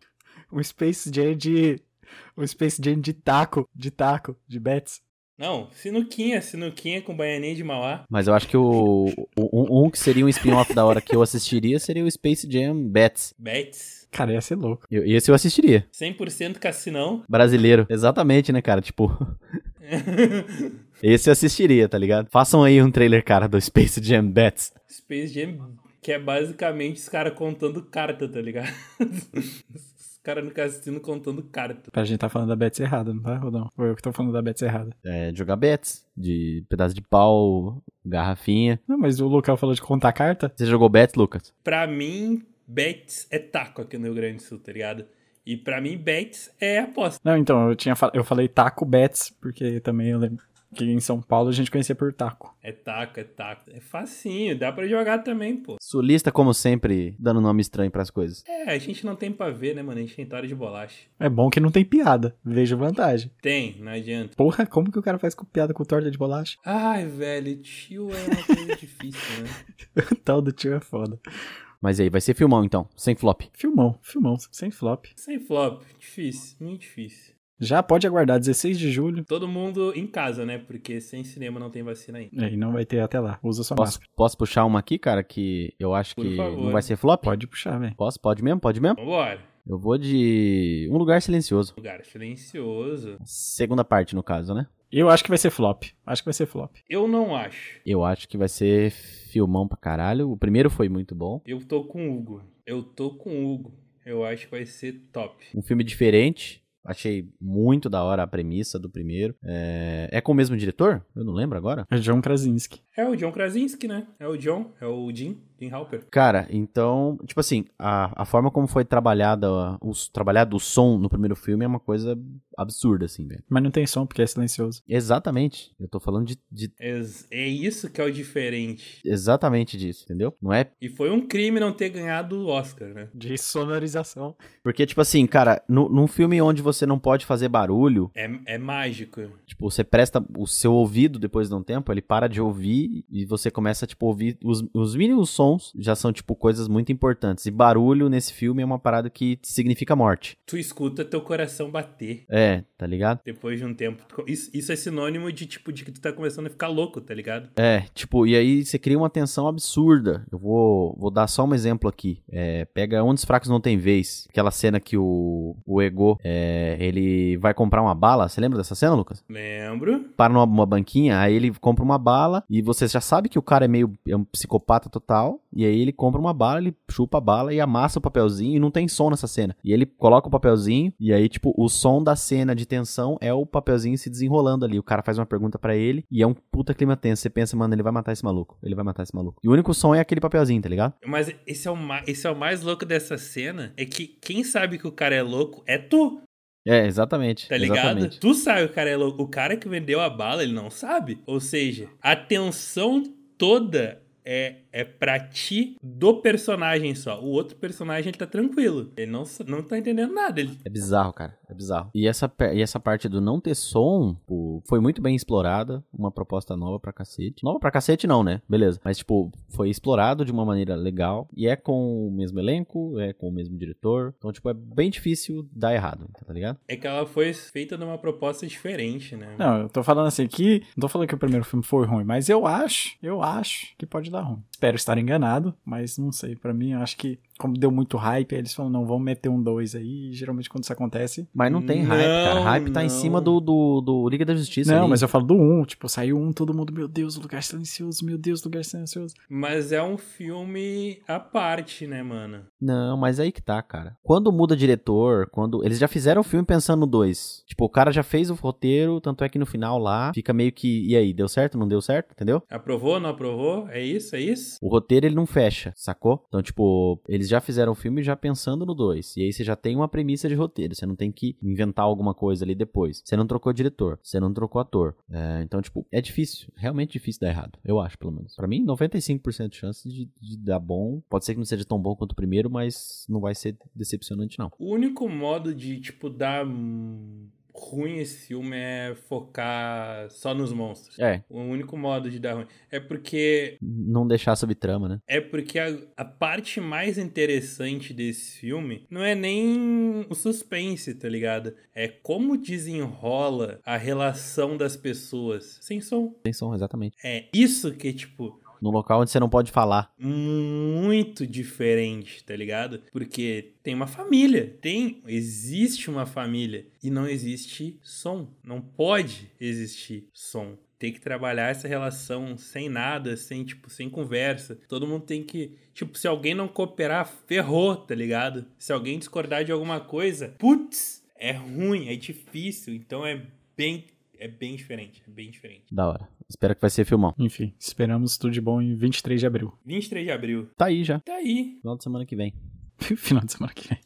Speaker 2: Um Space Jam de... Um Space Jam de taco, de taco, de bets.
Speaker 3: Não, sinuquinha, sinuquinha com baianinha de Mauá.
Speaker 1: Mas eu acho que o, o- um, um que seria um spin-off da hora que eu assistiria seria o Space Jam Bets.
Speaker 3: Bets.
Speaker 2: Cara, ia ser louco.
Speaker 1: Eu, esse eu assistiria.
Speaker 3: 100% cassinão.
Speaker 1: Brasileiro. Exatamente, né, cara? Tipo, esse eu assistiria, tá ligado? Façam aí um trailer, cara, do Space Jam Bets.
Speaker 3: Space Jam, que é basicamente os caras contando carta, tá ligado? os caras no cassino contando carta.
Speaker 2: A gente tá falando da Bets errada, não tá, Rodão? Ou eu que tô falando da Bets errada.
Speaker 1: É, jogar bets, de pedaço de pau, garrafinha.
Speaker 2: Não, mas o Lucão falou de contar carta.
Speaker 1: Você jogou bets, Lucas?
Speaker 3: Pra mim, bets é taco aqui no Rio Grande do Sul, tá ligado? E pra mim, bets é aposta.
Speaker 2: Não, então, eu, tinha, fal- eu falei taco Bets, porque também eu lembro que em São Paulo a gente conhecia por taco.
Speaker 3: É taco, é taco. É facinho, dá pra jogar também, pô.
Speaker 1: Sulista, como sempre, dando nome estranho pras coisas.
Speaker 3: É, a gente não tem pra ver, né, mano? A gente tem hora de bolacha.
Speaker 2: É bom que não tem piada, vejo vantagem.
Speaker 3: Tem, não adianta.
Speaker 2: Porra, como que o cara faz com piada com torta de bolacha?
Speaker 3: Ai, velho, tio é uma coisa difícil, né?
Speaker 2: O tal do tio é foda.
Speaker 1: Mas e aí, vai ser filmão então, sem flop.
Speaker 2: Filmão, filmão, sem flop.
Speaker 3: Sem flop, difícil, muito difícil.
Speaker 2: Já pode aguardar 16 de julho.
Speaker 3: Todo mundo em casa, né? Porque sem cinema não tem vacina ainda.
Speaker 2: É, E não vai ter até lá. Usa sua
Speaker 1: Posso,
Speaker 2: máscara.
Speaker 1: posso puxar uma aqui, cara, que eu acho
Speaker 3: Por
Speaker 1: que
Speaker 3: favor.
Speaker 1: não vai ser flop?
Speaker 2: Pode puxar, velho.
Speaker 1: Posso? Pode mesmo? Pode mesmo?
Speaker 3: Vambora.
Speaker 1: Eu vou de Um Lugar Silencioso.
Speaker 3: Lugar silencioso.
Speaker 1: Segunda parte, no caso, né?
Speaker 2: Eu acho que vai ser flop. Acho que vai ser flop.
Speaker 3: Eu não acho.
Speaker 1: Eu acho que vai ser filmão pra caralho. O primeiro foi muito bom.
Speaker 3: Eu tô com o Hugo. Eu tô com o Hugo. Eu acho que vai ser top.
Speaker 1: Um filme diferente. Achei muito da hora a premissa do primeiro. É, é com o mesmo diretor? Eu não lembro agora.
Speaker 2: É John Krasinski.
Speaker 3: É o John Krasinski, né? É o John, é o Jim, Jim Halper.
Speaker 1: Cara, então, tipo assim, a, a forma como foi trabalhada, os, trabalhado o som no primeiro filme é uma coisa absurda, assim, velho.
Speaker 2: Mas não tem som porque é silencioso.
Speaker 1: Exatamente. Eu tô falando de- de
Speaker 3: É, é isso que é o diferente.
Speaker 1: exatamente disso, entendeu? Não é
Speaker 3: E foi um crime não ter ganhado o Oscar, né?
Speaker 2: De sonorização.
Speaker 1: Porque, tipo assim, cara, nu- num filme onde você não pode fazer barulho,
Speaker 3: É, é mágico.
Speaker 1: tipo, você presta o seu ouvido depois de um tempo, ele para de ouvir e você começa, tipo, a ouvir. Os, os mínimos sons já são, tipo, coisas muito importantes. E barulho nesse filme é uma parada que significa morte.
Speaker 3: Tu escuta teu coração bater.
Speaker 1: É, tá ligado?
Speaker 3: Depois de um tempo. Isso, isso é sinônimo de, tipo, de que tu tá começando a ficar louco, tá ligado?
Speaker 1: É, tipo, e aí você cria uma tensão absurda. Eu vou, vou dar só um exemplo aqui. É, pega Onde os Fracos Não Tem Vez. Aquela cena que o, o Ego, é, ele vai comprar uma bala. Você lembra dessa cena, Lucas?
Speaker 3: Lembro.
Speaker 1: para numa, numa banquinha, aí ele compra uma bala e você já sabe que o cara é meio é um psicopata total, e aí ele compra uma bala, ele chupa a bala e amassa o papelzinho e não tem som nessa cena. E ele coloca o papelzinho e aí tipo o som da cena de tensão é o papelzinho se desenrolando ali. O cara faz uma pergunta pra ele e é um puta clima tenso. Você pensa, mano, ele vai matar esse maluco. Ele vai matar esse maluco. E o único som é aquele papelzinho, tá ligado?
Speaker 3: Mas esse é, o ma- esse é o mais louco dessa cena. É que quem sabe que o cara é louco é tu,
Speaker 1: É, exatamente.
Speaker 3: tá ligado?
Speaker 1: Exatamente.
Speaker 3: Tu sabe que o cara é louco. O cara que vendeu a bala, ele não sabe. Ou seja, a tensão toda é, É pra ti do personagem só. O outro personagem ele tá tranquilo. Ele não, não tá entendendo nada. Ele...
Speaker 1: É bizarro, cara. É bizarro. E essa, pe- e essa parte do não ter som pô, foi muito bem explorada. Uma proposta nova pra cacete. Nova pra cacete, não, né? Beleza. Mas, tipo, foi explorado de uma maneira legal. E é com o mesmo elenco, é com o mesmo diretor. Então, tipo, é bem difícil dar errado, tá ligado?
Speaker 3: É que ela foi feita numa proposta diferente, né?
Speaker 2: Não, eu tô falando assim que. Não tô falando que o primeiro filme foi ruim, mas eu acho, eu acho que pode dar ruim. Espero estar enganado, mas não sei. Pra mim, eu acho que, como deu muito hype, aí eles falam, não, vamos meter um dois aí. E geralmente quando isso acontece.
Speaker 1: Mas não tem
Speaker 3: Não,
Speaker 1: hype, cara. Hype tá em
Speaker 3: não.
Speaker 1: cima do, do, do Liga da Justiça.
Speaker 2: não,
Speaker 1: ali.
Speaker 2: mas eu falo do um, tipo, saiu um, todo mundo, meu Deus, o lugar silencioso, meu Deus, o lugar silencioso.
Speaker 3: Mas é um filme à parte, né, mano?
Speaker 1: Não, mas aí que tá, cara. Quando muda diretor, quando. Eles já fizeram o filme pensando no dois. Tipo, o cara já fez o roteiro, tanto é que no final lá fica meio que. E aí, deu certo? Não deu certo? Entendeu?
Speaker 3: Aprovou, não aprovou? É isso, é isso?
Speaker 1: O roteiro ele não fecha, sacou? Então, tipo, eles já fizeram o filme já pensando no dois. E aí você já tem uma premissa de roteiro. Você não tem que inventar alguma coisa ali depois. Você não trocou diretor, você não trocou ator. É, então, tipo, é difícil. Realmente difícil dar errado. Eu acho, pelo menos. Pra mim, 95% de chance de, de dar bom. Pode ser que não seja tão bom quanto o primeiro, mas não vai ser decepcionante, não.
Speaker 3: O único modo de, tipo, dar hum, ruim esse filme é focar só nos monstros.
Speaker 1: É,
Speaker 3: O único modo de dar ruim. É porque
Speaker 1: não deixar subtrama, né?
Speaker 3: É porque a, a parte mais interessante desse filme não é nem o suspense, tá ligado? É como desenrola a relação das pessoas sem som.
Speaker 1: Atenção, exatamente.
Speaker 3: É isso que, tipo,
Speaker 1: No local onde você não pode falar.
Speaker 3: muito diferente, tá ligado? Porque tem uma família, tem, existe uma família e não existe som, não pode existir som. Tem que trabalhar essa relação sem nada, sem tipo, sem conversa. Todo mundo tem que, tipo, se alguém não cooperar, ferrou, tá ligado? Se alguém discordar de alguma coisa, putz, é ruim, é difícil, então é bem é bem diferente, é bem diferente.
Speaker 1: Da hora. Espero que vai ser filmão.
Speaker 2: Enfim, esperamos tudo de bom em 23 de abril.
Speaker 3: 23 de abril.
Speaker 1: Tá aí já.
Speaker 3: Tá aí,
Speaker 1: Final de semana que vem.
Speaker 2: Final de semana que vem.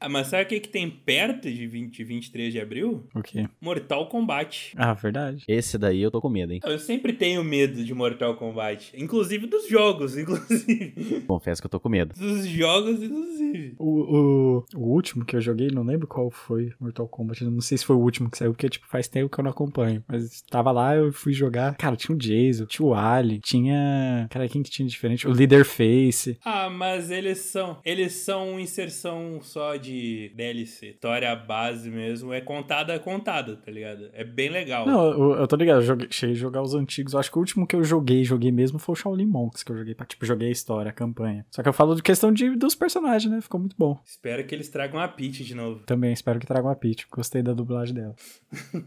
Speaker 3: Ah, mas sabe o que, que tem perto de 20, e 23 de abril?
Speaker 2: O quê?
Speaker 3: Mortal Kombat. Então,
Speaker 2: Ah, verdade.
Speaker 1: Esse daí eu tô com medo, hein?
Speaker 3: Eu sempre tenho medo de Mortal Kombat. Inclusive dos jogos, inclusive.
Speaker 1: Confesso que eu tô com medo.
Speaker 3: Dos jogos, inclusive.
Speaker 2: O, o, o último que eu joguei, não lembro qual foi Mortal Kombat. eu Não sei se foi o último que saiu, porque, tipo, faz tempo que eu não acompanho. Mas tava lá, eu fui jogar. Cara, tinha o Jason, tinha o Ali, tinha. Cara, quem que tinha de diferente? O Leaderface.
Speaker 3: Ah, mas eles são. Eles são inserção só de DLC. História a base mesmo. É contada, contada, tá ligado? É bem legal.
Speaker 2: Não, eu, eu tô ligado, eu joguei, cheguei a jogar os antigos. Eu acho que o último que eu joguei, joguei mesmo, foi o Shaolin Monks, que eu joguei. pra- Tipo, joguei a história, a campanha. Só que eu falo de questão de, dos personagens, né? Ficou muito bom.
Speaker 3: Espero que eles tragam a Peach de novo.
Speaker 2: Também espero que traga uma Peach. Gostei da dublagem dela.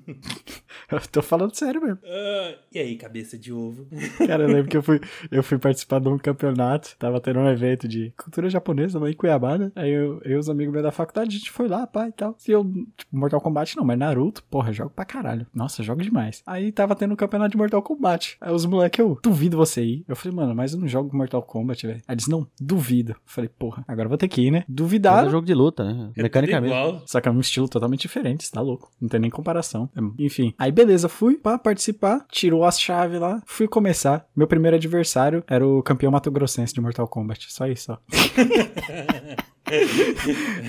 Speaker 2: eu tô falando sério mesmo.
Speaker 3: Ah, e aí, cabeça de ovo?
Speaker 2: Cara, eu lembro que eu fui, eu fui participar de um campeonato, tava tendo um evento de cultura japonesa lá em Cuiabá, né? Aí eu, eu e os amigos meus da faculdade, a gente foi lá, pá, e tal. E eu, tipo, Mortal Kombat não, mas Naruto, porra, jogo pra caralho. Nossa, jogo demais. Aí tava tendo um campeonato de Mortal Kombat. Aí os moleques, eu, duvido você ir. Eu falei, mano, mas eu não jogo Mortal Kombat, velho. Aí eles, não, duvido. Eu falei, porra, agora eu vou ter que ir, né?
Speaker 1: Mas é
Speaker 2: Duvidaram.
Speaker 1: jogo de luta, né?
Speaker 3: É tudo
Speaker 1: Mecanicamente.
Speaker 3: igual.
Speaker 2: Só que é um estilo totalmente diferente, você tá louco. Não tem nem comparação. É- Enfim. Aí beleza, fui pra participar, tirou as chaves lá, fui começar. Meu primeiro adversário era o campeão Mato Grossense de Mortal Kombat. Só isso, ó.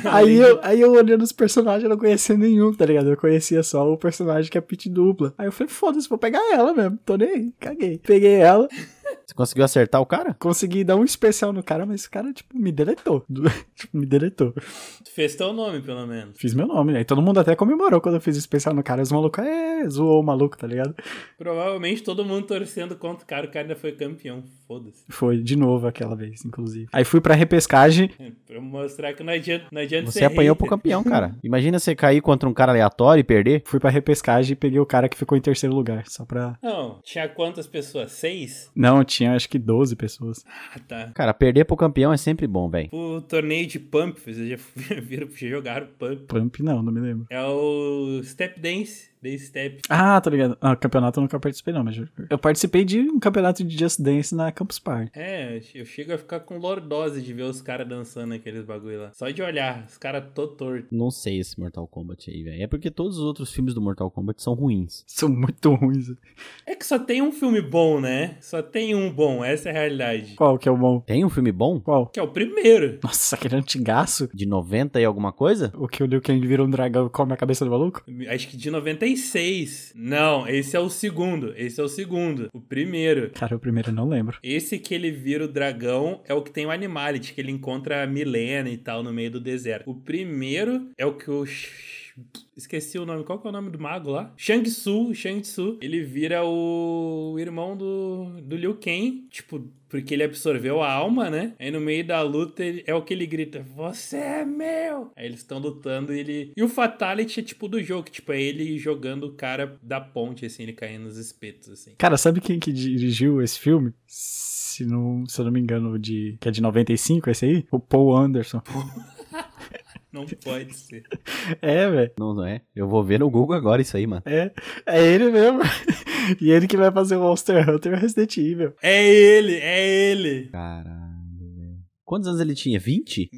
Speaker 2: aí, eu, aí eu olhando os personagens, eu não conhecia nenhum, tá ligado? Eu conhecia só o personagem que é pit dupla. Aí eu falei, foda-se, vou pegar ela mesmo. Tô nem aí, caguei. Peguei ela,
Speaker 1: Você conseguiu acertar o cara?
Speaker 2: consegui dar um especial no cara, mas o cara, tipo, me deletou. tipo, me deletou.
Speaker 3: Tu fez teu nome, pelo menos.
Speaker 2: Fiz meu nome, né? E todo mundo até comemorou quando eu fiz o especial no cara. Os malucos, é, zoou o maluco, tá ligado?
Speaker 3: Provavelmente todo mundo torcendo contra o cara. O cara ainda foi campeão. Foda-se.
Speaker 2: Foi de novo aquela vez, inclusive. Aí fui pra repescagem.
Speaker 3: É, Pra mostrar que não adianta, não adianta
Speaker 1: Você
Speaker 3: ser
Speaker 1: apanhou pro
Speaker 3: hater.
Speaker 1: campeão, cara. Imagina você cair contra um cara aleatório e perder.
Speaker 2: Fui pra repescagem e peguei o cara que ficou em terceiro lugar. Só pra.
Speaker 3: Não, tinha quantas pessoas? Seis?
Speaker 2: Não, tinha acho que 12 pessoas.
Speaker 3: Ah, tá.
Speaker 1: Cara, perder pro campeão é sempre bom, velho.
Speaker 3: O torneio de pump, vocês já viram, já jogaram pump.
Speaker 2: Pump, não, não me lembro.
Speaker 3: É o step dance. The Step.
Speaker 2: Ah, tô ligado. Ah, campeonato eu nunca participei, não, mas eu- eu participei de um campeonato de Just Dance na Campus Party.
Speaker 3: É, eu chego a ficar com lordose de ver os caras dançando aqueles bagulho lá. Só de olhar, os caras tô torto.
Speaker 1: Não sei esse Mortal Kombat aí, velho. É porque todos os outros filmes do Mortal Kombat são ruins.
Speaker 2: São muito ruins.
Speaker 3: É que só tem um filme bom, né? Só tem um bom, essa é a realidade.
Speaker 2: Qual que é o bom?
Speaker 1: Tem um filme bom?
Speaker 2: Qual?
Speaker 3: Que é o primeiro.
Speaker 2: Nossa, aquele antigaço.
Speaker 1: De 90 e alguma coisa?
Speaker 2: O que o Liu Kang vira um dragão e come a cabeça do maluco?
Speaker 3: Acho que de 96. Não, esse é o segundo. Esse é o segundo. O primeiro.
Speaker 2: Cara, o primeiro eu não lembro.
Speaker 3: Esse que ele vira o dragão é o que tem o Animality, que ele encontra a Milena e tal no meio do deserto. O primeiro é o que o. Sh- Esqueci o nome. Qual que é o nome do mago lá? Shang Tsu. Shang Tsu. Ele vira o irmão do, do Liu Kang. Tipo, porque ele absorveu a alma, né? Aí no meio da luta ele- é o que ele grita: Você é meu! Aí eles estão lutando e ele. E o Fatality é tipo do jogo. Tipo, é ele jogando o cara da ponte, assim, ele caindo nos espetos, assim.
Speaker 2: Cara, sabe quem que dirigiu esse filme? Se, não, se eu não me engano, de, que é de 95, esse aí? O Paul Anderson.
Speaker 3: Não pode ser.
Speaker 2: É, velho.
Speaker 1: Não, não é. Eu vou ver no Google agora isso aí, mano.
Speaker 2: É, é ele mesmo. E ele que vai fazer o Monster Hunter e o Resident Evil.
Speaker 3: É ele, é ele.
Speaker 1: Caralho, velho. Quantos anos ele tinha? 20?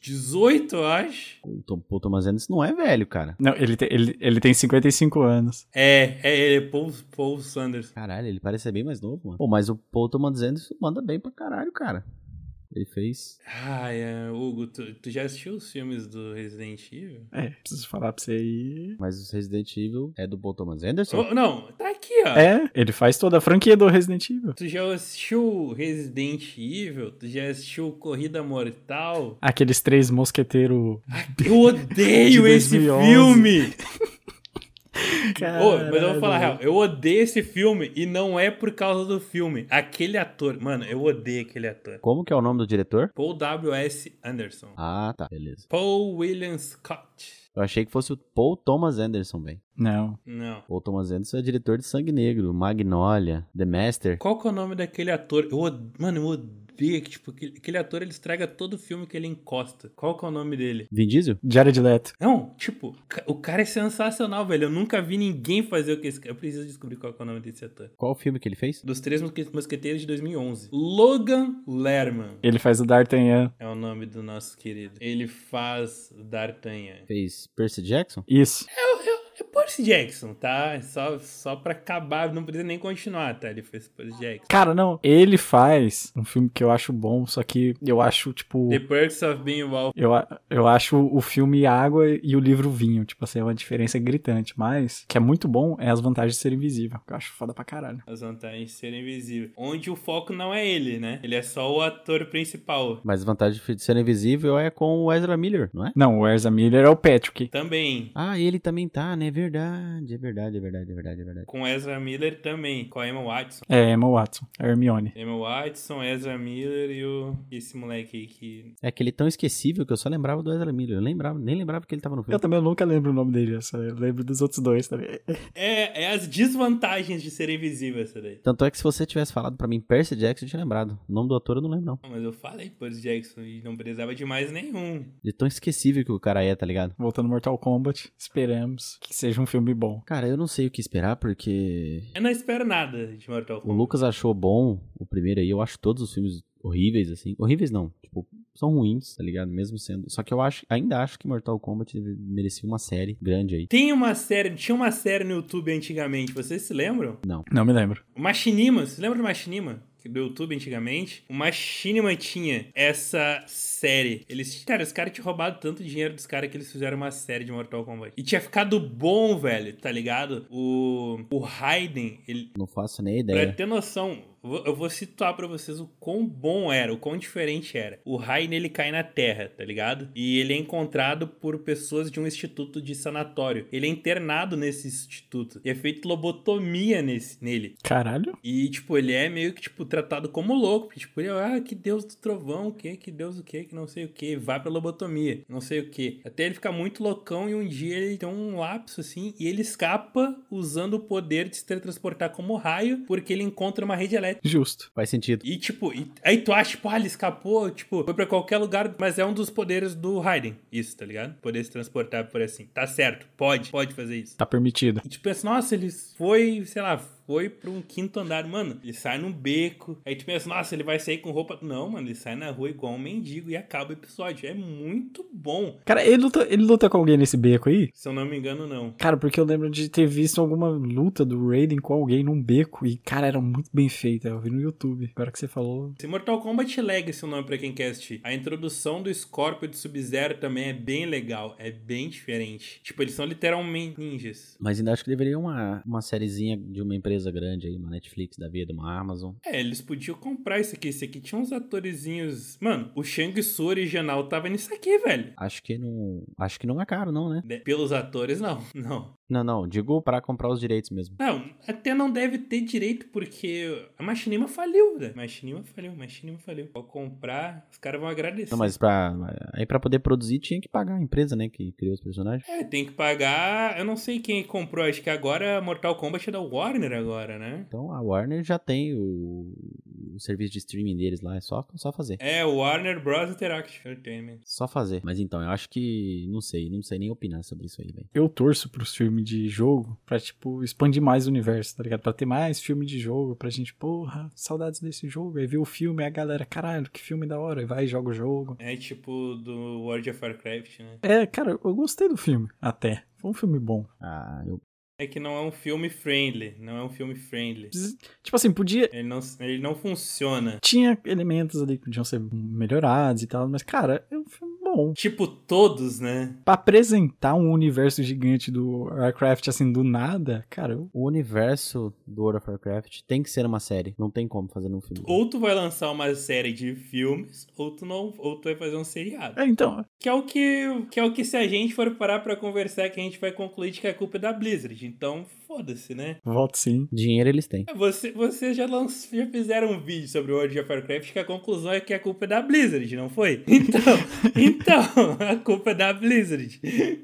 Speaker 3: 18, eu acho.
Speaker 1: O Tom, Paul Thomas Anderson não é velho, cara.
Speaker 2: Não, ele, tem- ele, ele tem 55 anos.
Speaker 3: É, é ele, é Paul, Paul Sanders.
Speaker 1: Caralho, ele parece ser bem mais novo, mano. Pô, mas o Paul Thomas Anderson manda bem pra caralho, cara. Ele fez.
Speaker 3: Ai, é, Hugo, tu, tu já assistiu os filmes do Resident Evil?
Speaker 2: É, preciso falar pra você aí.
Speaker 1: Mas os Resident Evil é do Paul Thomas Anderson?
Speaker 3: Oh, não, tá aqui, ó.
Speaker 2: É, ele faz toda a franquia do Resident Evil.
Speaker 3: Tu já assistiu Resident Evil? Tu já assistiu Corrida Mortal?
Speaker 2: Aqueles três mosqueteiros.
Speaker 3: Eu odeio
Speaker 2: De
Speaker 3: esse
Speaker 2: 2011.
Speaker 3: filme! Ô,
Speaker 2: Caralho.
Speaker 3: mas eu vou falar a real, eu odeio esse filme e não é por causa do filme. Aquele ator, mano, eu odeio aquele ator.
Speaker 1: Como que é o nome do diretor?
Speaker 3: Paul W.S. Anderson.
Speaker 1: Ah, tá. Beleza.
Speaker 3: Paul William Scott.
Speaker 1: Eu achei que fosse o Paul Thomas Anderson, velho.
Speaker 2: Não.
Speaker 3: Não.
Speaker 1: Paul Thomas Anderson é diretor de Sangue Negro, Magnolia, The Master.
Speaker 3: Qual que é o nome daquele ator? Eu, od- mano, eu odeio que, tipo, aquele, aquele ator ele estraga todo filme que ele encosta. Qual que é o nome dele?
Speaker 1: Vin Diesel?
Speaker 2: Jared Leto.
Speaker 3: Não, tipo, ca- o cara é sensacional, velho. Eu nunca vi ninguém fazer o que esse cara. Eu preciso descobrir qual que é o nome desse ator.
Speaker 1: Qual o filme que ele fez?
Speaker 3: Dos Três Mosque- Mosqueteiros de 2011. Logan Lerman
Speaker 2: Ele faz o D'Artagnan.
Speaker 3: é o nome do nosso querido. Ele faz D'Artagnan.
Speaker 1: Fez Percy Jackson?
Speaker 2: Isso.
Speaker 3: É Percy Jackson, tá? É Só, só pra acabar, não precisa nem continuar, tá? Ele fez Percy Jackson.
Speaker 2: Cara, não. Ele faz um filme que eu acho bom, só que eu acho, tipo.
Speaker 3: The Perks of Being Wall.
Speaker 2: Eu, a- eu acho o filme água e o livro vinho. Tipo assim, é uma diferença gritante. Mas, o que é muito bom é as vantagens de ser invisível. Que eu acho foda pra caralho.
Speaker 3: As vantagens de ser invisível. Onde o foco não é ele, né? Ele é só o ator principal.
Speaker 1: Mas a vantagem de ser invisível é com o Ezra Miller, não é?
Speaker 2: Não, o Erza Miller é o Patrick.
Speaker 3: Também.
Speaker 1: Ah, ele também tá, né? É verdade, é verdade, é verdade, é verdade, é verdade.
Speaker 3: Com Ezra Miller também. Com a Emma Watson.
Speaker 2: É Emma Watson, a Hermione.
Speaker 3: Emma Watson, Ezra Miller e o... esse moleque aí que.
Speaker 1: É aquele tão esquecível que eu só lembrava do Ezra Miller. Eu lembrava, nem lembrava que ele tava no
Speaker 2: Eu
Speaker 1: filme.
Speaker 2: também nunca lembro o nome dele, eu só lembro dos outros dois tá também.
Speaker 3: É, é as desvantagens de ser invisível essa daí.
Speaker 1: Tanto é que se você tivesse falado pra mim Percy Jackson, eu tinha lembrado. O nome do ator eu não lembro, não.
Speaker 3: Mas eu falei Percy Jackson e não precisava de mais nenhum.
Speaker 1: De tão esquecível que o cara é, tá ligado?
Speaker 2: Voltando ao Mortal Kombat, esperamos que seja um filme bom.
Speaker 1: Cara, eu não sei o que esperar, porque
Speaker 3: Eu não espero nada de Mortal
Speaker 1: o
Speaker 3: Kombat.
Speaker 1: Lucas achou bom o primeiro aí. Eu acho todos os filmes horríveis, assim. Horríveis não, tipo, são ruins, tá ligado? Mesmo sendo. Só que eu acho, ainda acho que Mortal Kombat merecia uma série grande aí.
Speaker 3: Tem uma série, tinha uma série no YouTube antigamente, vocês se lembram?
Speaker 2: Não me lembro.
Speaker 3: O Machinima, você lembra do Machinima? Que Do YouTube antigamente? O Machinima tinha essa série. Eles, cara, os caras tinham roubado tanto dinheiro dos caras que eles fizeram uma série de Mortal Kombat. E tinha ficado bom, velho, tá ligado? O, o Raiden, ele,
Speaker 1: Não faço nem
Speaker 3: pra
Speaker 1: ideia.
Speaker 3: ter noção, vo- eu vou situar pra vocês o quão bom era, o quão diferente era. O Raiden, ele cai na terra, tá ligado? E ele é encontrado por pessoas de um instituto de sanatório. Ele é internado nesse instituto. E é feito lobotomia nesse, nele.
Speaker 2: Caralho.
Speaker 3: E, tipo, ele é meio que, tipo, tratado como louco. porque, Tipo, ele, ah, que deus do trovão, o que, que deus o que, que que não sei o que, vai pra lobotomia, não sei o que. Até ele ficar muito loucão e um dia ele tem um lapso assim e ele escapa usando o poder de se teletransportar como raio, porque ele encontra uma rede elétrica.
Speaker 2: Justo.
Speaker 1: Faz sentido.
Speaker 3: E tipo, e- aí tu acha, tipo, ah, ele escapou, tipo, foi pra qualquer lugar, mas é um dos poderes do Raiden. Isso, tá ligado? Poder se transportar por assim. Tá certo, pode, pode fazer isso.
Speaker 2: Tá permitido.
Speaker 3: E tu pensa, nossa, ele foi, sei lá, foi pra um quinto andar. Mano, ele sai num beco. Aí tu pensa, nossa, ele vai sair com roupa. Não, mano, ele sai na rua igual um mendigo e acaba o episódio. É muito bom.
Speaker 2: Cara, ele luta, ele luta com alguém nesse beco aí?
Speaker 3: Se eu não me engano, não.
Speaker 2: Cara, porque eu lembro de ter visto alguma luta do Raiden com alguém num beco e, cara, era muito bem feita. Eu vi no YouTube. Agora que você falou.
Speaker 3: Se Mortal Kombat Legacy é o nome pra quem quer assistir. A introdução do Scorpio de Sub-Zero também é bem legal. É bem diferente. Tipo, eles são literalmente ninjas.
Speaker 1: Mas ainda acho que deveria uma, uma sériezinha de uma empresa grande aí, uma Netflix da vida, uma Amazon.
Speaker 3: É, eles podiam comprar isso aqui. Isso aqui tinha uns atorezinhos. Mano, o Shang Tsung original tava nisso aqui, velho.
Speaker 1: Acho que não. Acho que não é caro, não, né?
Speaker 3: De- Pelos atores, não. Não.
Speaker 1: Não, não. Digo pra comprar os direitos mesmo.
Speaker 3: Não, até não deve ter direito, porque a Machinima faliu, né? Machinima faliu, Machinima faliu. Vou comprar, os caras vão agradecer.
Speaker 1: Não, mas pra. Aí pra poder produzir tinha que pagar a empresa, né? Que criou os personagens.
Speaker 3: É, tem que pagar. Eu não sei quem comprou, acho que agora Mortal Kombat é da Warner agora, né?
Speaker 1: Então a Warner já tem o, o serviço de streaming deles lá. É só, só fazer.
Speaker 3: É, Warner Bros. Interactive Entertainment.
Speaker 1: Só fazer. Mas então, eu acho que. Não sei. Não sei nem opinar sobre isso aí, velho.
Speaker 2: Eu torço pros filmes de jogo pra, tipo, expandir mais o universo, tá ligado? Pra ter mais filme de jogo, pra gente, porra, saudades desse jogo. Aí vê o filme, aí a galera, caralho, que filme da hora. Aí vai, joga o jogo.
Speaker 3: É tipo do World of Warcraft, né?
Speaker 2: É, cara, eu gostei do filme, até. Foi um filme bom.
Speaker 1: Ah, eu.
Speaker 3: É que não é um filme friendly, não é um filme friendly.
Speaker 2: Tipo assim, podia.
Speaker 3: Ele não, ele não funciona.
Speaker 2: Tinha elementos ali que podiam ser melhorados e tal, mas, cara, é um filme bom.
Speaker 3: Tipo todos, né?
Speaker 2: Pra apresentar um universo gigante do Warcraft assim do nada, cara, eu-
Speaker 1: O universo do World of Warcraft tem que ser uma série. Não tem como fazer num filme.
Speaker 3: Ou tu vai lançar uma série de filmes, ou tu não, ou tu vai fazer um seriado.
Speaker 2: É, então,
Speaker 3: Que é o que, que é o que se a gente for parar pra conversar que a gente vai concluir de que a culpa é da Blizzard. Então, foda-se, né? É,
Speaker 2: voto sim.
Speaker 1: Dinheiro eles têm.
Speaker 3: Você, vocês já, lanç- já fizeram um vídeo sobre o World of Warcraft que a conclusão é que a culpa é da Blizzard, não foi? Então, então, a culpa é da Blizzard.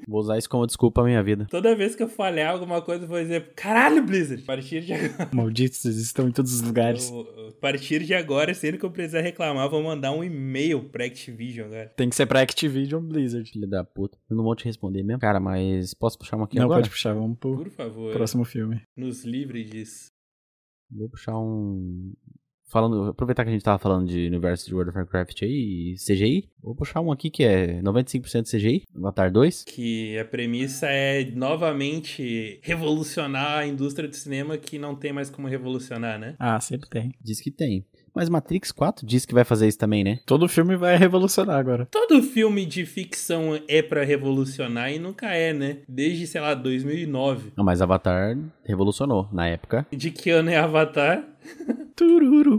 Speaker 1: Vou usar isso como desculpa a minha vida.
Speaker 3: Toda vez que eu falhar alguma coisa, eu vou dizer, caralho, Blizzard, a partir de agora.
Speaker 2: Malditos, eles estão em todos os lugares.
Speaker 3: eu- a partir de agora, sempre que eu precisar reclamar, eu vou mandar um e-mail pra Activision agora.
Speaker 2: Tem que ser pra Activision Blizzard.
Speaker 1: Filho da puta. Eu não vou te responder mesmo. Cara, mas posso puxar uma aqui
Speaker 2: Não
Speaker 1: agora?
Speaker 2: pode puxar, vamos pro
Speaker 3: Por favor,
Speaker 2: próximo filme.
Speaker 3: nos livre disso.
Speaker 1: Vou puxar um. Falando, aproveitar que a gente tava falando de universo de World of Warcraft aí e CGI, vou puxar um aqui que é 95% CGI, Avatar 2.
Speaker 3: que a premissa é novamente revolucionar a indústria do cinema que não tem mais como revolucionar, né?
Speaker 2: Ah, sempre tem.
Speaker 1: Diz que tem. Mas Matrix 4 diz que vai fazer isso também, né?
Speaker 2: Todo filme vai revolucionar agora.
Speaker 3: Todo filme de ficção é pra revolucionar e nunca é, né? Desde, sei lá, 2009.
Speaker 1: Não, mas Avatar revolucionou na época.
Speaker 3: De que ano é Avatar?
Speaker 2: Tururururu.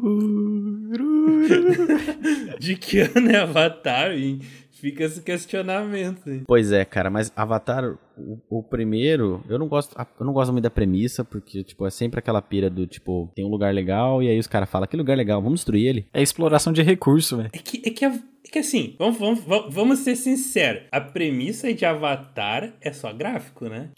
Speaker 3: De que ano é Avatar? E fica esse questionamento. hein?
Speaker 1: Pois é, cara, mas Avatar, o, o primeiro, eu não gosto, eu não gosto muito da premissa, porque, tipo, é sempre aquela pira do, tipo, tem um lugar legal, e aí os caras falam, que lugar legal, vamos destruir ele.
Speaker 2: É exploração de recurso, velho.
Speaker 3: É que, é que, a- é que assim, vamos, vamos, vamos- vamos ser sinceros. A premissa de Avatar é só gráfico, né?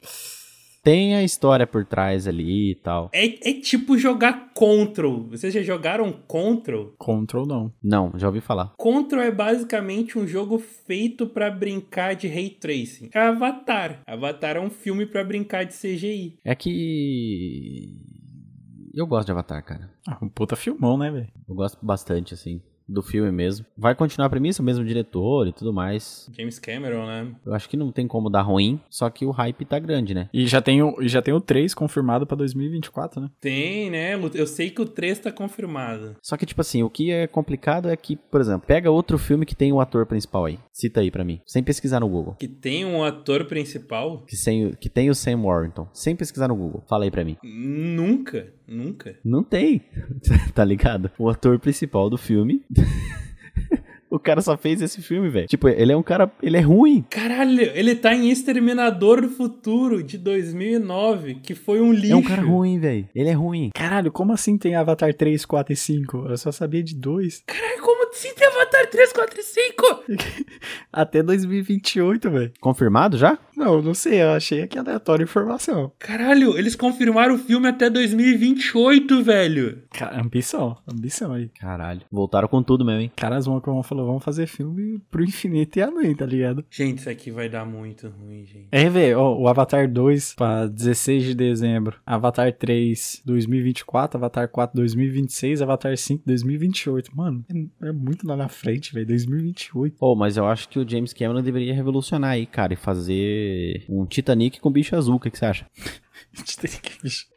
Speaker 1: Tem a história por trás ali e tal.
Speaker 3: É, é tipo jogar Control. Vocês já jogaram Control?
Speaker 2: Control não.
Speaker 1: Não, já ouvi falar.
Speaker 3: Control é basicamente um jogo feito pra brincar de ray tracing. É Avatar. Avatar é um filme pra brincar de CGI.
Speaker 1: É que. Eu gosto de Avatar, cara.
Speaker 2: Ah, um puta filmão, né, velho?
Speaker 1: Eu gosto bastante, assim, do filme mesmo. Vai continuar a premissa, o mesmo diretor e tudo mais.
Speaker 3: James Cameron, né?
Speaker 1: Eu acho que não tem como dar ruim, só que o hype tá grande, né?
Speaker 2: E já tem o, e já tem o 3 confirmado pra 2024, né?
Speaker 3: Tem, né? Eu sei que o 3 tá confirmado.
Speaker 1: Só que, tipo assim, o que é complicado é que, por exemplo, pega outro filme que tem o ator principal aí. Cita aí pra mim. Sem pesquisar no Google.
Speaker 3: Que tem um ator principal?
Speaker 1: Que, sem, o- que tem o Sam Warrington. Sem pesquisar no Google. Fala aí pra mim.
Speaker 3: Nunca, nunca.
Speaker 1: Não tem. tá ligado? O ator principal do filme. o cara só fez esse filme, velho. Tipo, ele é um cara. Ele é ruim.
Speaker 3: Caralho, ele tá em Exterminador do Futuro de 2009, que foi um lixo.
Speaker 1: É um cara ruim, velho. Ele é ruim.
Speaker 2: Caralho, como assim tem Avatar 3, 4 e 5? Eu só sabia de dois.
Speaker 3: Caralho, É, como sim, tem Avatar 3, 4 e 5!
Speaker 2: Até 2028, velho.
Speaker 1: Confirmado já?
Speaker 2: Não, não sei, eu achei aqui aleatória a informação.
Speaker 3: Caralho, eles confirmaram o filme até 2028, velho.
Speaker 2: Cara, ambição, ambição aí.
Speaker 1: Caralho. Voltaram com tudo mesmo, hein?
Speaker 2: Caras vão como falou, vamos fazer filme pro infinito e além, tá ligado?
Speaker 3: Gente, isso aqui vai dar muito ruim, gente.
Speaker 2: É, velho, ó, o Avatar 2 pra 16 de dezembro, Avatar 3 2024, Avatar 4 2026, Avatar 5 2028. Mano, é, é muito lá na frente, velho, 2028.
Speaker 1: Pô, mas eu acho que o James Cameron deveria revolucionar aí, cara, e fazer um Titanic com bicho azul. O que que você acha?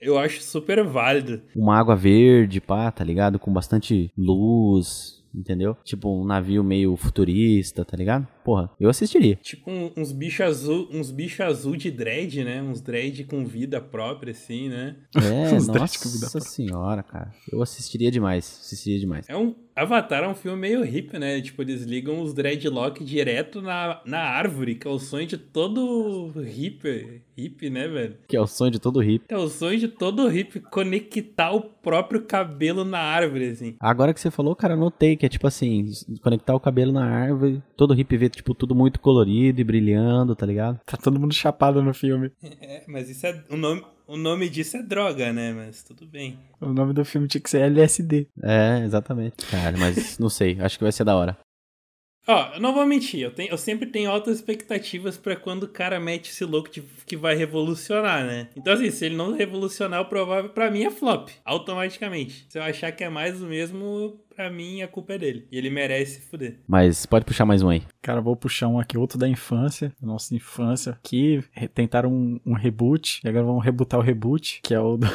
Speaker 3: Eu acho super válido.
Speaker 1: Uma água verde, pá, tá ligado? Com bastante luz, entendeu? Tipo um navio meio futurista, tá ligado? Porra, eu assistiria.
Speaker 3: Tipo um- uns bichos azul, uns bichos azul de dread, né? Uns dread com vida própria, assim, né?
Speaker 1: É,
Speaker 2: Os dreads que eu vi da
Speaker 1: nossa senhora, cara. Eu assistiria demais, assistiria demais.
Speaker 3: É um Avatar é um filme meio hippie, né? Tipo, eles ligam os dreadlock direto na, na árvore, que é o sonho de todo hippie, hippie, né, velho?
Speaker 1: Que é o sonho de todo hippie.
Speaker 3: É o sonho de todo hippie conectar o próprio cabelo na árvore, assim.
Speaker 1: Agora que você falou, cara, eu notei que é tipo assim, conectar o cabelo na árvore, todo hippie vê, tipo, tudo muito colorido e brilhando, tá ligado?
Speaker 2: Tá todo mundo chapado no filme.
Speaker 3: É, mas isso é o nome, o nome disso é droga, né? Mas tudo bem.
Speaker 2: O nome do filme tinha que ser LSD.
Speaker 1: É, exatamente. Cara, mas não sei, acho que vai ser da hora.
Speaker 3: Ó, eu não vou mentir, eu, tenho, eu sempre tenho altas expectativas pra quando o cara mete esse louco de, que vai revolucionar, né? Então, assim, se ele não revolucionar, o provável pra mim é flop, automaticamente. Se eu achar que é mais o mesmo, pra mim a culpa é dele. E ele merece se fuder.
Speaker 1: Mas pode puxar mais um aí.
Speaker 2: Cara, vou puxar um aqui, outro da infância, da nossa infância, que re- tentaram um, um reboot, e agora vão rebootar o reboot, que é o do-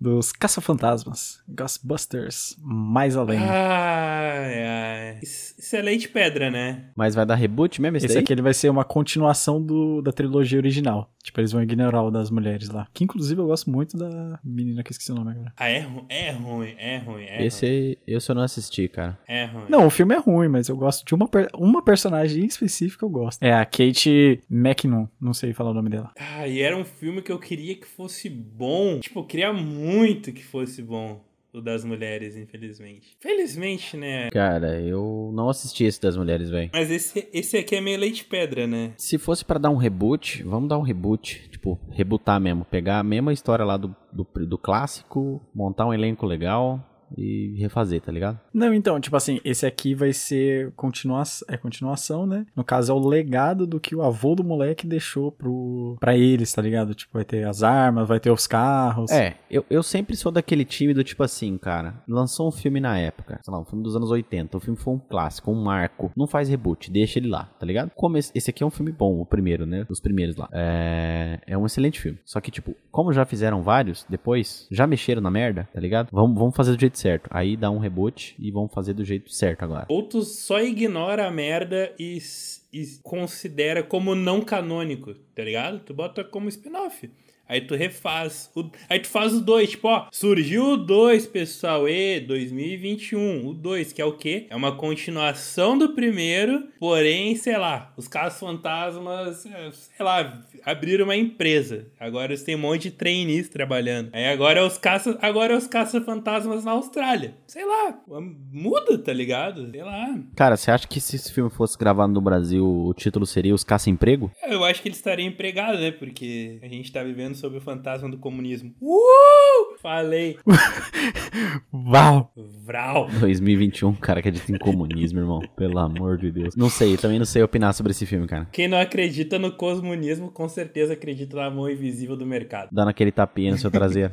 Speaker 2: dos Caça-Fantasmas, Ghostbusters, mais além.
Speaker 1: Ah,
Speaker 3: Ai, ai. Isso isso é leite pedra, né?
Speaker 1: Mas vai dar reboot mesmo esse,
Speaker 2: Esse
Speaker 1: daí?
Speaker 2: aqui ele vai ser uma continuação do, da trilogia original. Tipo, eles vão ignorar o das mulheres lá. Que inclusive eu gosto muito da menina que eu esqueci o nome agora.
Speaker 3: Ah, é, ru- é ruim, é ruim, é
Speaker 1: Esse
Speaker 3: ruim.
Speaker 1: aí, esse eu não assisti, cara.
Speaker 3: É ruim.
Speaker 2: Não, o filme é ruim, mas eu gosto de uma, per- uma personagem em específico eu gosto. É a Kate McKinnon, não sei falar o nome dela.
Speaker 3: Ah, e era um filme que eu queria que fosse bom. Tipo, eu queria muito que fosse bom. O das mulheres, infelizmente. Felizmente, né?
Speaker 1: Cara, eu não assisti esse das mulheres, velho.
Speaker 3: Mas esse, esse aqui é meio leite pedra, né?
Speaker 1: Se fosse pra dar um reboot, vamos dar um reboot. Tipo, rebootar mesmo. Pegar a mesma história lá do, do, do clássico, montar um elenco legal e refazer, tá ligado?
Speaker 2: Não, então, tipo assim, esse aqui vai ser continua é continuação, né? No caso, é o legado do que o avô do moleque deixou pro... pra eles, tá ligado? Tipo, vai ter as armas, vai ter os carros.
Speaker 1: É, eu, eu sempre sou daquele time do tipo assim, cara. Lançou um filme na época, sei lá, um filme dos anos 80. O filme foi um clássico, um marco. Não faz reboot, deixa ele lá, tá ligado? Como esse, esse aqui é um filme bom, o primeiro, né? Os primeiros lá. É, é um excelente filme. Só que, tipo, como já fizeram vários depois, já mexeram na merda, tá ligado? Vamos, vamos fazer do jeito certo. Aí dá um reboot e vamos fazer do jeito certo agora.
Speaker 3: Outros só ignora a merda e, s- e considera como não canônico, tá ligado? Tu bota como spin-off. Aí tu refaz. o- aí tu faz o 2, tipo, ó, surgiu o 2, pessoal, e 2021. O 2, que é o quê? É uma continuação do primeiro, porém, sei lá, os caras fantasmas, eh, sei lá, abriram uma empresa. Agora eles têm um monte de trainees trabalhando. Aí agora é os caça, agora é os caça-fantasmas na Austrália. Sei lá, muda, tá ligado? Sei lá.
Speaker 1: Cara, você acha que se esse filme fosse gravado no Brasil, o título seria Os Caça-Emprego?
Speaker 3: Eu acho que ele estaria empregado, né? Porque a gente tá vivendo sobre o fantasma do comunismo. Uh! Falei.
Speaker 2: Uau!
Speaker 3: Vral.
Speaker 1: 2021, cara, acredita em comunismo, irmão. Pelo amor de Deus. Não sei, também não sei opinar sobre esse filme, cara.
Speaker 3: Quem não acredita no comunismo, com certeza acredita na mão invisível do mercado.
Speaker 1: Dando aquele tapinha no seu traseiro.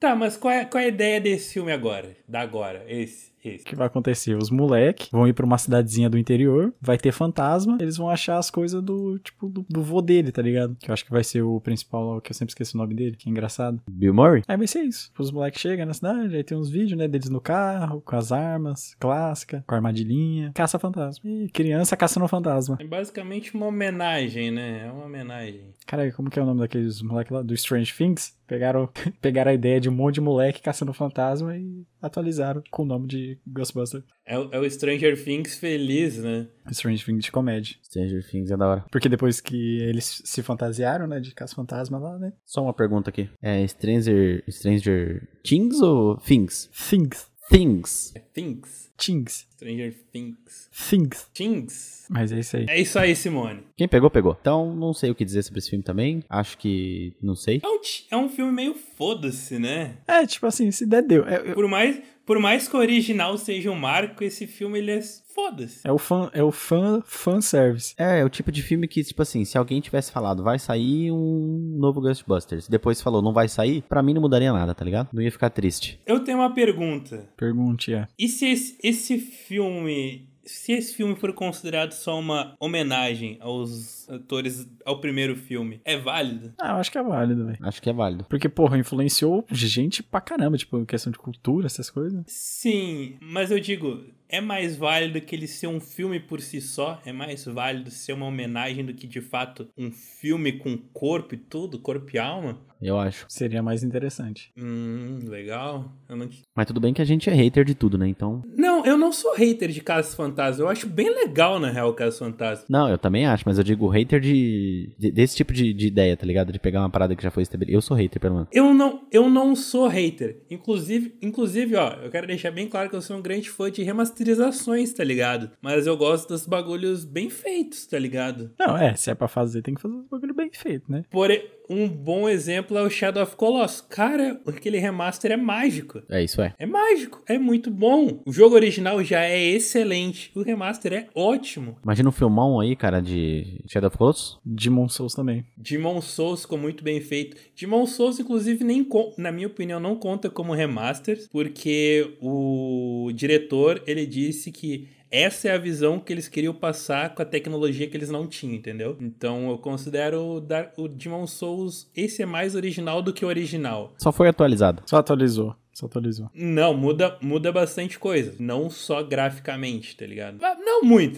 Speaker 3: Tá, mas qual é, qual é a ideia desse filme agora? Da agora. Esse, esse.
Speaker 2: O que vai acontecer? Os moleque vão ir pra uma cidadezinha do interior, vai ter fantasma, eles vão achar as coisas do, tipo, do, do vô dele, tá ligado? Que eu acho que vai ser o principal, lá, que eu sempre esqueço o nome dele, que é engraçado.
Speaker 1: Bill Murray?
Speaker 2: Aí vai ser isso. Os moleques chegam na cidade, aí tem uns vídeos, né, deles no carro, com as armas, clássica, com a armadilhinha, caça fantasma. Ih, criança caçando fantasma.
Speaker 3: É basicamente uma homenagem, né? É uma homenagem.
Speaker 2: Caralho, como que é o nome daqueles moleques lá? Do Strange Things? Pegaram, pegaram a ideia de um monte de moleque caçando fantasma e atualizaram com o nome de Ghostbuster.
Speaker 3: É, o- é o Stranger Things feliz, né?
Speaker 2: Strange Things de comédia.
Speaker 1: Stranger Things é da hora.
Speaker 2: Porque depois que eles se fantasiaram, né, de caça-fantasma lá, né?
Speaker 1: Só uma pergunta aqui. É Stranger. Stranger Things ou Things?
Speaker 2: Things.
Speaker 1: Things.
Speaker 3: É Things.
Speaker 2: Things.
Speaker 3: Stranger Things.
Speaker 2: Things.
Speaker 3: Things.
Speaker 2: Mas é isso aí.
Speaker 3: É isso aí, Simone.
Speaker 1: Quem pegou, pegou. Então, não sei o que dizer sobre esse filme também. Acho que. Não sei.
Speaker 3: É um, ti- é um filme meio foda-se, né?
Speaker 2: É, tipo assim, se der, deu. É, eu-
Speaker 3: Por mais, por mais que o original seja um marco, esse filme ele é foda-se.
Speaker 2: é o fã, é o fã, fã service.
Speaker 1: É, é o tipo de filme que, tipo assim, se alguém tivesse falado, vai sair um novo Ghostbusters, depois falou, não vai sair, pra mim não mudaria nada, tá ligado? Não ia ficar triste.
Speaker 3: Eu tenho uma pergunta.
Speaker 2: Pergunte, é.
Speaker 3: E se esse, esse filme. Se esse filme for considerado só uma homenagem aos atores ao primeiro filme, é válido?
Speaker 2: Ah, eu acho que é válido, velho.
Speaker 1: Acho que é válido.
Speaker 2: Porque, porra, influenciou gente pra caramba, tipo, questão de cultura, essas coisas.
Speaker 3: Sim, mas eu digo, é mais válido que ele ser um filme por si só? É mais válido ser uma homenagem do que de fato um filme com corpo e tudo, corpo e alma?
Speaker 1: Eu acho.
Speaker 2: Seria mais interessante.
Speaker 3: Hum, legal. Eu não
Speaker 1: Mas tudo bem que a gente é hater de tudo, né? Então.
Speaker 3: Não, eu não sou hater de Casos Fantasmas. Eu acho bem legal, na real, Casos Fantasmas.
Speaker 1: Não, eu também acho, mas eu digo hater de. de- desse tipo de, de ideia, tá ligado? De pegar uma parada que já foi estabelecida. Eu sou hater, pelo menos.
Speaker 3: Eu não, eu não sou hater. Inclusive, inclusive, ó, eu quero deixar bem claro que eu sou um grande fã de remasterizações, tá ligado? Mas eu gosto dos bagulhos bem feitos, tá ligado?
Speaker 2: Não, é, se é pra fazer, tem que fazer um bagulho bem feito, né?
Speaker 3: Por e- um bom exemplo é o Shadow of Colossus. Cara, aquele remaster é mágico.
Speaker 1: É isso, é.
Speaker 3: É mágico, é muito bom. O jogo original já é excelente. O remaster é ótimo.
Speaker 1: Imagina um filmão aí, cara, de Shadow of Colossus.
Speaker 2: Demon Souls também.
Speaker 3: Demon Souls ficou muito bem feito. Demon Souls, inclusive, nem con- na minha opinião, não conta como remaster, porque o diretor ele disse que essa é a visão que eles queriam passar com a tecnologia que eles não tinham, entendeu? Então eu considero o, Dar- o Demon Souls esse é mais original do que o original.
Speaker 1: Só foi atualizado.
Speaker 2: Só atualizou. Só atualizou.
Speaker 3: Não, muda, muda bastante coisa. Não só graficamente, tá ligado? Mas Não muito.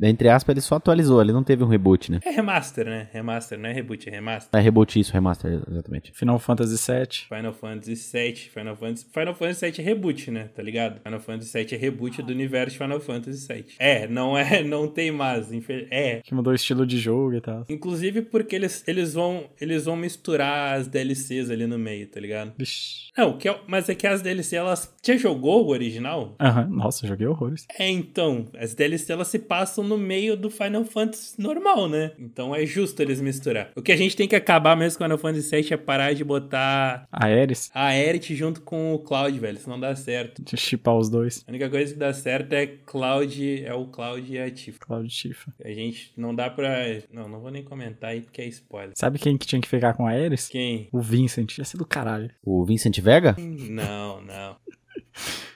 Speaker 1: Entre aspas, ele só atualizou, ele não teve um reboot, né?
Speaker 3: É remaster, né? Remaster, não é reboot, é remaster.
Speaker 1: É reboot isso, remaster, exatamente.
Speaker 2: Final Fantasy VII.
Speaker 3: Final Fantasy VII, Final Fantasy... Final Fantasy VII é reboot, né? Tá ligado? Final Fantasy VII é reboot do universo de Final Fantasy VII. É, não é... Não tem mais. infel- É.
Speaker 2: Que mudou o estilo de jogo e tal.
Speaker 3: Inclusive porque eles, eles, vão, eles vão misturar as DLCs ali no meio, tá ligado?
Speaker 2: Vixi.
Speaker 3: Não, que é- mas é que as DLCs, elas... Já jogou o original?
Speaker 2: Aham, nossa, joguei horrores.
Speaker 3: É, então, as DLCs elas se passam no meio do Final Fantasy normal, né? Então é justo eles misturar. O que a gente tem que acabar mesmo com o Final Fantasy VII é parar de botar
Speaker 2: A Eris,
Speaker 3: a Eret junto com o Cloud, velho. Isso não dá certo.
Speaker 2: de chipar os dois.
Speaker 3: A única coisa que dá certo é Cloud, é o Cloud e a Tifa.
Speaker 2: Cloud Chifa.
Speaker 3: A gente não dá pra. Não, não vou nem comentar aí porque é spoiler.
Speaker 2: Sabe quem que tinha que ficar com a Eris?
Speaker 3: Quem?
Speaker 2: O Vincent. Ia ser do caralho.
Speaker 1: O Vincent Vega?
Speaker 3: Não, não.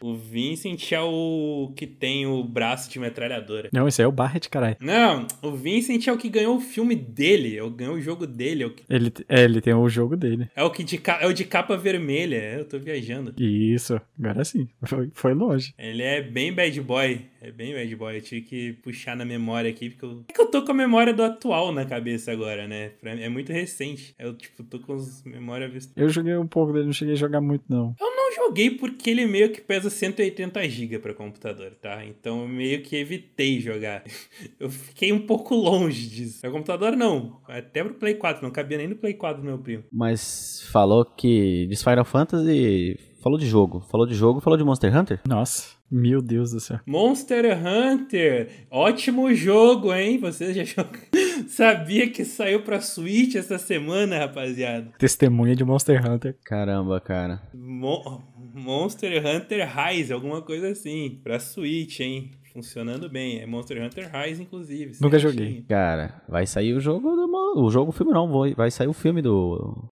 Speaker 3: O Vincent é o que tem o braço de metralhadora.
Speaker 2: Não, esse aí é o Barret, caralho.
Speaker 3: Não, o Vincent é o que ganhou o filme dele, é o que ganhou o jogo dele, é o que,
Speaker 2: Ele, é, ele tem o jogo dele.
Speaker 3: é o que de, ca- é o de capa vermelha, é, eu tô viajando.
Speaker 2: Isso, agora sim. Foi, foi longe.
Speaker 3: Ele é bem bad boy, é bem bad boy, eu tive que puxar na memória aqui, porque eu... É que eu tô com a memória do atual na cabeça agora, né? Pra mim, é muito recente, eu, tipo, tô com as memórias... vis-
Speaker 2: Eu joguei um pouco dele, não cheguei a jogar muito, não.
Speaker 3: Eu não joguei porque ele meio que pesa 180 GB pra computador, tá? Então eu meio que evitei jogar. Eu fiquei um pouco longe disso. Pra computador não, até pro Play 4, não cabia nem no Play 4 do meu primo.
Speaker 1: Mas falou que. Diz Final Fantasy. Falou de jogo. Falou de jogo, falou de Monster Hunter?
Speaker 2: Nossa, meu Deus do céu.
Speaker 3: Monster Hunter, ótimo jogo, hein? Você já jogou? Sabia que saiu pra Switch essa semana, rapaziada.
Speaker 2: Testemunha de Monster Hunter.
Speaker 1: Caramba, cara.
Speaker 3: Mo- Monster Hunter Rise, alguma coisa assim, pra Switch, hein? Funcionando bem. É Monster Hunter Rise, inclusive.
Speaker 2: Nunca
Speaker 3: certinho.
Speaker 2: joguei.
Speaker 1: Cara, vai sair o jogo do. ma- O jogo, o filme não, vai- vai sair o filme do.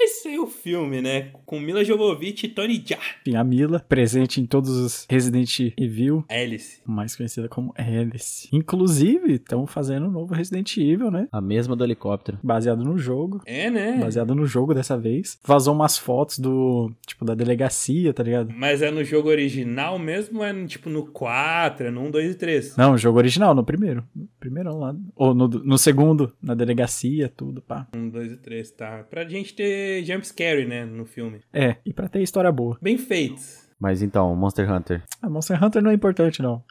Speaker 3: Esse aí é o filme, né? Com Mila Jovovich e Tony Jaa.
Speaker 2: Tem a Mila, presente em todos os Resident Evil,
Speaker 3: Alice.
Speaker 2: mais conhecida como Alice. Inclusive, estão fazendo um novo Resident Evil, né?
Speaker 1: A mesma do helicóptero.
Speaker 2: Baseado no jogo.
Speaker 3: É, né? Mas...
Speaker 2: Baseado no jogo dessa vez. Vazou umas fotos do, tipo, da delegacia, tá ligado?
Speaker 3: é no jogo original mesmo? ou É tipo no 4, é no 1, 2 e 3?
Speaker 2: Não, jogo original, no primeiro. No primeirão lá. Ou no, no segundo, na delegacia, tudo, pá.
Speaker 3: 1, 2 e 3, tá. Pra gente ter jumpscare, né? No filme.
Speaker 2: É, e pra ter história boa.
Speaker 3: Bem feitos.
Speaker 1: Mas então, Monster Hunter.
Speaker 2: Ah, Monster Hunter não é importante, não.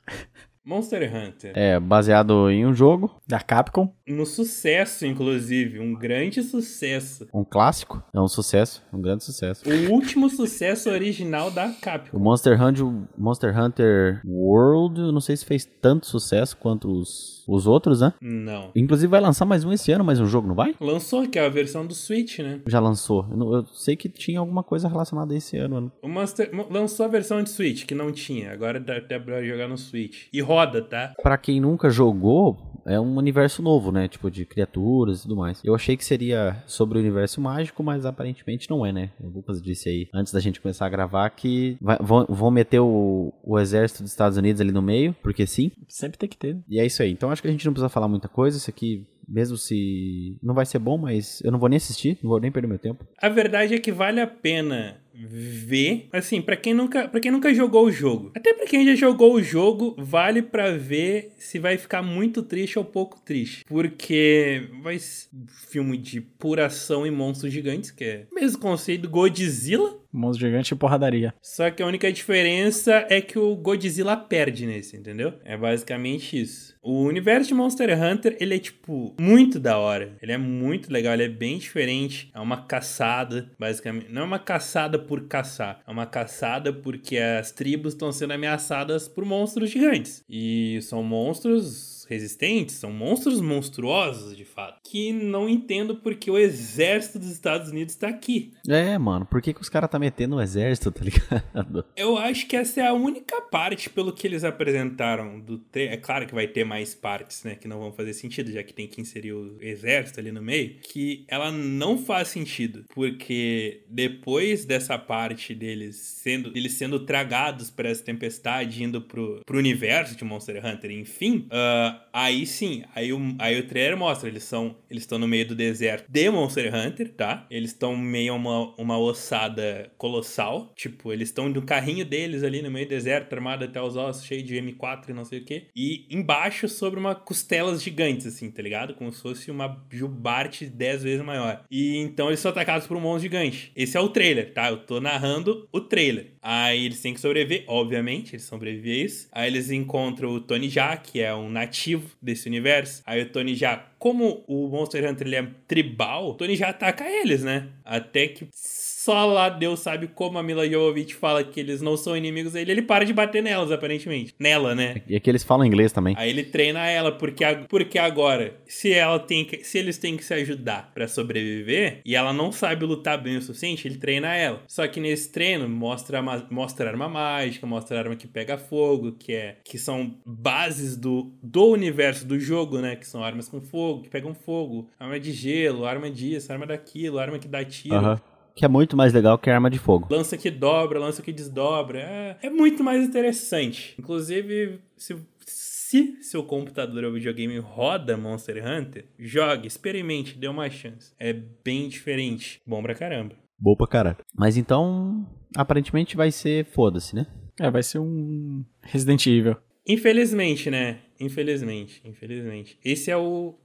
Speaker 3: Monster Hunter.
Speaker 1: É baseado em um jogo.
Speaker 2: Da Capcom,
Speaker 3: no sucesso, inclusive, um grande sucesso.
Speaker 1: Um clássico? É um sucesso, um grande sucesso.
Speaker 3: O último sucesso original da Capcom.
Speaker 1: O Monster Hunter, Monster Hunter World, eu não sei se fez tanto sucesso quanto os, os outros, né?
Speaker 3: Não.
Speaker 1: Inclusive vai lançar mais um esse ano, mais um jogo, não vai?
Speaker 3: Lançou, que é a versão do Switch, né?
Speaker 1: Já lançou. Eu, não- eu sei que tinha alguma coisa relacionada a esse ano. né?
Speaker 3: O Monster mo- lançou a versão de Switch, que não tinha. Agora dá até pra jogar no Switch. E roda, tá?
Speaker 1: Pra quem nunca jogou, é um universo novo, né? Tipo, de criaturas e tudo mais. Eu achei que seria sobre o universo mágico, mas aparentemente não é, né? O Lucas disse aí, antes da gente começar a gravar, que vai- vão, vão meter o, o exército dos Estados Unidos ali no meio, porque sim.
Speaker 2: Sempre tem que ter. né?
Speaker 1: E é isso aí. Então acho que a gente não precisa falar muita coisa. Isso aqui, mesmo se. Não vai ser bom, mas eu não vou nem assistir, não vou nem perder meu tempo.
Speaker 3: A verdade é que vale a pena ver, assim, pra quem nunca, para quem nunca jogou o jogo. Até pra quem já jogou o jogo, vale pra ver se vai ficar muito triste ou pouco triste, porque vai ser um filme de pura ação e monstros gigantes, que é o mesmo conceito do Godzilla,
Speaker 2: Monstro gigante e porradaria.
Speaker 3: só que a única diferença é que o Godzilla perde nesse, entendeu? É basicamente isso. O universo de Monster Hunter, ele é, tipo, muito da hora. Ele é muito legal, ele é bem diferente. É uma caçada, basicamente. Não é uma caçada por caçar. É uma caçada porque as tribos estão sendo ameaçadas por monstros gigantes. E são monstros resistentes, são monstros monstruosos, de fato. Que não entendo porque o exército dos Estados Unidos tá aqui.
Speaker 1: É, mano, por que, que os caras tá metendo o exército, tá ligado?
Speaker 3: Eu acho que essa é a única parte, pelo que eles apresentaram do tre- É claro que vai ter mais partes, né? Que não vão fazer sentido, já que tem que inserir o exército ali no meio. Que ela não faz sentido. Porque depois dessa parte deles sendo, deles sendo tragados por essa tempestade, indo pro, pro universo de Monster Hunter, enfim. ah, aí sim, aí o, aí o trailer mostra. Eles são. Eles estão no meio do deserto de Monster Hunter, tá? Eles estão meio a uma, uma ossada colossal. Tipo, eles estão no carrinho deles ali no meio do deserto, armado até os ossos, cheio de M4 e não sei o quê. E embaixo sobre uma costelas gigantes, assim, tá ligado? Como se fosse uma jubarte 10 vezes maior. E então eles são atacados por um monstro gigante. Esse é o trailer, tá? Eu tô narrando o trailer. Aí eles têm que sobreviver, obviamente, eles sobrevivem a isso. Aí eles encontram o Tony Jaa, que é um nativo desse universo. Aí o Tony Jaa, como o Monster Hunter ele é tribal, o Tony Jaa ataca eles, né? Até que só lá Deus sabe como a Mila Jovovich fala que eles não são inimigos dele, ele para de bater nelas, aparentemente. Nela, né?
Speaker 1: E aqui eles falam inglês também.
Speaker 3: Aí ele treina ela, porque, a- porque agora, se ela tem que- se eles têm que se ajudar pra sobreviver, e ela não sabe lutar bem o suficiente, ele treina ela. Só que nesse treino mostra, ma- mostra arma mágica, mostra arma que pega fogo, que é que são bases do, do universo do jogo, né? Que são armas com fogo, que pegam fogo, arma de gelo, arma disso, arma daquilo, arma que dá tiro.
Speaker 1: Aham. Que é muito mais legal que arma de fogo.
Speaker 3: Lança que dobra, lança que desdobra. É, é muito mais interessante. Inclusive, se, se seu computador ou videogame roda Monster Hunter, jogue, experimente, dê uma chance. É bem diferente. Bom pra caramba.
Speaker 1: Boa pra caralho. Mas então, aparentemente vai ser foda-se, né?
Speaker 2: É, vai ser um Resident Evil.
Speaker 3: Infelizmente, né? Infelizmente, infelizmente. Esse é o.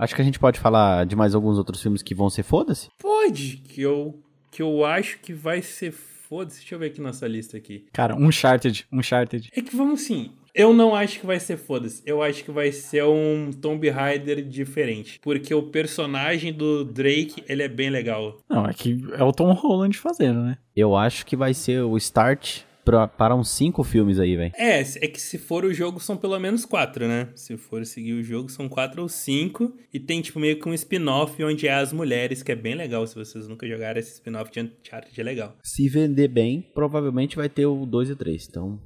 Speaker 1: Acho que a gente pode falar de mais alguns outros filmes que vão ser foda-se.
Speaker 3: Pode que eu, que eu acho que vai ser foda-se. Deixa eu ver aqui nossa lista aqui.
Speaker 2: Cara, um Uncharted, Uncharted.
Speaker 3: É que vamos sim. Eu não acho que vai ser foda-se. Eu acho que vai ser um Tomb Raider diferente. Porque o personagem do Drake, ele é bem legal.
Speaker 2: Não, é que é o Tom Holland fazendo, né?
Speaker 1: Eu acho que vai ser o start pra, para uns cinco filmes aí, velho.
Speaker 3: É, é que se for o jogo, são pelo menos quatro, né? Se for seguir o jogo, são quatro ou cinco. E tem, tipo, meio que um spin-off onde é as mulheres, que é bem legal. Se vocês nunca jogaram esse spin-off de Uncharted, é legal.
Speaker 1: Se vender bem, provavelmente vai ter o 2 e o 3. Então,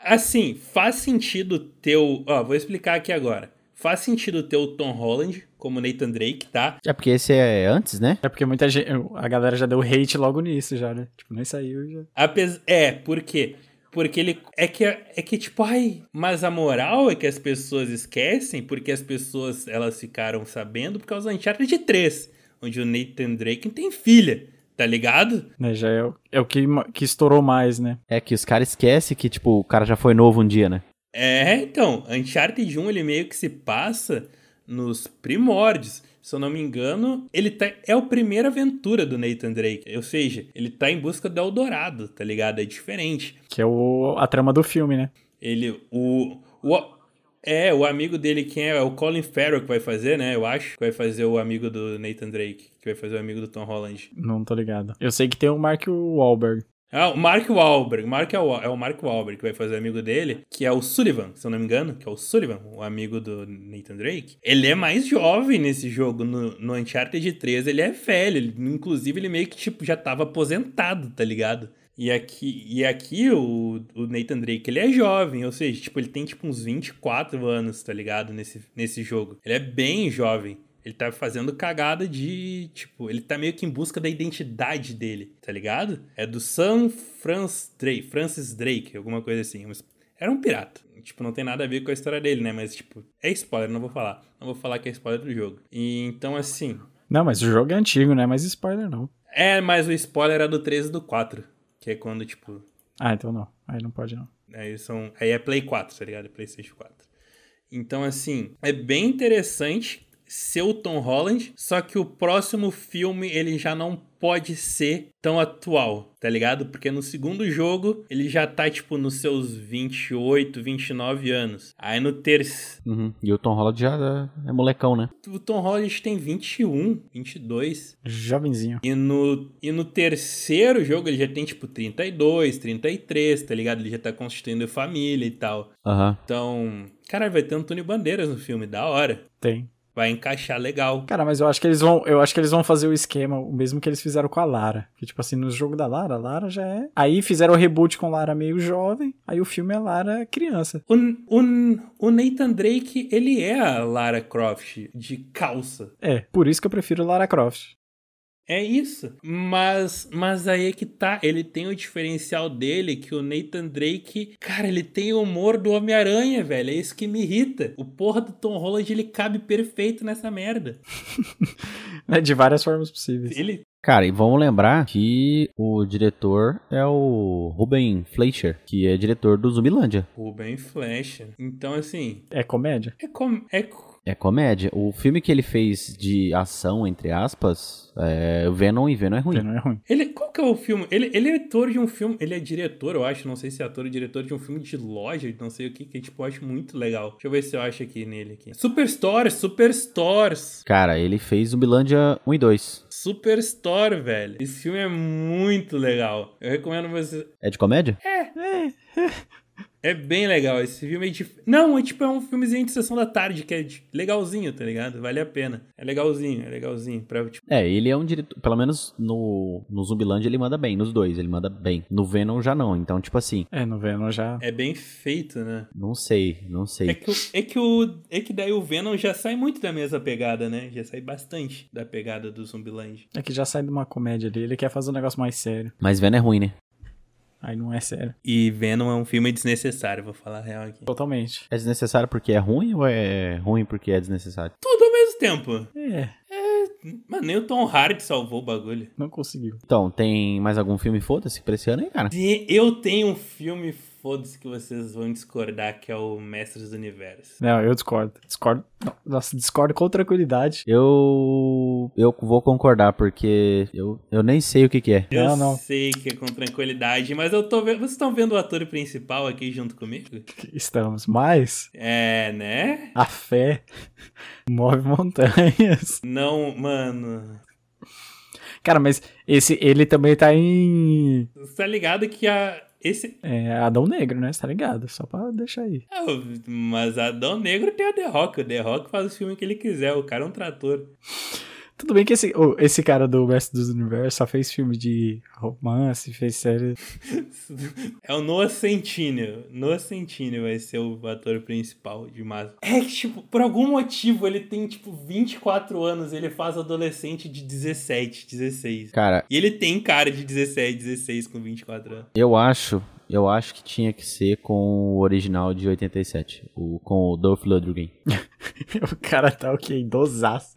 Speaker 3: Assim, faz sentido ter o... Ó, vou explicar aqui agora. Faz sentido ter o Tom Holland como Nathan Drake, tá?
Speaker 1: é porque esse é antes, né?
Speaker 2: É porque muita gente. A galera já deu hate logo nisso, já, né? Tipo, nem saiu e já.
Speaker 3: Apes- É, por quê? Porque ele. É que, é que, tipo, ai, mas a moral é que as pessoas esquecem, porque as pessoas elas ficaram sabendo por causa do Uncharted 3, onde o Nathan Drake tem filha, tá ligado?
Speaker 2: Né, já é o, é o que, ma- que estourou mais, né?
Speaker 1: É que os caras esquecem que, tipo, o cara já foi novo um dia, né?
Speaker 3: É, então, Uncharted 1 ele meio que se passa nos primórdios. Se eu não me engano, ele tá, é a primeira aventura do Nathan Drake. Ou seja, ele tá em busca do Eldorado, tá ligado? É diferente.
Speaker 2: Que é o, a trama do filme, né?
Speaker 3: Ele. O, o, É, o amigo dele, quem é? É o Colin Farrell que vai fazer, né? Eu acho. Que vai fazer o amigo do Nathan Drake. Que vai fazer o amigo do Tom Holland.
Speaker 2: Não tô ligado. Eu sei que tem o Mark Wahlberg.
Speaker 3: Ah, o Mark Wahlberg. Mark é, o, é o Mark Wahlberg que vai fazer o amigo dele, que é o Sullivan, se eu não me engano, que é o Sullivan, o amigo do Nathan Drake. Ele é mais jovem nesse jogo, no, no Uncharted 3 ele é velho, ele- inclusive ele meio que tipo, já tava aposentado, tá ligado? E aqui, e aqui o, o Nathan Drake, ele é jovem, ou seja, tipo, ele tem tipo uns 24 anos, tá ligado? Nesse, nesse jogo. Ele é bem jovem. Ele tá fazendo cagada de, tipo, ele tá meio que em busca da identidade dele, tá ligado? É do Sam Francis Drake, Francis Drake, alguma coisa assim. Mas Era um pirata. Tipo, não tem nada a ver com a história dele, né? Mas, tipo, é spoiler, não vou falar. Não vou falar que é spoiler do jogo. E, então, assim...
Speaker 2: Não, mas o jogo é antigo, né? Mas spoiler não.
Speaker 3: É, mas o spoiler é do 13 e do 4. Que é quando, tipo,
Speaker 2: Ah, então não. Aí não pode não.
Speaker 3: Aí, são, aí é Play 4, tá ligado? É PlayStation 4. Então, assim, é bem interessante ser o Tom Holland, só que o próximo filme ele já não pode ser tão atual, tá ligado? Porque no segundo jogo ele já tá, tipo, nos seus 28, 29 anos. Aí no terceiro.
Speaker 1: Uhum. E o Tom Holland já é molecão, né?
Speaker 3: O Tom Holland tem 21, 22.
Speaker 2: Jovenzinho.
Speaker 3: E no, e no terceiro jogo ele já tem, tipo, 32, 33, tá ligado? Ele já tá constituindo família e tal.
Speaker 1: Aham.
Speaker 3: Então, caralho, vai ter Antônio Bandeiras no filme, da hora.
Speaker 2: Tem.
Speaker 3: Vai encaixar legal.
Speaker 2: Cara, mas eu acho que eles vão, eu acho que eles vão fazer o esquema, o mesmo que eles fizeram com a Lara. Que tipo assim, no jogo da Lara, a Lara já é. Aí fizeram o reboot com Lara meio jovem, aí o filme é Lara criança.
Speaker 3: O, o, o Nathan Drake, ele é a Lara Croft de calça.
Speaker 2: É, por isso que eu prefiro Lara Croft.
Speaker 3: É isso. Mas, mas aí é que tá. Ele tem o diferencial dele, que o Nathan Drake, cara, ele tem o humor do Homem-Aranha, velho. É isso que me irrita. O porra do Tom Holland, ele cabe perfeito nessa merda.
Speaker 2: Né, de várias formas possíveis.
Speaker 3: Ele.
Speaker 1: Cara, e vamos lembrar que o diretor é o Ruben Fleischer, que é diretor do Zumbilândia.
Speaker 3: Ruben Flecha. Então, assim.
Speaker 2: É comédia?
Speaker 3: É como. É, co-
Speaker 1: É comédia. O filme que ele fez de ação, entre aspas, é Venom e Venom é ruim.
Speaker 2: Não é ruim.
Speaker 3: Ele, qual que é o filme? Ele, ele é ator de um filme. Ele é diretor, eu acho. Não sei se é ator ou diretor de um filme de loja, não sei o que, que tipo, eu acho muito legal. Deixa eu ver se eu acho aqui nele aqui. Superstores, Superstores.
Speaker 1: Cara, ele fez Zumbilândia 1 e 2.
Speaker 3: Superstore, velho. Esse filme é muito legal. Eu recomendo você.
Speaker 1: É de comédia?
Speaker 3: É bem legal. Esse filme é dif... Não, é tipo, é um filmezinho de sessão da tarde, que é de- legalzinho, tá ligado? Vale a pena. É legalzinho, é legalzinho. Pra, tipo,
Speaker 1: É, ele é um diretor. Pelo menos no, no Zumbilândia ele manda bem, nos dois ele manda bem. No Venom já não. Então, tipo assim,
Speaker 2: É, no Venom já.
Speaker 3: é bem feito, né?
Speaker 1: não sei, não sei.
Speaker 3: É que, o- é, que o, é que daí o Venom já sai muito da mesma pegada, né? Já sai bastante da pegada do Zumbiland.
Speaker 2: É que já sai de uma comédia ali, ele quer fazer um negócio mais sério.
Speaker 1: Mas Venom é ruim, né?
Speaker 2: Aí não é sério.
Speaker 3: E Venom é um filme desnecessário, vou falar a real aqui.
Speaker 2: Totalmente.
Speaker 1: É desnecessário porque é ruim ou é ruim porque é desnecessário?
Speaker 3: Tudo ao mesmo tempo.
Speaker 2: É,
Speaker 3: Mano, nem o Tom Hardy salvou o bagulho.
Speaker 2: não conseguiu.
Speaker 1: Então, tem mais algum filme foda-se pra esse ano, hein, cara?
Speaker 3: E Eu tenho um filme, foda-se, que vocês vão discordar, que é o Mestres do Universo.
Speaker 2: Não, eu discordo. Discordo. não, Nossa, discordo com tranquilidade.
Speaker 1: Eu. Eu vou concordar, porque eu, eu nem sei o que, que é.
Speaker 3: eu
Speaker 2: Não, não.
Speaker 3: sei que é com tranquilidade, mas eu tô vendo. Vocês estão vendo o ator principal aqui junto comigo?
Speaker 2: Estamos, mas
Speaker 3: É, né?
Speaker 2: a fé move montanhas.
Speaker 3: Não, mano.
Speaker 2: Cara, mas esse ele também tá em
Speaker 3: Você tá ligado que a. Esse,
Speaker 2: é, Adão Negro, né? Você tá ligado? Só pra deixar aí.
Speaker 3: Ah, Mas Adão Negro tem o The Rock. O The Rock faz o filme que ele quiser. O cara é um trator.
Speaker 2: Tudo bem que esse, ô, esse cara do Mestre dos Universos só fez filme de romance, fez série.
Speaker 3: É o Noah Centineo. Noah Centineo vai ser o ator principal de Mas. É que, tipo, por algum motivo ele tem, tipo, 24 anos. Ele faz adolescente de 17, 16.
Speaker 1: Cara,
Speaker 3: E ele tem cara de 17, 16 com 24 anos.
Speaker 1: eu acho. Eu acho que tinha que ser com o original de 87. O, com o Dolph Lundgren.
Speaker 2: O cara tá ok, dosaço.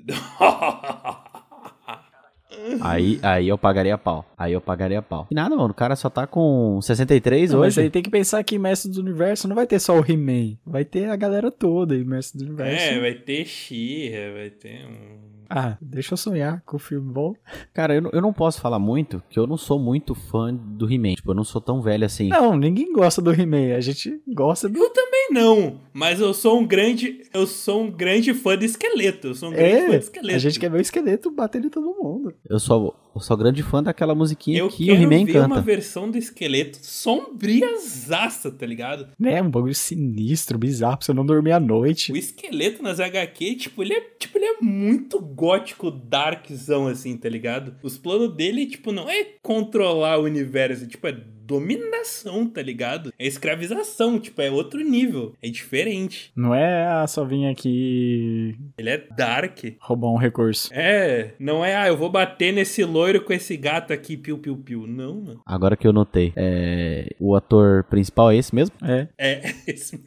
Speaker 1: Aí, aí eu pagaria pau. Aí eu pagaria pau. E nada, mano. O cara só tá com 63
Speaker 2: Mas
Speaker 1: hoje.
Speaker 2: aí tem que pensar que Mestre do Universo não vai ter só o He-Man, vai ter a galera toda e Mestre do Universo.
Speaker 3: É, vai ter Xirra, vai ter um.
Speaker 2: Ah, deixa eu sonhar com o filme bom.
Speaker 1: Cara, eu, não- eu não posso falar muito, que eu não sou muito fã do He-Man. Tipo, eu não sou tão velho assim.
Speaker 2: Não, ninguém gosta do He-Man, a gente gosta do.
Speaker 3: Eu também não, mas eu sou um grande, eu sou um grande fã de esqueleto. Eu sou um
Speaker 1: É,
Speaker 3: grande fã de esqueleto.
Speaker 2: a gente quer ver o esqueleto batendo em todo mundo.
Speaker 1: Eu sou, eu sou grande fã daquela musiquinha
Speaker 3: eu
Speaker 1: que o
Speaker 3: quero
Speaker 1: He-Man
Speaker 3: ver uma
Speaker 1: canta.
Speaker 3: versão do esqueleto sombriazaça, tá ligado?
Speaker 2: Né? Um bagulho sinistro, bizarro, pra você não dormir à noite.
Speaker 3: O esqueleto nas HQ, tipo, ele é, tipo, ele é muito gótico darkzão, assim, tá ligado? Os planos dele, tipo, não é controlar o universo, tipo, é dominação, tá ligado? É escravização, tipo, é outro nível, é diferente.
Speaker 2: Não é ah, só vir aqui
Speaker 3: Ele é dark.
Speaker 2: roubar um recurso.
Speaker 3: É, não é, ah, eu vou bater nesse loiro com esse gato aqui, piu, piu, piu. Não, mano.
Speaker 1: Agora que eu notei, é, o ator principal é esse mesmo?
Speaker 2: É.
Speaker 3: É, esse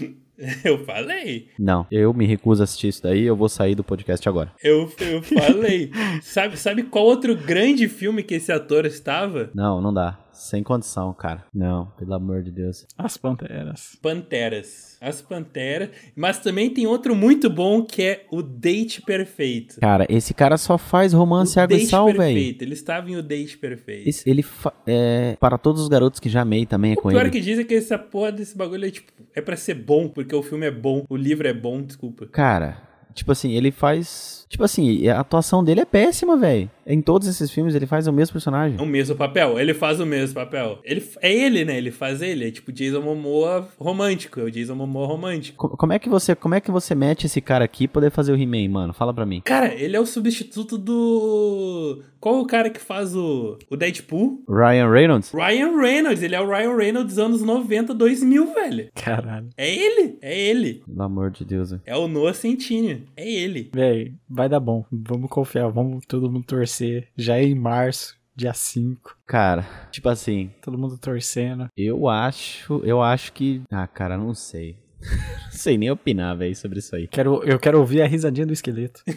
Speaker 3: mesmo. Eu falei,
Speaker 1: Não, eu me recuso a assistir isso daí, eu vou sair do podcast agora.
Speaker 3: eu, eu falei. sabe, sabe qual outro grande filme que esse ator estava?
Speaker 1: Não, não dá. Sem condição, cara. Não, pelo amor de Deus.
Speaker 2: As panteras.
Speaker 3: Panteras. As Panteras. Mas também tem outro muito bom que é O Date Perfeito.
Speaker 1: Cara, esse cara só faz romance
Speaker 3: o
Speaker 1: água e
Speaker 3: Date
Speaker 1: sal, velho.
Speaker 3: Perfeito. Ele estava em O Date Perfeito.
Speaker 1: Esse- Ele fa- é, para todos os garotos que já amei também é
Speaker 3: O
Speaker 1: com
Speaker 3: pior
Speaker 1: ele.
Speaker 3: que diz é que essa porra desse bagulho é tipo, é pra ser bom, porque o filme é bom, o livro é bom, desculpa.
Speaker 1: Cara, tipo assim, ele faz. Tipo assim, a atuação dele é péssima, velho. Em todos esses filmes ele faz o mesmo personagem.
Speaker 3: É o mesmo papel, ele faz o mesmo papel. Ele, é ele, né? Ele faz ele. É tipo Jason Momoa romântico, é o Jason Momoa romântico.
Speaker 1: Co- Como é que você, como é que você mete esse cara aqui pra poder fazer o He-Man, mano? Fala pra mim.
Speaker 3: Cara, ele é o substituto do. Qual o cara que faz o, o Deadpool?
Speaker 1: Ryan Reynolds?
Speaker 3: Ryan Reynolds, ele é o Ryan Reynolds dos anos 90, 2000, velho.
Speaker 2: Caralho.
Speaker 3: É ele, é ele.
Speaker 1: Pelo amor de Deus. velho.
Speaker 3: É o Noah Centineo, é ele.
Speaker 2: Véi, vai dar bom. Vamos confiar, vamos todo mundo torcer. Já é em março, dia 5.
Speaker 1: Cara, tipo assim,
Speaker 2: Todo mundo torcendo.
Speaker 1: eu acho, eu acho que, ah, cara, não sei. não sei nem opinar, velho, sobre isso aí.
Speaker 2: Quero, eu quero ouvir a risadinha do esqueleto.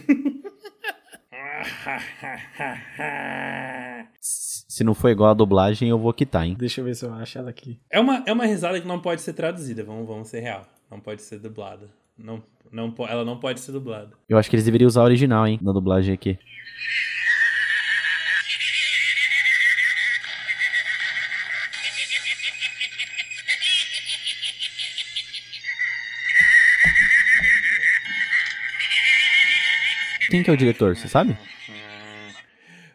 Speaker 1: S- Se não for igual a dublagem, eu vou quitar, hein.
Speaker 2: Deixa eu ver se eu acho ela aqui.
Speaker 3: É uma, é uma risada que não pode ser traduzida, vamos, vamos ser real. Não pode ser dublada. Não, não, po- ela não pode ser dublada.
Speaker 1: Eu acho que eles deveriam usar a original, hein, na dublagem aqui. Quem que é o diretor, você sabe?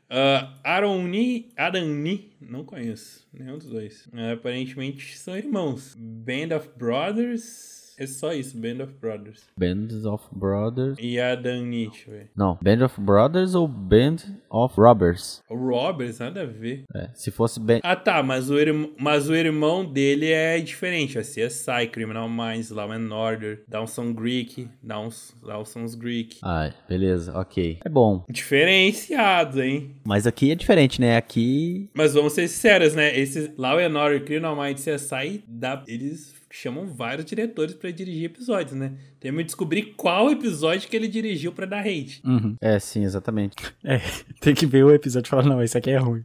Speaker 3: Ah, Aaron Ni, Adam Ni, não conheço nenhum dos dois. Ah, aparentemente são irmãos. Band of Brothers, é só isso, Band of Brothers.
Speaker 1: Band of Brothers.
Speaker 3: E Adam Ni, deixa eu ver.
Speaker 1: Não, Band of Brothers ou Band of Robbers.
Speaker 3: O Roberts, nada a ver.
Speaker 1: É, se fosse Band.
Speaker 3: Ah tá, mas o, irm- mas o irmão dele é diferente, é CSI, Criminal Minds, Law and Order, Dawson Creek, Dawson, Dawson's Creek.
Speaker 1: Ah, beleza, ok. É bom.
Speaker 3: Diferenciado, hein?
Speaker 1: Mas aqui é diferente, né? Aqui.
Speaker 3: Mas vamos ser sinceros, né? Esse Law and Order, Criminal Minds, CSI, dá, eles chamam vários diretores pra dirigir episódios, né? Temos que descobrir qual episódio que ele dirigiu pra dar hate.
Speaker 2: Uhum.
Speaker 1: É, sim, exatamente.
Speaker 2: É, tem que ver o episódio e falar, não, esse aqui é ruim.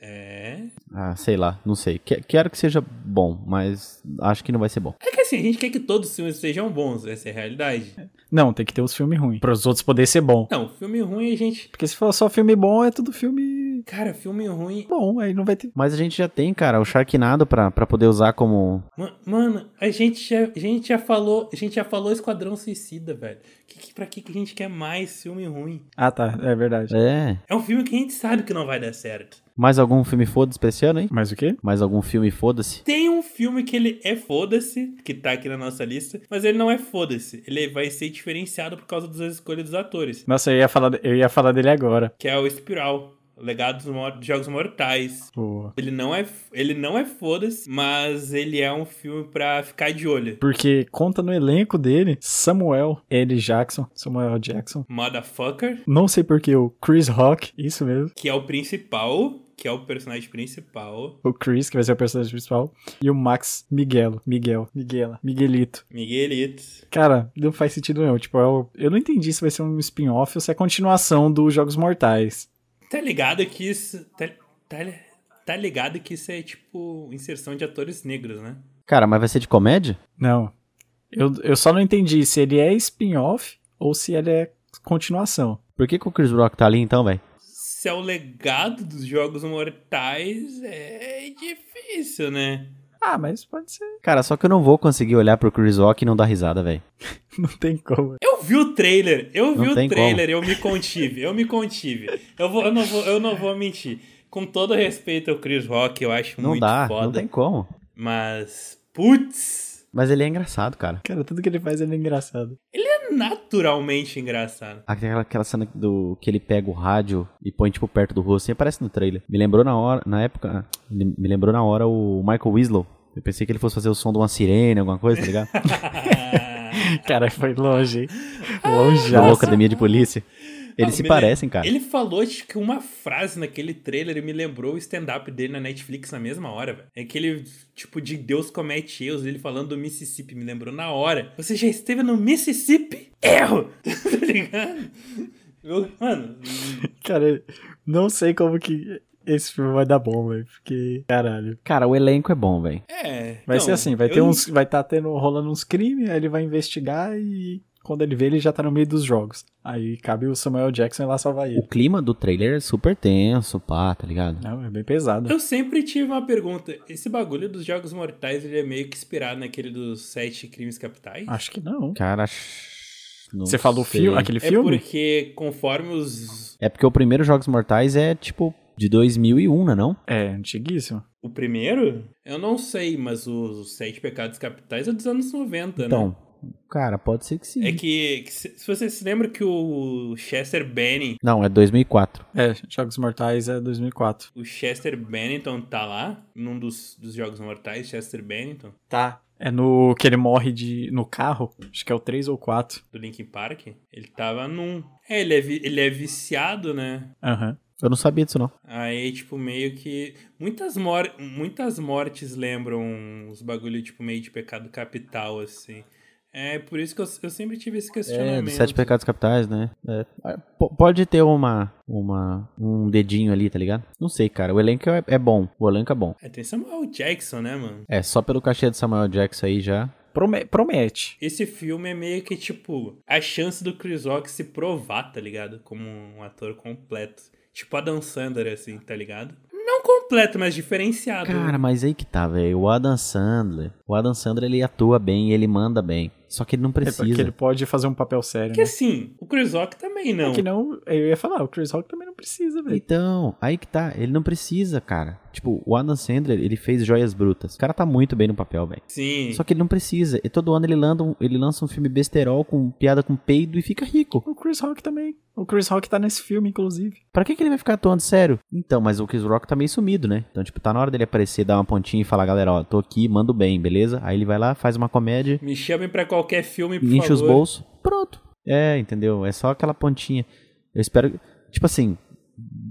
Speaker 3: É.
Speaker 1: Ah, sei lá, não sei. Que- Quero que seja bom, mas acho que não vai ser bom.
Speaker 3: É que assim, a gente quer que todos os filmes sejam bons, essa é a realidade.
Speaker 2: Não, tem que ter os filmes ruins. Para os outros poder ser bom.
Speaker 3: Não, filme ruim a gente.
Speaker 2: Porque se for só filme bom, é tudo filme
Speaker 3: Cara, filme ruim.
Speaker 2: bom, aí não vai ter.
Speaker 1: Mas a gente já tem, cara, o Sharknado pra, pra poder usar como.
Speaker 3: Ma- Mano, a gente já, a gente já falou. A gente já falou Esquadrão Suicida, velho. Que, que, pra que, que a gente quer mais filme ruim?
Speaker 2: Ah, tá, é verdade.
Speaker 1: É.
Speaker 3: É um filme que a gente sabe que não vai dar certo.
Speaker 1: Mais algum filme foda-se pra esse ano, hein?
Speaker 2: Mas o quê?
Speaker 1: Mais algum filme foda-se?
Speaker 3: Tem um filme que ele é foda-se, que tá aqui na nossa lista, mas ele não é foda-se. Ele vai ser diferenciado por causa das escolhas dos atores,
Speaker 2: Nossa, eu ia falar, eu ia falar dele agora.
Speaker 3: que é o Espiral, o Legado dos Mor- dos Jogos Mortais.
Speaker 2: Boa.
Speaker 3: Ele não é, ele não é foda-se, mas ele é um filme pra ficar de olho.
Speaker 2: Porque conta no elenco dele Samuel L. Jackson, Samuel Jackson.
Speaker 3: Motherfucker,
Speaker 2: Não sei porque o Chris Rock, isso mesmo.
Speaker 3: que é o principal, que é o personagem principal.
Speaker 2: O Chris, que vai ser o personagem principal. E o Max Miguelo. Miguel. Miguela. Miguelito.
Speaker 3: Miguelito.
Speaker 2: Cara, não faz sentido nenhum. Tipo, eu, eu não entendi se vai ser um spin-off ou se é continuação dos Jogos Mortais.
Speaker 3: Tá ligado que isso. Tá, tá, tá ligado que isso é tipo inserção de atores negros, né?
Speaker 1: Cara, mas vai ser de comédia?
Speaker 2: Não. Eu, eu só não entendi se ele é spin-off ou se ele é continuação.
Speaker 1: Por que, que o Chris Rock tá ali então, velho?
Speaker 3: se é o legado dos jogos mortais, é difícil, né?
Speaker 2: Ah, mas pode ser.
Speaker 1: Cara, só que eu não vou conseguir olhar pro Chris Rock e não dar risada, velho.
Speaker 2: Não tem como.
Speaker 3: Eu vi o trailer, eu vi
Speaker 1: Não
Speaker 3: o
Speaker 1: tem
Speaker 3: trailer, eu me contive, eu me contive. Eu, vou, eu, não vou, eu não vou mentir. Com todo respeito ao Chris Rock, eu acho
Speaker 1: Não
Speaker 3: muito
Speaker 1: dá,
Speaker 3: foda.
Speaker 1: não tem como.
Speaker 3: Mas, putz,
Speaker 1: Mas ele é engraçado, cara.
Speaker 2: Cara, tudo que ele faz ele é engraçado.
Speaker 3: é naturalmente engraçado.
Speaker 1: Aquela, aquela cena do que ele pega o rádio e põe, tipo, perto do rosto, assim, aparece no trailer. Me lembrou na hora, na época, me me lembrou na hora o Michael Winslow. Eu pensei que ele fosse fazer o som de uma sirene, alguma coisa, tá ligado?
Speaker 2: Cara, foi longe, hein? Longe.
Speaker 1: Da academia de polícia. Eles
Speaker 3: Não,
Speaker 1: se
Speaker 3: me
Speaker 1: parecem, cara.
Speaker 3: Ele falou acho que uma frase naquele trailer e me lembrou o stand-up dele na Netflix na mesma hora, velho. É Aquele tipo de Deus comete erros, ele falando do Mississippi, me lembrou na hora. Você já esteve no Mississippi? Erro! tá ligado? Eu- Mano,
Speaker 2: Cara, não sei como que esse filme vai dar bom, velho. Porque, caralho.
Speaker 1: Cara, o elenco é bom, velho.
Speaker 3: é.
Speaker 2: Vai
Speaker 3: não,
Speaker 2: ser assim, vai
Speaker 3: eu
Speaker 2: ter
Speaker 3: não-
Speaker 2: uns. Vai tá tendo, rolando uns crimes, aí ele vai investigar e quando ele vê, ele já tá no meio dos jogos. Aí cabe o Samuel Jackson ir lá salvar
Speaker 1: O
Speaker 2: ele.
Speaker 1: clima do trailer é super tenso, pá, tá ligado?
Speaker 2: Não, é bem pesado.
Speaker 3: Eu sempre tive uma pergunta. Esse bagulho dos Jogos Mortais, ele é meio que inspirado naquele dos Sete Crimes Capitais?
Speaker 2: Acho que não.
Speaker 1: Cara, sh- não
Speaker 2: Você falou
Speaker 1: sei.
Speaker 2: filme, aquele
Speaker 3: é
Speaker 2: filme?
Speaker 3: porque conforme os...
Speaker 1: É porque o primeiro Jogos Mortais é, tipo, de 2001, né, não?
Speaker 2: É, antiguíssimo.
Speaker 3: O primeiro? Eu não sei, mas os, os Sete Pecados Capitais é dos anos 90, né?
Speaker 1: Então, cara, pode ser que sim.
Speaker 3: É que, que se se você se lembra que o Chester Bennington,
Speaker 1: Não, é 2004.
Speaker 2: É, Jogos Mortais é 2004.
Speaker 3: o Chester Bennington tá lá, num dos, dos Jogos Mortais, Chester Bennington,
Speaker 2: Tá. É no que ele morre de no carro, acho que é o 3 ou 4.
Speaker 3: do Linkin Park, ele tava num... É, ele é, vi- ele é viciado, né?
Speaker 2: Aham.
Speaker 1: Eu não sabia disso, não.
Speaker 3: Aí, tipo, meio que. Muitas, mor muitas mortes lembram os bagulho, tipo, meio de pecado capital, assim. É por isso que eu, eu sempre tive esse
Speaker 1: É,
Speaker 3: questionamento.
Speaker 1: dos Sete Pecados Capitais, né? É. P- Pode ter uma, uma, um dedinho ali, tá ligado? Não sei, cara. O elenco é, é bom. O elenco é bom.
Speaker 3: É, tem Samuel Jackson, né, mano?
Speaker 1: É, só pelo cachê do Samuel Jackson aí já.
Speaker 2: Prome- promete.
Speaker 3: Esse filme é meio que, tipo, a chance do Chris Rock se provar, tá ligado? Como um ator completo. Tipo Adam Sandler, assim, tá ligado? Não completo, mas diferenciado. né?
Speaker 1: Cara, mas aí que tá, velho. O Adam Sandler. O Adam Sandler, ele atua bem, ele manda bem. Só que ele não
Speaker 2: É porque
Speaker 1: precisa.
Speaker 2: ele pode fazer um papel sério,
Speaker 3: Porque
Speaker 2: né?
Speaker 3: assim, o Chris Rock também não.
Speaker 2: Que não, eu ia falar, o Chris Rock também não precisa, velho.
Speaker 1: Então, aí que tá. Ele não precisa, cara. Tipo, o Adam Sandler, ele fez Joias Brutas. O cara tá muito bem no papel, velho.
Speaker 3: Sim.
Speaker 1: Só que ele não precisa. E todo ano ele, landa um- ele lança um filme besterol com piada com peido e fica rico.
Speaker 2: O Chris Rock também. O Chris Rock tá nesse filme, inclusive.
Speaker 1: Pra que, que ele vai ficar atuando sério? Então, mas o Chris Rock tá meio sumido, né? Então, tipo, tá na hora dele aparecer, dar uma pontinha e falar, galera, ó, tô aqui, mando bem, beleza? Aí ele vai lá, faz uma comédia,
Speaker 3: Me chamem pra qualquer filme, por
Speaker 1: enche os
Speaker 3: favor.
Speaker 1: bolsos, pronto. É, entendeu? É só aquela pontinha. Eu espero. Tipo assim,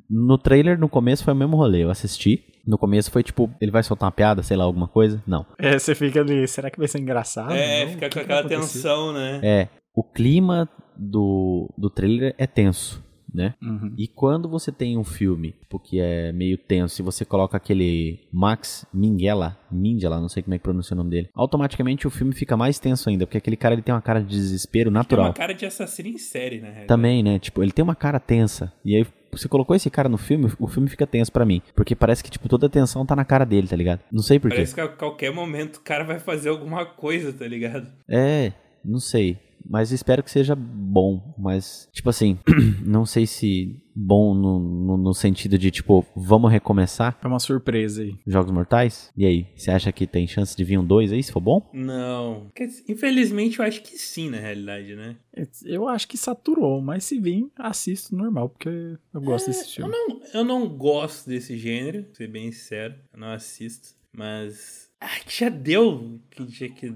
Speaker 1: no trailer, no começo foi o mesmo rolê. Eu assisti. No começo foi tipo, ele vai soltar uma piada, sei lá, alguma coisa? Não.
Speaker 2: É, você fica ali, será que vai ser engraçado?
Speaker 1: ah,
Speaker 3: É,
Speaker 2: Não,
Speaker 3: fica
Speaker 2: o que
Speaker 3: com
Speaker 2: que vai
Speaker 3: aquela
Speaker 2: acontecer?
Speaker 3: tensão, né?
Speaker 1: É, o clima do, do trailer é tenso, né?
Speaker 2: Uhum.
Speaker 1: E quando você tem um filme tipo, que é meio tenso e você coloca aquele Max Minghella, Minghella, não sei como é que pronuncia o nome dele, automaticamente o filme fica mais tenso ainda, porque aquele cara ele tem uma cara de desespero
Speaker 3: Tem uma
Speaker 1: natural.
Speaker 3: cara de assassino em série, na realidade.
Speaker 1: Também, né? Tipo, ele tem uma cara tensa. E aí você colocou esse cara no filme, o filme fica tenso pra mim, porque parece que tipo toda a tensão tá na cara dele, tá ligado? Não sei por quê.
Speaker 3: Parece que a qualquer momento o cara vai fazer alguma coisa, tá ligado?
Speaker 1: É, não sei. Mas espero que seja bom. Mas, tipo assim, não sei se bom no, no- no sentido de, tipo, vamos recomeçar.
Speaker 2: É uma surpresa aí.
Speaker 1: Jogos Mortais? E aí, você acha que tem chance de vir um 2 aí, se for bom?
Speaker 3: Não. Quer dizer, Infelizmente eu acho que sim, na realidade, né?
Speaker 2: É, Eu acho que saturou, mas se vir, assisto normal, porque eu gosto desse
Speaker 3: É, Eu
Speaker 2: filme.
Speaker 3: não, eu não gosto desse gênero, pra ser bem sincero. Eu não assisto. Mas. Ah, que já deu que tinha que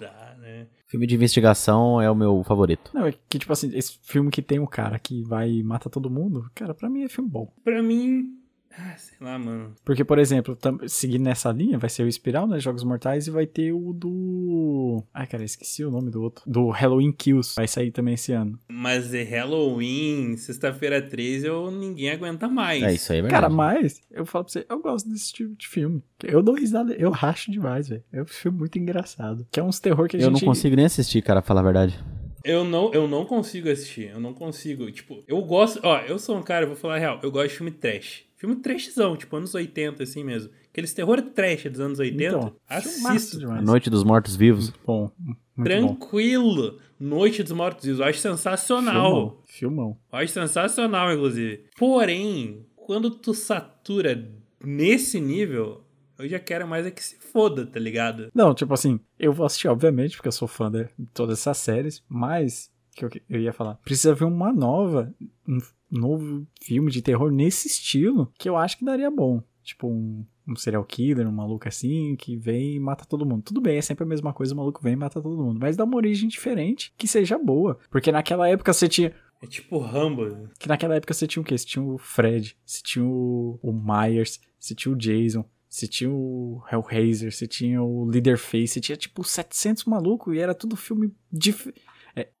Speaker 3: dar, né?
Speaker 1: Filme de investigação é o meu favorito.
Speaker 2: Não, é que, tipo assim, esse filme que tem um cara que vai e mata todo mundo, cara, pra mim é filme bom.
Speaker 3: Pra mim. Ah, sei lá, mano.
Speaker 2: Porque, por exemplo, tam- seguindo nessa linha, vai ser o Espiral, né? Jogos Mortais, e vai ter o do. Ai, cara, esqueci o nome do outro. Do Halloween Kills. Vai sair também esse ano.
Speaker 3: Mas é Halloween, sexta-feira 13, eu ninguém aguenta mais.
Speaker 1: É isso aí, é verdade.
Speaker 2: Cara, mas eu falo pra você, eu gosto desse tipo de filme. Eu dou risada, eu racho demais, velho. É um filme muito engraçado. Que é uns terror que a
Speaker 1: Eu não
Speaker 2: gente.
Speaker 1: consigo nem assistir, cara, pra falar a verdade.
Speaker 3: Eu não, eu não consigo assistir. Eu não consigo. Tipo, eu gosto. Ó, eu sou um cara, vou falar a real, eu gosto de filme trash. Filme trashzão, tipo, anos 80, assim mesmo. Aqueles terror trash dos anos 80.
Speaker 2: Então,
Speaker 3: assisto.
Speaker 1: A
Speaker 2: demais.
Speaker 1: Noite dos Mortos Vivos.
Speaker 2: Bom, muito bom.
Speaker 3: Tranquilo. Noite dos Mortos Vivos. Eu acho sensacional.
Speaker 2: Filmão, filmão.
Speaker 3: Eu acho sensacional, inclusive. Porém, quando tu satura nesse nível, eu já quero mais é que se foda, tá ligado?
Speaker 2: Não, tipo assim, eu vou assistir, obviamente, porque eu sou fã de todas essas séries, mas que eu, eu ia falar, precisa ver uma nova, um novo filme de terror nesse estilo, que eu acho que daria bom. Tipo um, um serial killer, um maluco assim, que vem e mata todo mundo. Tudo bem, é sempre a mesma coisa, o maluco vem e mata todo mundo. Mas dá uma origem diferente, que seja boa. Porque naquela época você tinha.
Speaker 3: É tipo Rambo.
Speaker 2: Que naquela época você tinha o quê? Você tinha o Fred, você tinha o, o Myers, você tinha o Jason, você tinha o Hellraiser, você tinha o Leaderface, você tinha tipo 700 maluco e era tudo filme dif...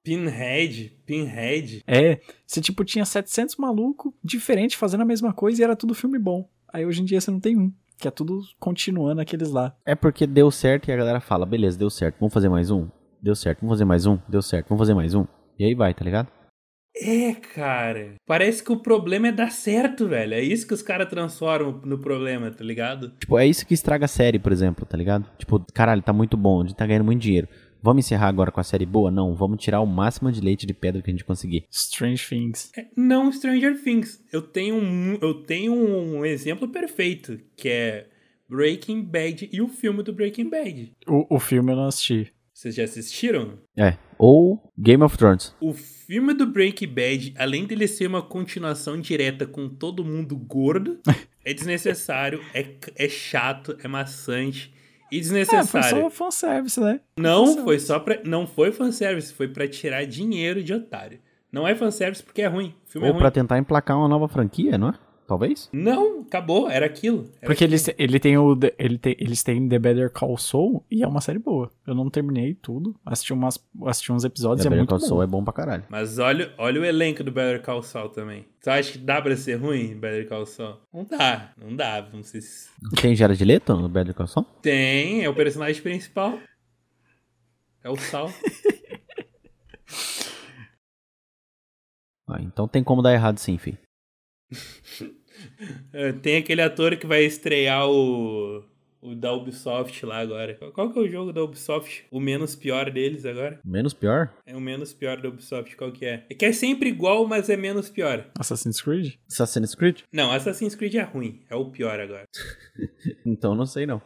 Speaker 3: Pinhead. Pinhead.
Speaker 2: É, você tipo tinha 700 maluco diferente fazendo a mesma coisa e era tudo filme bom. Aí hoje em dia você não tem um, que é tudo continuando aqueles lá.
Speaker 1: É porque deu certo e a galera fala, beleza, deu certo, vamos fazer mais um? Deu certo, vamos fazer mais um? Deu certo, vamos fazer mais um? E aí vai, tá ligado?
Speaker 3: É, cara. Parece que o problema é dar certo, velho. É isso que os caras transformam no problema, tá ligado?
Speaker 1: Tipo, é isso que estraga a série, por exemplo, tá ligado? Tipo, caralho, tá muito bom, a gente tá ganhando muito dinheiro. Vamos encerrar agora com a série boa? Não, vamos tirar o máximo de leite de pedra que a gente conseguir.
Speaker 2: Strange Things.
Speaker 3: É, não Stranger Things. Eu tenho um, eu tenho um exemplo perfeito, que é Breaking Bad e o filme do Breaking Bad.
Speaker 2: O, o filme eu não assisti.
Speaker 3: Vocês já assistiram?
Speaker 1: É. Ou Game of Thrones.
Speaker 3: O filme do Breaking Bad, além dele ser uma continuação direta com todo mundo gordo, é desnecessário, é, c- é chato, é maçante e
Speaker 2: É, foi
Speaker 3: desnecessário.
Speaker 2: só fanservice, né?
Speaker 3: Não
Speaker 2: fanservice.
Speaker 3: foi só pra. Não foi fanservice, foi pra tirar dinheiro de otário. Não é fanservice porque é ruim. O filme é
Speaker 1: Ou
Speaker 3: ruim.
Speaker 1: pra tentar emplacar uma nova franquia, não é? Talvez?
Speaker 3: Não, acabou, era aquilo. Era
Speaker 2: Porque
Speaker 3: aquilo.
Speaker 2: eles, ele tem o, The- ele tem, eles têm The Better Call Saul e é uma série boa. Eu não terminei tudo, assisti, umas, assisti uns episódios e é
Speaker 1: Better
Speaker 2: muito
Speaker 1: Call Saul
Speaker 2: bom.
Speaker 1: é bom pra caralho.
Speaker 3: Mas olha, olha o elenco do Better Call Saul também. Tu acha que dá pra ser ruim, Better Call Saul? Não dá, não dá. Vamos ser... sin-
Speaker 1: Tem Jared Leto no Better Call Saul?
Speaker 3: Tem, é o personagem principal. É o Saul.
Speaker 1: Ah, então tem como dar errado sim, fi.
Speaker 3: É, Tem aquele ator que vai estrear o. O da Ubisoft lá agora. Qual que é o jogo da Ubisoft? O menos pior deles agora?
Speaker 1: Menos pior?
Speaker 3: É o menos pior da Ubisoft, qual que é? É que é sempre igual, mas é menos pior.
Speaker 2: Assassin's Creed?
Speaker 1: Assassin's Creed?
Speaker 3: Não, Assassin's Creed é ruim. É o pior agora.
Speaker 1: Então não sei não.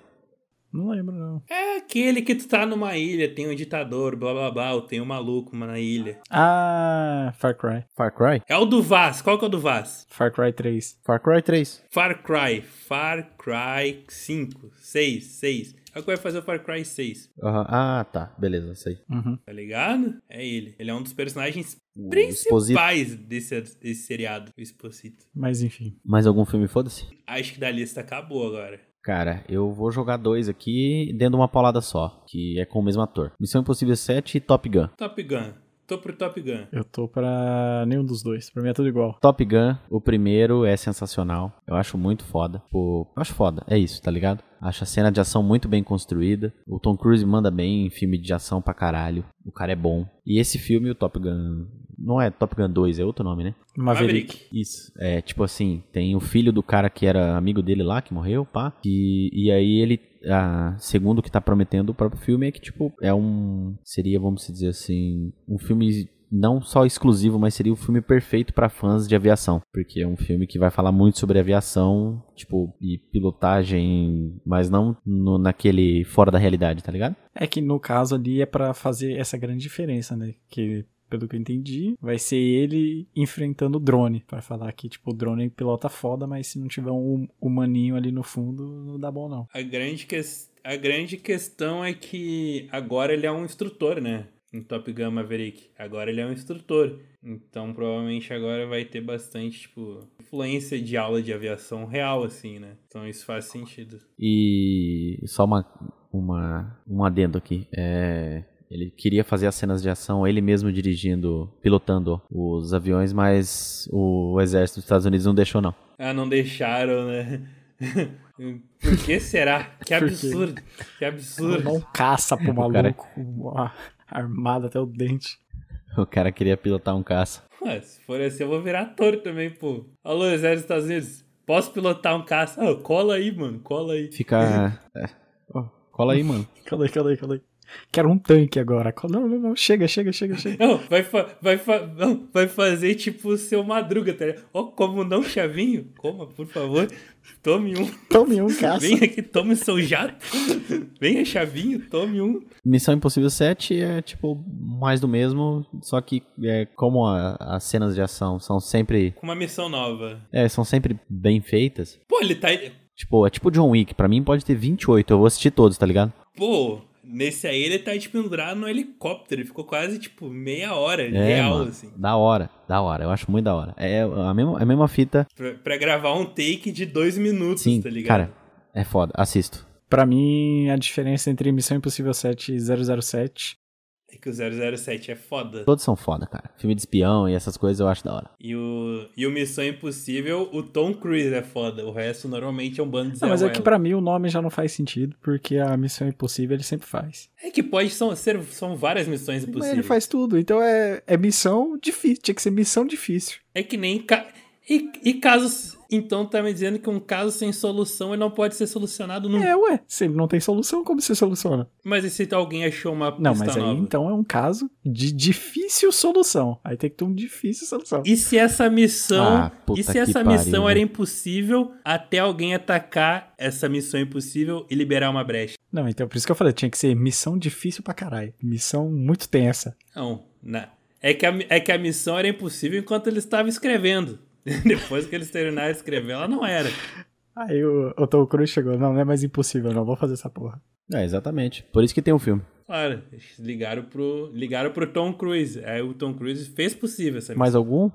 Speaker 2: Não lembro, não.
Speaker 3: É aquele que tu tá numa ilha, tem um ditador, blá blá blá, ou tem um maluco na ilha.
Speaker 2: Ah, Far Cry.
Speaker 1: Far Cry?
Speaker 3: É o do Vaz, qual que é o do Vaz?
Speaker 2: Far Cry 3.
Speaker 1: Far Cry 3.
Speaker 3: Far Cry, Far Cry 5, 6, 6. É o que vai fazer o Far Cry 6,
Speaker 1: Aham. Ah, tá. Beleza, sei.
Speaker 2: Uhum.
Speaker 3: tá ligado? É ele. Ele é um dos personagens
Speaker 1: O Exposito.
Speaker 3: principais desse, desse seriado, o Exposito.
Speaker 2: Mas enfim.
Speaker 1: Mais algum filme, foda-se?
Speaker 3: Acho que da lista acabou agora.
Speaker 1: Cara, eu vou jogar dois aqui dentro de uma paulada só, que é com o mesmo ator. Missão Impossível 7 e Top Gun.
Speaker 3: Top Gun. Tô pro Top Gun.
Speaker 2: Eu tô pra nenhum dos dois. Pra mim é tudo igual.
Speaker 1: Top Gun, o primeiro é sensacional. Eu acho muito foda. Pô, eu acho foda, é isso, tá ligado? Acho a cena de ação muito bem construída. O Tom Cruise manda bem em filme de ação pra caralho. O cara é bom. E esse filme, o Top Gun. Não é Top Gun 2, é outro nome, né?
Speaker 2: Maverick.
Speaker 1: Isso. É, tipo assim, tem o filho do cara que era amigo dele lá, que morreu, pá. E, e aí ele, ah, segundo o que tá prometendo o próprio filme, é que, tipo, é um. Seria, vamos dizer assim, um filme. Não só exclusivo, mas seria o filme perfeito pra fãs de aviação. Porque é um filme que vai falar muito sobre aviação, tipo, e pilotagem, mas não no- naquele fora da realidade, tá ligado?
Speaker 2: É que no caso ali é pra fazer essa grande diferença, né? Que, pelo que eu entendi, vai ser ele enfrentando o drone. Pra falar que, tipo, o drone pilota foda, mas se não tiver um humaninho ali no fundo, não dá bom, não.
Speaker 3: A grande, ques- a grande questão é que agora ele é um instrutor, né? Em Top Gun Maverick. Agora ele é um instrutor. Então provavelmente agora vai ter bastante, tipo, influência de aula de aviação real, assim, né? Então isso faz sentido.
Speaker 1: E só uma, uma, um adendo aqui. É, ele queria fazer as cenas de ação ele mesmo dirigindo, pilotando os aviões, mas o exército dos Estados Unidos não deixou, não.
Speaker 3: Ah, não deixaram, né? Por que será? Que
Speaker 2: Por quê?
Speaker 3: absurdo! Que absurdo! é
Speaker 2: Não caça pro
Speaker 1: O cara-
Speaker 2: maluco, uma armada até o dente.
Speaker 1: O cara queria pilotar um caça.
Speaker 3: Ah, se for assim, eu vou virar ator também, pô. Alô, Exército dos Estados Unidos, posso pilotar um caça? Ah, cola aí, mano, cola aí.
Speaker 1: Fica. é. Ó, cola aí, mano.
Speaker 2: Calma aí, calma aí, calma aí. Quero um tanque agora. Cal- Não, não, não. Chega, chega, chega, chega.
Speaker 3: Não, vai, fa- vai, fa- não, vai fazer tipo o seu madruga, tá ligado? Ó, como não, Chavinho? Coma, por favor. Tome um.
Speaker 2: Tome um caça.
Speaker 3: Vem aqui, tome seu jato. Venha, Chavinho, tome um.
Speaker 1: Missão Impossível 7 é tipo mais do mesmo, só que é, como a- as cenas de ação são sempre.
Speaker 3: Com uma missão nova.
Speaker 1: É, são sempre bem feitas.
Speaker 3: Pô, ele tá.
Speaker 1: Tipo, é tipo John Wick. Pra mim pode ter 28, eu vou assistir todos, tá ligado?
Speaker 3: Pô, nesse aí ele tá tipo, pendurado no helicóptero. Ele ficou quase, tipo, meia hora
Speaker 1: É,
Speaker 3: real,
Speaker 1: mano.
Speaker 3: assim.
Speaker 1: Da hora, da hora. Eu acho muito da hora. É a mesma, a mesma fita.
Speaker 3: Pra, pra gravar um take de dois minutos,
Speaker 1: Sim,
Speaker 3: tá ligado?
Speaker 1: cara, é foda. Assisto.
Speaker 2: Pra mim, a diferença entre Missão Impossível 7 e 007
Speaker 3: É que o 007 é foda.
Speaker 1: Todos são foda, cara. Filme de espião e essas coisas eu acho da hora.
Speaker 3: E o, e o Missão Impossível, o Tom Cruise é foda. O resto normalmente é um bando de Zé
Speaker 2: Não, mas é
Speaker 3: Ruela.
Speaker 2: que pra mim o nome já não faz sentido, porque a Missão Impossível ele sempre faz.
Speaker 3: É que pode são, ser, são várias missões
Speaker 2: Mas ele
Speaker 3: impossíveis.
Speaker 2: faz tudo, então é, é missão difícil, tinha que ser missão difícil.
Speaker 3: É que nem. Ca... E, e casos. Então tá me dizendo que um caso sem solução ele não pode ser solucionado nunca.
Speaker 2: É, ué, se ele não tem solução, como se soluciona?
Speaker 3: Mas e se alguém achou uma pista
Speaker 2: Não, mas aí
Speaker 3: nova?
Speaker 2: então é um caso de difícil solução. Aí tem que ter um difícil solução.
Speaker 3: E se essa missão.
Speaker 1: Ah, puta
Speaker 3: Então, e se
Speaker 1: que
Speaker 3: essa
Speaker 1: pariu,
Speaker 3: missão
Speaker 1: né?
Speaker 3: era impossível até alguém atacar essa missão impossível e liberar uma brecha?
Speaker 2: Não, então por isso que eu falei, tinha que ser missão difícil pra caralho. Missão muito tensa.
Speaker 3: Não, na- É que, a, mi- é que a missão era impossível enquanto ele estava escrevendo. Depois que eles terminaram de escrever, ela não era.
Speaker 2: Aí o, o Tom Cruise chegou, não, não é mais impossível, não, vou fazer essa porra.
Speaker 1: É, exatamente. Por isso que tem um filme.
Speaker 3: Claro, eles ligaram pro, ligaram pro Tom Cruise. Aí o Tom Cruise fez possível essa
Speaker 1: Mais algum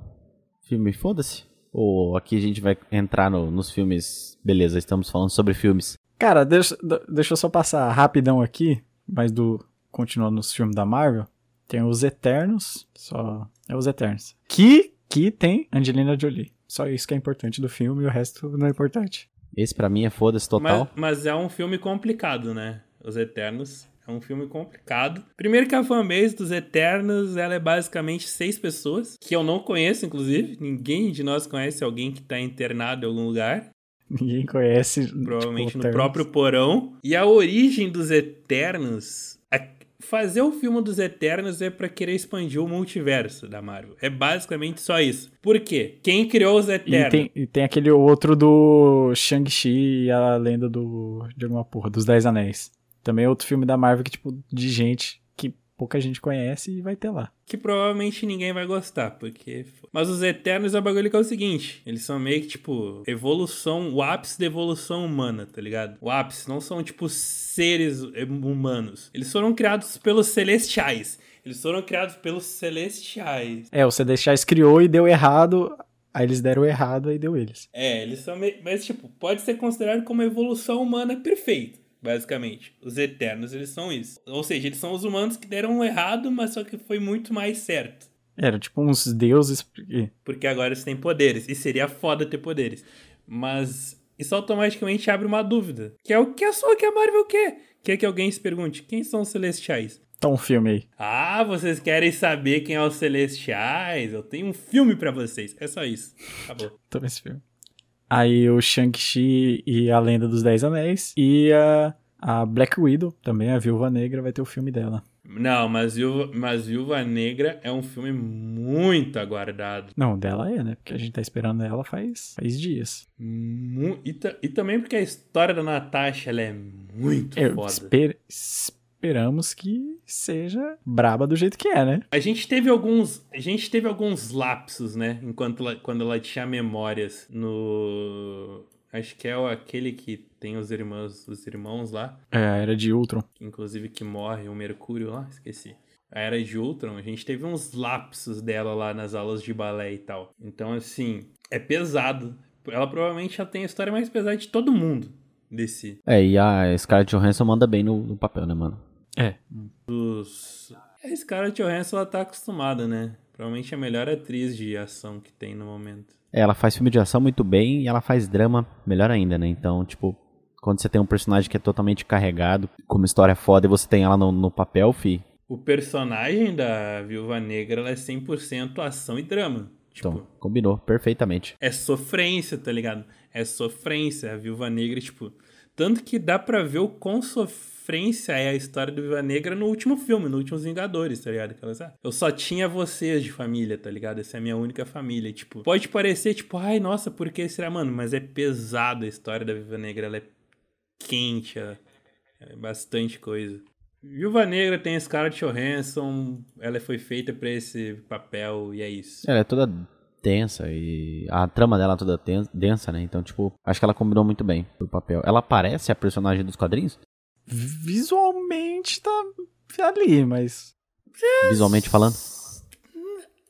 Speaker 1: filme? Foda-se. Ou aqui a gente vai entrar no- nos filmes. Beleza, estamos falando sobre filmes.
Speaker 2: Cara, deixa, de- deixa eu só passar rapidão aqui, mas do continuando nos filmes da Marvel, tem os Eternos, só é os Eternos. Que que tem Angelina Jolie. Só isso que é importante do filme, o resto não é importante.
Speaker 1: Esse pra mim é foda-se total.
Speaker 3: Mas, mas é um filme complicado, né? Os Eternos é um filme complicado. Primeiro que a fanbase dos Eternos, ela é basicamente seis pessoas, que eu não conheço, inclusive. Ninguém de nós conhece alguém que tá internado em algum lugar.
Speaker 2: Ninguém conhece.
Speaker 3: Provavelmente
Speaker 2: tipo,
Speaker 3: no
Speaker 2: Eternos.
Speaker 3: próprio porão. E a origem dos Eternos... a- Fazer o filme dos Eternos é pra querer expandir o multiverso da Marvel. É basicamente só isso. Por quê? Quem criou os
Speaker 2: E
Speaker 3: Eternos?
Speaker 2: tem, e tem aquele outro do Shang-Chi e a lenda do. de alguma porra, dos Dez Anéis. Também é outro filme da Marvel que, tipo, de gente que pouca gente conhece e vai ter lá.
Speaker 3: que provavelmente ninguém vai gostar, porque. Mas os Eternos é o bagulho que é o seguinte: eles são meio que tipo evolução, o ápice da evolução humana, tá ligado? O ápice, não são tipo seres humanos. Eles foram criados pelos celestiais. Eles foram criados pelos celestiais.
Speaker 2: É, o Celestiais criou e deu errado, aí eles deram errado, aí deu eles.
Speaker 3: É, eles são meio. Mas, tipo, pode ser considerado como a evolução humana perfeita. Basicamente, os eternos, eles são isso. Ou seja, eles são os humanos que deram um errado, mas só que foi muito mais certo.
Speaker 2: Era tipo uns deuses. porque-
Speaker 3: Porque agora eles têm poderes. E seria foda ter poderes. Mas isso automaticamente abre uma dúvida. Que é o que é só que a Marvel quer. Quer que alguém se pergunte, quem são os Celestiais?
Speaker 2: Tá um filme aí.
Speaker 3: Ah, vocês querem saber quem é os Celestiais? Eu tenho um filme pra vocês. É só isso. Acabou.
Speaker 2: Toma esse tá filme. Aí o Shang-Chi e a Lenda dos Dez Anéis. E a, a Black Widow, também a Viúva Negra, vai ter o filme dela.
Speaker 3: Não, mas Viúva, mas Viúva Negra é um filme muito aguardado.
Speaker 2: Não, dela é, né? Porque a gente tá esperando ela faz, faz dias.
Speaker 3: Mu- e, ta- e também porque a história da Natasha ela é muito
Speaker 2: Eu
Speaker 3: foda.
Speaker 2: esper- esperamos que seja braba do jeito que é, né?
Speaker 3: A gente teve alguns, a gente teve alguns lapsos, né? Enquanto ela, quando ela tinha memórias no acho que é o- aquele que tem os irmãos, os irmãos lá,
Speaker 2: É, a Era de Ultron.
Speaker 3: inclusive que morre o Mercúrio lá, esqueci. A era de Ultron, a gente teve uns lapsos dela lá nas aulas de balé e tal. Então assim, é pesado. Ela provavelmente já tem a história mais pesada de todo mundo desse
Speaker 1: É, e a Scarlett Johansson manda bem no, no papel, né, mano?
Speaker 2: É.
Speaker 3: dos esse cara de Johansson ela tá acostumada, né? Provavelmente a melhor atriz de ação que tem no momento.
Speaker 1: É, ela faz filme de ação muito bem e ela faz drama melhor ainda, né? Então, tipo, quando você tem um personagem que é totalmente carregado, com uma história foda e você tem ela no, no papel, fi,
Speaker 3: o personagem da Viúva Negra ela é 100% ação e drama. Tipo,
Speaker 1: Então, combinou perfeitamente.
Speaker 3: é sofrência, tá ligado? É sofrência. A Viúva Negra, tipo. Tanto que dá pra ver o quão sofrência é a história da Viúva Negra no último filme, no último Vingadores, tá ligado? Que elas, ah, eu só tinha vocês de família, tá ligado? Essa é a minha única família. Tipo, pode parecer, tipo, ai, nossa, por que será, mano? Mas é pesada a história da Viúva Negra, ela é quente, ela é bastante coisa. Viúva Negra tem Scarlett Johansson, ela foi feita pra esse papel e é isso.
Speaker 1: Ela é toda densa e a trama dela é toda ten- densa, né? Então, tipo, acho que ela combinou muito bem pro papel. Ela parece a personagem dos quadrinhos?
Speaker 2: Visualmente tá ali, mas.
Speaker 1: Visualmente falando?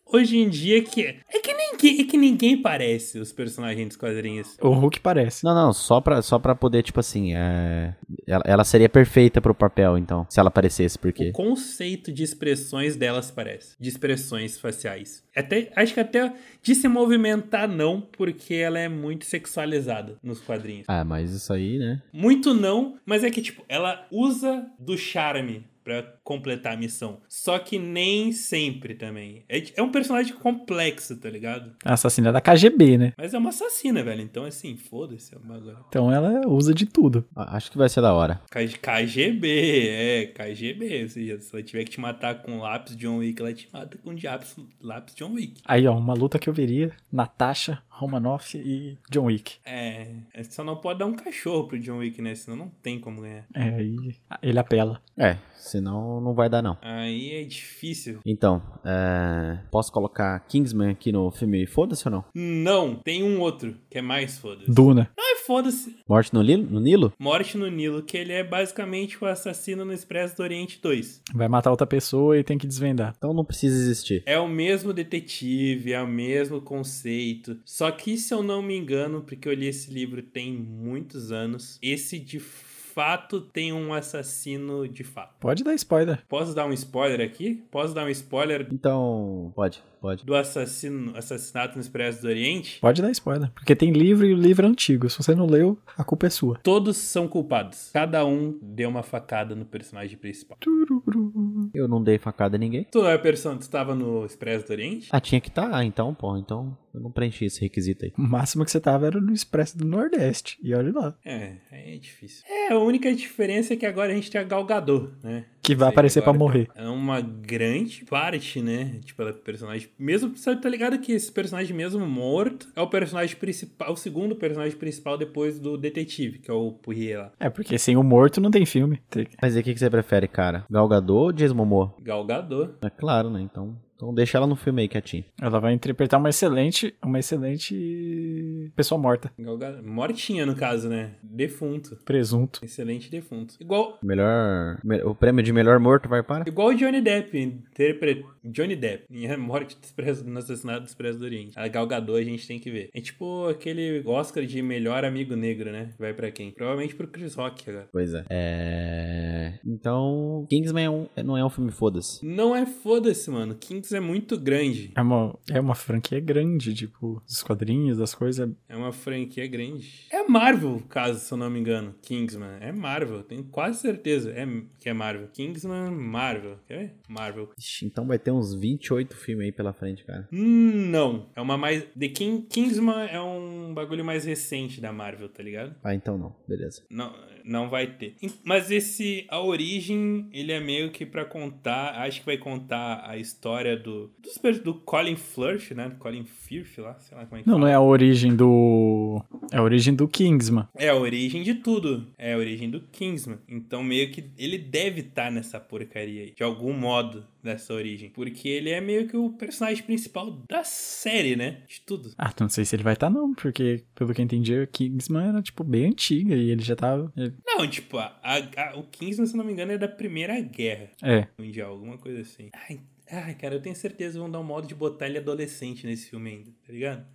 Speaker 3: Hoje em dia que é que ninguém, é que ninguém parece os personagens dos quadrinhos.
Speaker 2: O Hulk parece.
Speaker 1: Não, não, só pra, só pra poder, tipo assim, é... ela, ela seria perfeita pro papel, então, se ela aparecesse, porque...
Speaker 3: O conceito de expressões delas parece, de expressões faciais. Até acho que até de se movimentar não, porque ela é muito sexualizada nos quadrinhos.
Speaker 1: Ah, mas isso aí, né?
Speaker 3: Muito não, mas é que tipo, ela usa do charme pra completar a missão. Só que nem sempre também. É, é um personagem complexo, tá ligado?
Speaker 2: A assassina é da KGB, né?
Speaker 3: Mas é uma assassina, velho. Então assim, foda-se, é um bagulho.
Speaker 2: Então ela usa de tudo.
Speaker 1: A- Acho que vai ser da hora.
Speaker 3: K- KGB, é, KGB. Ou seja, se ela tiver que te matar com lápis John Wick, ela te mata com lápis, lápis John Wick.
Speaker 2: Aí, ó, uma luta que eu veria: Natasha, Romanoff e John Wick.
Speaker 3: É, é, só não pode dar um cachorro pro John Wick, né? Senão não tem como ganhar.
Speaker 2: É, aí ele apela.
Speaker 1: É, senão não vai dar, não.
Speaker 3: Aí é difícil.
Speaker 1: Então, é... posso colocar Kingsman aqui no filme Foda-se ou não?
Speaker 3: Não, tem um outro que é mais foda-se.
Speaker 2: Duna.
Speaker 3: Não é foda-se.
Speaker 1: Morte no, Lilo- no Nilo?
Speaker 3: Morte no Nilo, que ele é basicamente o assassino no Expresso do Oriente 2.
Speaker 2: Vai matar outra pessoa e tem que desvendar.
Speaker 1: Então não precisa existir.
Speaker 3: É o mesmo detetive, é o mesmo conceito. Só que, se eu não me engano, porque eu li esse livro tem muitos anos, esse de fato tem um assassino de fato.
Speaker 2: Pode dar spoiler.
Speaker 3: Posso dar um spoiler aqui? Posso dar um spoiler
Speaker 1: Então, pode, pode.
Speaker 3: do assassino, assassinato no Expresso do Oriente?
Speaker 2: Pode dar spoiler. Porque tem livro e o livro é antigo. Se você não leu, a culpa é sua.
Speaker 3: Todos são culpados. Cada um deu uma facada no personagem principal.
Speaker 2: Tururu.
Speaker 1: Eu não dei facada a ninguém.
Speaker 3: Tu não é personagem, tu estava no Expresso do Oriente?
Speaker 1: Ah, tinha que estar, tá, então, pô. Então, eu não preenchi esse requisito aí.
Speaker 2: O máximo que você tava era no Expresso do Nordeste. E olha lá.
Speaker 3: É, aí é difícil. É, a única diferença é que agora a gente tem a Galgador, né?
Speaker 2: Que vai
Speaker 3: Sei,
Speaker 2: aparecer pra
Speaker 3: agora-
Speaker 2: morrer.
Speaker 3: é uma grande parte, né? Tipo, ela é personagem. Mesmo, sabe, tá ligado que esse personagem, mesmo morto, é o personagem principal, o segundo personagem principal depois do detetive, que é o Poirier lá.
Speaker 2: É, porque sem o morto não tem filme. Tem-
Speaker 1: Mas e o que, que você prefere, cara? Galgador ou Jason Momoa?
Speaker 3: Galgador.
Speaker 1: É claro, né? Então, então deixa ela no filme aí quietinho.
Speaker 2: Ela vai interpretar uma excelente. Uma excelente. Pessoa morta.
Speaker 3: Galgador. Mortinha, no caso, né? Defunto.
Speaker 2: Presunto.
Speaker 3: Excelente defunto. Igual.
Speaker 1: Melhor. me- O prêmio de melhor morto vai para?
Speaker 3: Igual o Johnny Depp, interpre... Johnny Depp, em A Morte do Expresso- no Assassinato do Expresso do Oriente. A Galgador a gente tem que ver. É tipo aquele Oscar de melhor amigo negro, né? Vai pra quem? Provavelmente pro Chris Rock agora.
Speaker 1: Pois é. É. Então, Kingsman é um- não é um filme foda-se.
Speaker 3: Não é foda-se, mano. Kings é muito grande.
Speaker 2: É uma, é uma franquia grande, tipo, dos quadrinhos, das coisas.
Speaker 3: É uma franquia grande. É Marvel, caso se eu não me engano. Kingsman. É Marvel. Tenho quase certeza é, que é Marvel. Kingsman, Marvel. Quer ver? Marvel.
Speaker 1: Ixi, então vai ter uns 28 filmes aí pela frente, cara.
Speaker 3: Hum, Não. É uma mais. The King... Kingsman é um bagulho mais recente da Marvel, tá ligado?
Speaker 1: Ah, então não. Beleza.
Speaker 3: Não, não vai ter. Mas esse, a origem, ele é meio que pra contar, acho que vai contar a história do dos pers- do Colin Firth, né? Colin Firth lá, sei lá como é que
Speaker 2: Não,
Speaker 3: fala.
Speaker 2: não é a origem do. É a origem do Kingsman.
Speaker 3: É a origem de tudo. É a origem do Kingsman. Então, meio que ele deve estar nessa porcaria aí. De algum modo, dessa origem. Porque ele é meio que o personagem principal da série, né? De tudo.
Speaker 2: Ah, não sei se ele vai estar, não, porque, pelo que eu entendi, o Kingsman era, tipo, bem antiga e ele já tava.
Speaker 3: Não, tipo, a- a- a- o Kingsman, se não me engano, é da Primeira Guerra
Speaker 2: É.
Speaker 3: Mundial, alguma coisa assim. Ai, ai, cara, eu tenho certeza que vão dar um modo de botar ele adolescente nesse filme ainda, tá ligado?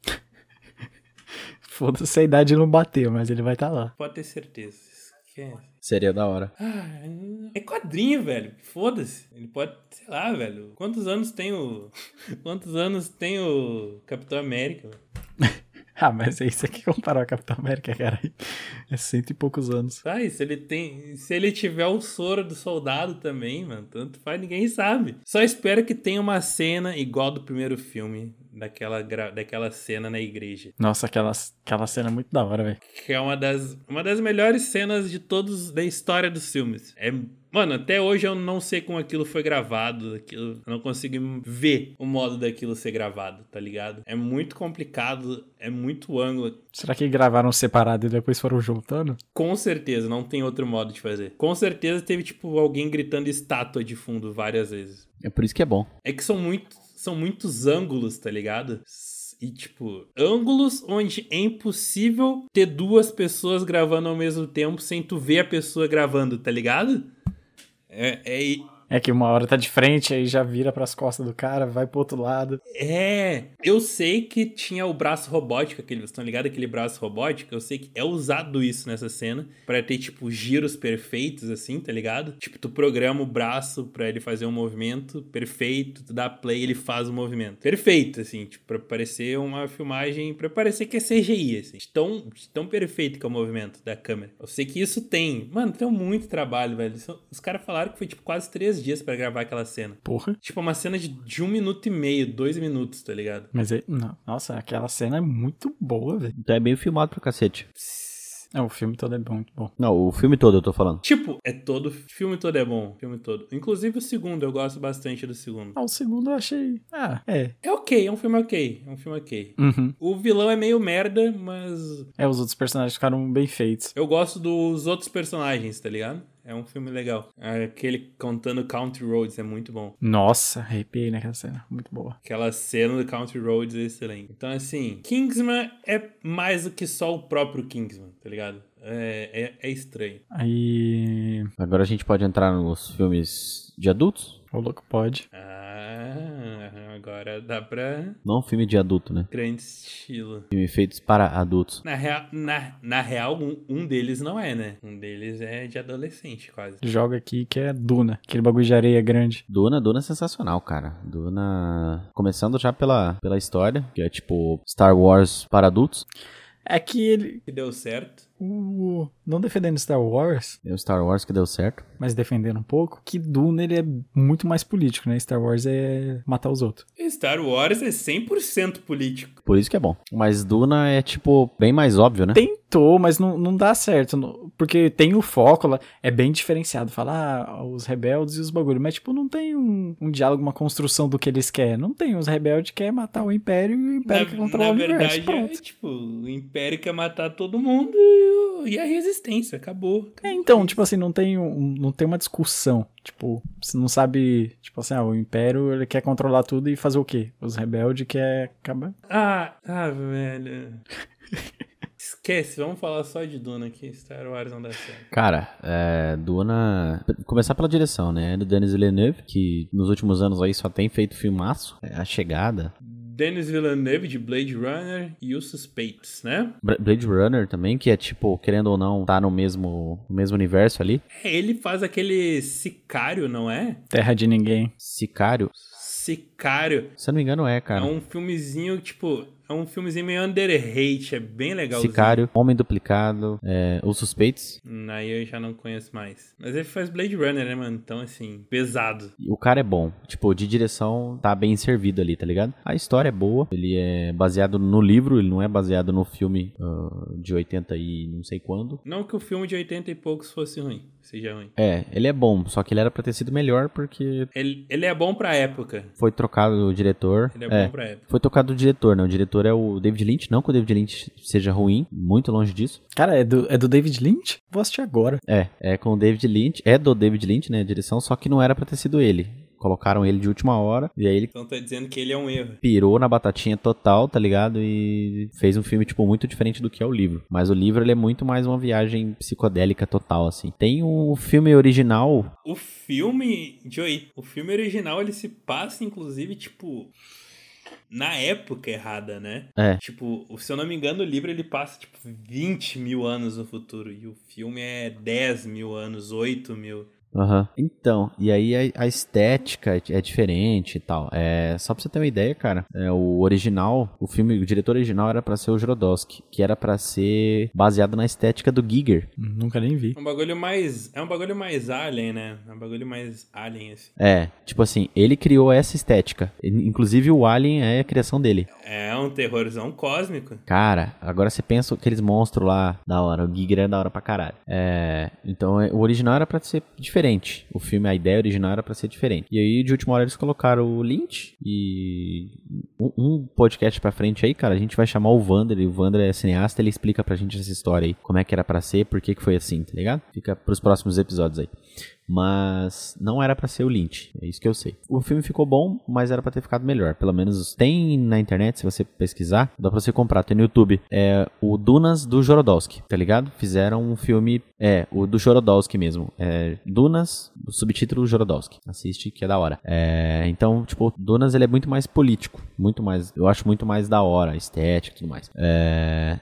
Speaker 2: Foda-se a idade não bateu, mas ele vai estar lá.
Speaker 3: Pode ter certeza. Esquece.
Speaker 1: Seria da hora.
Speaker 3: Ah, é quadrinho, velho. Foda-se. Ele pode, sei lá, velho. Quantos anos tem o. Quantos anos tem o Capitão América? velho?
Speaker 2: Ah, mas é isso aqui comparar o Capitão América, cara. É cento e poucos anos.
Speaker 3: Tá, e se ele tem. Se ele tiver o soro do soldado também, mano, tanto faz, ninguém sabe. Só espero que tenha uma cena igual do primeiro filme, daquela, gra- daquela cena na igreja.
Speaker 2: Nossa, aquela, aquela cena é muito da hora, velho.
Speaker 3: que é uma das, uma das melhores cenas de todos da história dos filmes. É, mano, até hoje eu não sei como aquilo foi gravado, aquilo, eu não consigo ver o modo daquilo ser gravado, tá ligado? É muito complicado, é muito ângulo.
Speaker 2: Será que gravaram separado e depois foram juntando?
Speaker 3: Com certeza, não tem outro modo de fazer. Com certeza teve, tipo, alguém gritando estátua de fundo várias vezes.
Speaker 1: É por isso que é bom.
Speaker 3: É que são, muito, são muitos ângulos, tá ligado? E, tipo, ângulos onde é impossível ter duas pessoas gravando ao mesmo tempo sem tu ver a pessoa gravando, tá ligado? É, é,
Speaker 2: É que uma hora tá de frente, aí já vira pras costas do cara, vai pro outro lado.
Speaker 3: é. Eu sei que tinha o braço robótico, aquele, vocês estão ligados? Aquele braço robótico, eu sei que é usado isso nessa cena pra ter, tipo, giros perfeitos, assim, tá ligado? Tipo, tu programa o braço pra ele fazer um movimento perfeito, tu dá play, ele faz o movimento. Perfeito, assim, tipo, pra parecer uma filmagem, pra parecer que é CGI, assim. De Tão, de tão perfeito que é o movimento da câmera. Eu sei que isso tem. Mano, tem muito trabalho, velho. Isso- Os caras falaram que foi, tipo, quase três dias pra gravar aquela cena.
Speaker 2: Porra.
Speaker 3: Tipo, uma cena de, de um minuto e meio, dois minutos, tá ligado?
Speaker 2: Mas aí, não. Nossa, aquela cena é muito boa, velho.
Speaker 1: Então é bem filmado pra cacete.
Speaker 2: É, o filme todo é bom, muito bom.
Speaker 1: Não, o filme todo eu tô falando.
Speaker 3: Tipo, é todo. Filme todo é bom. Filme todo. Inclusive o segundo, eu gosto bastante do segundo.
Speaker 2: Ah, o segundo eu achei. Ah, é.
Speaker 3: É ok, é um filme ok. É um filme ok.
Speaker 2: Uhum.
Speaker 3: O vilão é meio merda, mas
Speaker 2: É, os outros personagens ficaram bem feitos.
Speaker 3: eu gosto dos outros personagens, tá ligado? É um filme legal. Aquele contando Country Roads é muito bom.
Speaker 2: Nossa, arrepiei naquela cena. Muito boa.
Speaker 3: Aquela cena do Country Roads é excelente. Então, assim, Kingsman é mais do que só o próprio Kingsman, tá ligado? É, é, é estranho.
Speaker 2: Aí.
Speaker 1: Agora a gente pode entrar nos filmes de adultos?
Speaker 2: O louco pode.
Speaker 3: Ah, agora dá pra.
Speaker 1: Não filme de adulto, né?
Speaker 3: Grande estilo.
Speaker 1: Filme feitos para adultos.
Speaker 3: Na real, na, na real um, um deles não é, né? Um deles é de adolescente, quase.
Speaker 2: Joga aqui que é Duna. Aquele bagulho de areia grande.
Speaker 1: Duna, Duna é sensacional, cara. Duna. Começando já pela, pela história, que é tipo Star Wars para adultos.
Speaker 2: É que ele.
Speaker 3: Que deu certo.
Speaker 2: o- não defendendo Star Wars,
Speaker 1: É o Star Wars que deu certo.
Speaker 2: mas defendendo um pouco, que Duna ele é muito mais político, né? Star Wars é matar os outros.
Speaker 3: Star Wars é 100% político.
Speaker 1: Por isso que é bom. Mas Duna é, tipo, bem mais óbvio, né?
Speaker 2: Tentou, mas não, não dá certo. não- Porque tem o foco lá, é bem diferenciado. Falar ah, os rebeldes e os bagulho. Mas, tipo, não tem um, um diálogo, uma construção do que eles querem. Não tem. Os rebeldes querem matar o Império e o Império quer controlar o universo.
Speaker 3: é
Speaker 2: Pronto.
Speaker 3: tipo, o Império quer matar todo mundo e, o- e a resistência. Acabou.
Speaker 2: É, então, tipo assim, não tem, um, não tem uma discussão. Tipo, você não sabe, tipo assim, ah, o Império ele quer controlar tudo e fazer o quê? Os rebeldes quer acabar.
Speaker 3: Ah, ah, velho. Esquece, vamos falar só de Duna aqui. Star Wars não dá certo.
Speaker 1: Cara, é, Duna. Começar pela direção, né? Do Denis Villeneuve, que nos últimos anos aí só tem feito filmaço. É, a chegada.
Speaker 3: Denis Villeneuve de Blade Runner e os Suspeitos, né?
Speaker 1: Bra- Blade Runner também, que é tipo, querendo ou não, tá no mesmo, no mesmo universo ali.
Speaker 3: É, Ele faz aquele sicário, não é?
Speaker 2: Terra de ninguém.
Speaker 1: Sicário.
Speaker 3: Sicário.
Speaker 1: Se eu não me engano, é,
Speaker 3: É
Speaker 1: cara.
Speaker 3: um filmezinho, tipo, é um filmezinho meio underrate, é bem legal.
Speaker 1: Sicário, Homem Duplicado, é, Os Suspeitos.
Speaker 3: Hum, Aí eu já não conheço mais. Mas ele faz Blade Runner, né, mano? Então, assim, pesado.
Speaker 1: E O cara é bom. Tipo, de direção tá bem servido ali, tá ligado? A história é boa. Ele é baseado no livro, ele não é baseado no filme ah, de 80 e não sei quando.
Speaker 3: Não que o filme de 80 e poucos fosse ruim, seja ruim.
Speaker 1: É, ele é bom, só que ele era pra ter sido melhor porque
Speaker 3: Ele, ele é bom pra época.
Speaker 1: foi trocado o diretor.
Speaker 3: Ele é,
Speaker 1: É,
Speaker 3: bom pra época.
Speaker 1: foi trocado o diretor, né? O diretor é o David Lynch. Não que o David Lynch seja ruim, muito longe disso.
Speaker 2: Cara, é do, é do David Lynch? Vou assistir agora.
Speaker 1: É, é com o David Lynch, é do David Lynch, né? A direção, só que não era pra ter sido ele. Colocaram ele de última hora e aí ele
Speaker 3: Então tá dizendo que ele é um erro.
Speaker 1: pirou na batatinha total, tá ligado? E fez um filme, tipo, muito diferente do que é o livro. Mas o livro, ele é muito mais uma viagem psicodélica total, assim. Tem um filme original,
Speaker 3: O filme de oi- o filme original ele se passa inclusive tipo na época errada, né?
Speaker 1: É.
Speaker 3: Tipo, o- se eu não me engano, o livro ele passa tipo 20 mil anos no futuro e o filme é 10 mil anos, 8 mil.
Speaker 1: Aham. Então, e aí a, a estética é diferente e tal. É, só pra você ter uma ideia, cara, é, o original, o filme, o diretor original era pra ser o Jodorowsky, que era pra ser baseado na estética do Giger.
Speaker 2: Nunca nem vi.
Speaker 3: É um bagulho mais. É um bagulho mais alien, né? É um bagulho mais alien, assim.
Speaker 1: É, tipo assim, ele criou essa estética. Ele- Inclusive o Alien é a criação dele.
Speaker 3: É um terrorzão cósmico.
Speaker 1: Cara, agora você pensa aqueles monstros lá, da hora, o Giger é da hora pra caralho. É, então é, o original era pra ser diferente. O filme, a ideia original era pra ser diferente. E aí, de última hora, eles colocaram o Lynch e um, um podcast pra frente aí, cara, a gente vai chamar o Vander, e o Vander é cineasta, ele explica pra gente essa história aí, como é que era pra ser, por que que foi assim, tá ligado? Fica pros próximos episódios aí. Mas não era pra ser o Lynch, é isso que eu sei. O filme ficou bom, mas era pra ter ficado melhor. Pelo menos tem na internet, se você pesquisar, dá pra você comprar, tem no YouTube. É o Dunas do Jorodowski, tá ligado? Fizeram um filme, é, o do Jorodowski mesmo. É Dunas, o subtítulo Jorodowski. Assiste que é da hora. É, então, tipo, Dunas ele é muito mais político, muito mais, eu acho muito mais da hora, a estética e tudo mais. É,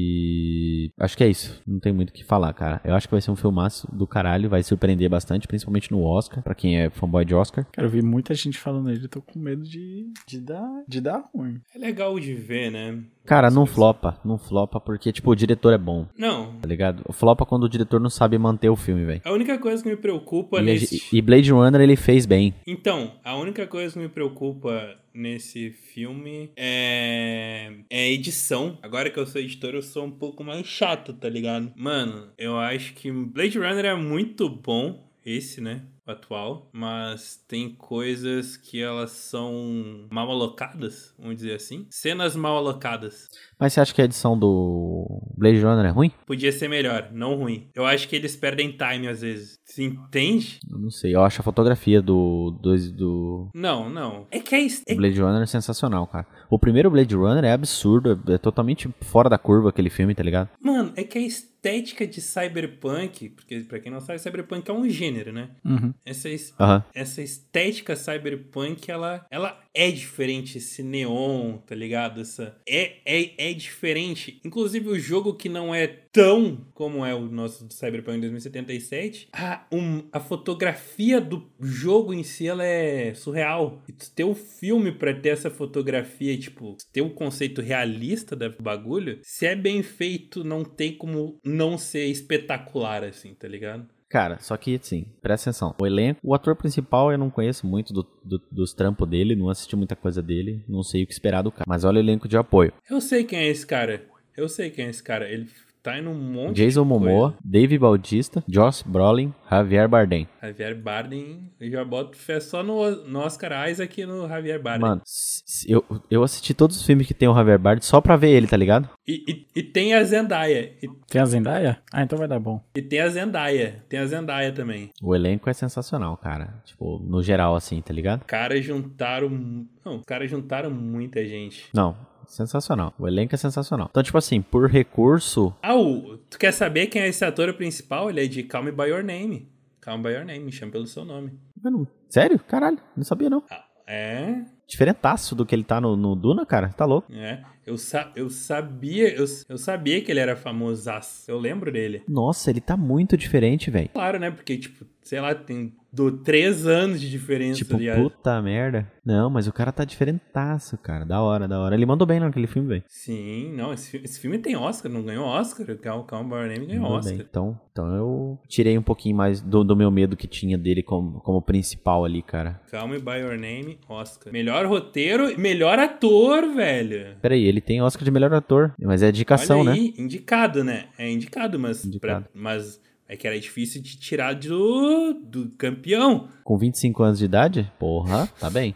Speaker 1: e acho que é isso. Não tem muito o que falar, cara. Eu acho que vai ser um filmaço do caralho, vai surpreender bastante, principalmente no Oscar, pra quem é fanboy de Oscar.
Speaker 2: Cara, eu vi muita gente falando ele, tô com medo de, de, dar, de dar ruim.
Speaker 3: É legal de ver, né?
Speaker 1: Cara, não flopa, não flopa porque tipo o diretor é bom,
Speaker 3: Não.
Speaker 1: tá ligado? Flopa quando o diretor não sabe manter o filme, velho.
Speaker 3: A única coisa que me preocupa
Speaker 1: é
Speaker 3: nesse.
Speaker 1: E, e Blade Runner ele fez bem.
Speaker 3: Então, a única coisa que me preocupa nesse filme é... é a edição. Agora que eu sou editor, eu sou um pouco mais chato, tá ligado? Mano, eu acho que Blade Runner é muito bom, esse, né? O atual, mas tem coisas que elas são mal alocadas, vamos dizer assim. Cenas mal alocadas.
Speaker 1: Mas você acha que a edição do Blade Runner é ruim?
Speaker 3: Podia ser melhor, não ruim. Eu acho que eles perdem time às vezes. Se entende?
Speaker 1: Eu não sei. Eu acho a fotografia do do, do
Speaker 3: Não, não. É que é, est- é
Speaker 1: Blade Runner é sensacional, cara. O primeiro Blade Runner é absurdo, é- é totalmente fora da curva aquele filme, tá ligado?
Speaker 3: Mano, é que a estética de cyberpunk, porque pra quem não sabe, cyberpunk é um gênero, né?
Speaker 2: Uhum.
Speaker 3: Essa, es-
Speaker 1: Aham.
Speaker 3: essa estética cyberpunk, ela, ela é diferente, esse neon, tá ligado? Essa, é, é, é diferente. Inclusive, o jogo que não é tão como é o nosso Cyberpunk 2077, a, um- a fotografia do jogo em si, ela é surreal. E tu ter o filme pra ter essa fotografia, tipo, tu ter o conceito realista da- do bagulho, se é bem feito, não tem como não ser espetacular, assim, tá ligado?
Speaker 1: Cara, só que assim, presta atenção. O elenco, o ator principal eu não conheço muito do- do- dos trampos dele, não assisti muita coisa dele, não sei o que esperar do cara. Mas olha o elenco de apoio:
Speaker 3: Eu sei quem é esse cara. Eu sei quem é esse cara. Ele tá em um monte
Speaker 1: Jason
Speaker 3: de coisa.
Speaker 1: Momoa, Dave Bautista, Josh Brolin, Javier Bardem.
Speaker 3: Javier Bardem. Eu já boto fé só no, no Oscar Isaac e no Javier Bardem.
Speaker 1: Mano, s- s- eu, eu assisti todos os filmes que tem o Javier Bardem só pra ver ele, tá ligado?
Speaker 3: E, e- e tem a Zendaya. E,
Speaker 2: Tem a Zendaya? Ah, então vai dar bom.
Speaker 3: e tem a Zendaya. Tem a Zendaya também.
Speaker 1: O elenco é sensacional, cara. Tipo, no geral, assim, tá ligado?
Speaker 3: Caras juntaram. mu- Não, os caras juntaram muita gente.
Speaker 1: Não, sensacional. O elenco é sensacional. Então, tipo assim, por recurso.
Speaker 3: Ah, o- tu quer saber quem é esse ator principal? Ele é de Calm By Your Name. Calm By Your Name, me chama pelo seu nome.
Speaker 1: eu não- Sério? Caralho, não sabia não.
Speaker 3: Ah, é?
Speaker 1: Diferentaço do que ele tá no, no Duna, cara. Tá louco.
Speaker 3: É. Eu, sa eu sabia. Eu, eu sabia que ele era famosaço. Eu lembro dele.
Speaker 1: Nossa, ele tá muito diferente, velho.
Speaker 3: Claro, né? Porque, tipo, sei lá, tem do três anos de diferença. tá
Speaker 1: Tipo,
Speaker 3: aliás.
Speaker 1: puta merda. Não, mas o cara tá diferentaço, cara. Da hora, da hora. Ele mandou bem naquele filme, velho.
Speaker 3: Sim, não, esse, fi- esse filme tem Oscar, não ganhou Oscar, o Cal- Calm By Your Name ganhou
Speaker 1: Mandou
Speaker 3: É, Oscar.
Speaker 1: bem. Então, então eu tirei um pouquinho mais do, do meu medo que tinha dele como, como principal ali, cara.
Speaker 3: Calm By Your Name, Oscar. Melhor roteiro e melhor ator, velho.
Speaker 1: Peraí, ele tem Oscar de melhor ator. Mas é indicação,
Speaker 3: Olha
Speaker 1: né?
Speaker 3: aí, indicado, né? É indicado, mas,
Speaker 1: Indicado.
Speaker 3: pra- mas é que era difícil de tirar do, do campeão.
Speaker 1: Com 25 anos de idade? Porra, tá bem.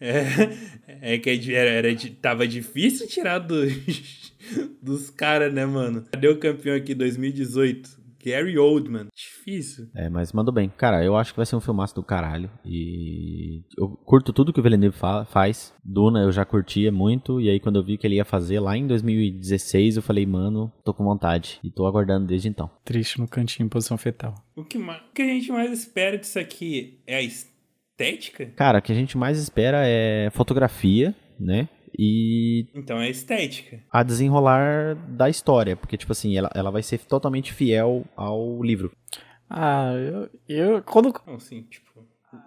Speaker 3: É, é que é di- era, era di- tava difícil tirar do- dos caras, né, mano? Cadê o campeão aqui 2018? Gary Oldman. Difícil.
Speaker 1: É, mas mandou bem. Cara, eu acho que vai ser um filmaço do caralho. E eu curto tudo que o Villeneuve fa- faz. Duna eu já curtia muito. E aí, quando eu vi que ele ia fazer lá em 2016, eu falei, mano, tô com vontade. E tô aguardando desde então.
Speaker 2: Triste no cantinho, em posição fetal.
Speaker 3: O que, ma- o que a gente mais espera disso aqui é a estética?
Speaker 1: Cara, o que a gente mais espera é fotografia, né? E
Speaker 3: Então é estética.
Speaker 1: a desenrolar da história. Porque, tipo assim, ela, ela vai ser totalmente fiel ao livro.
Speaker 2: Ah, eu, eu quando,
Speaker 3: Não, sim, tipo,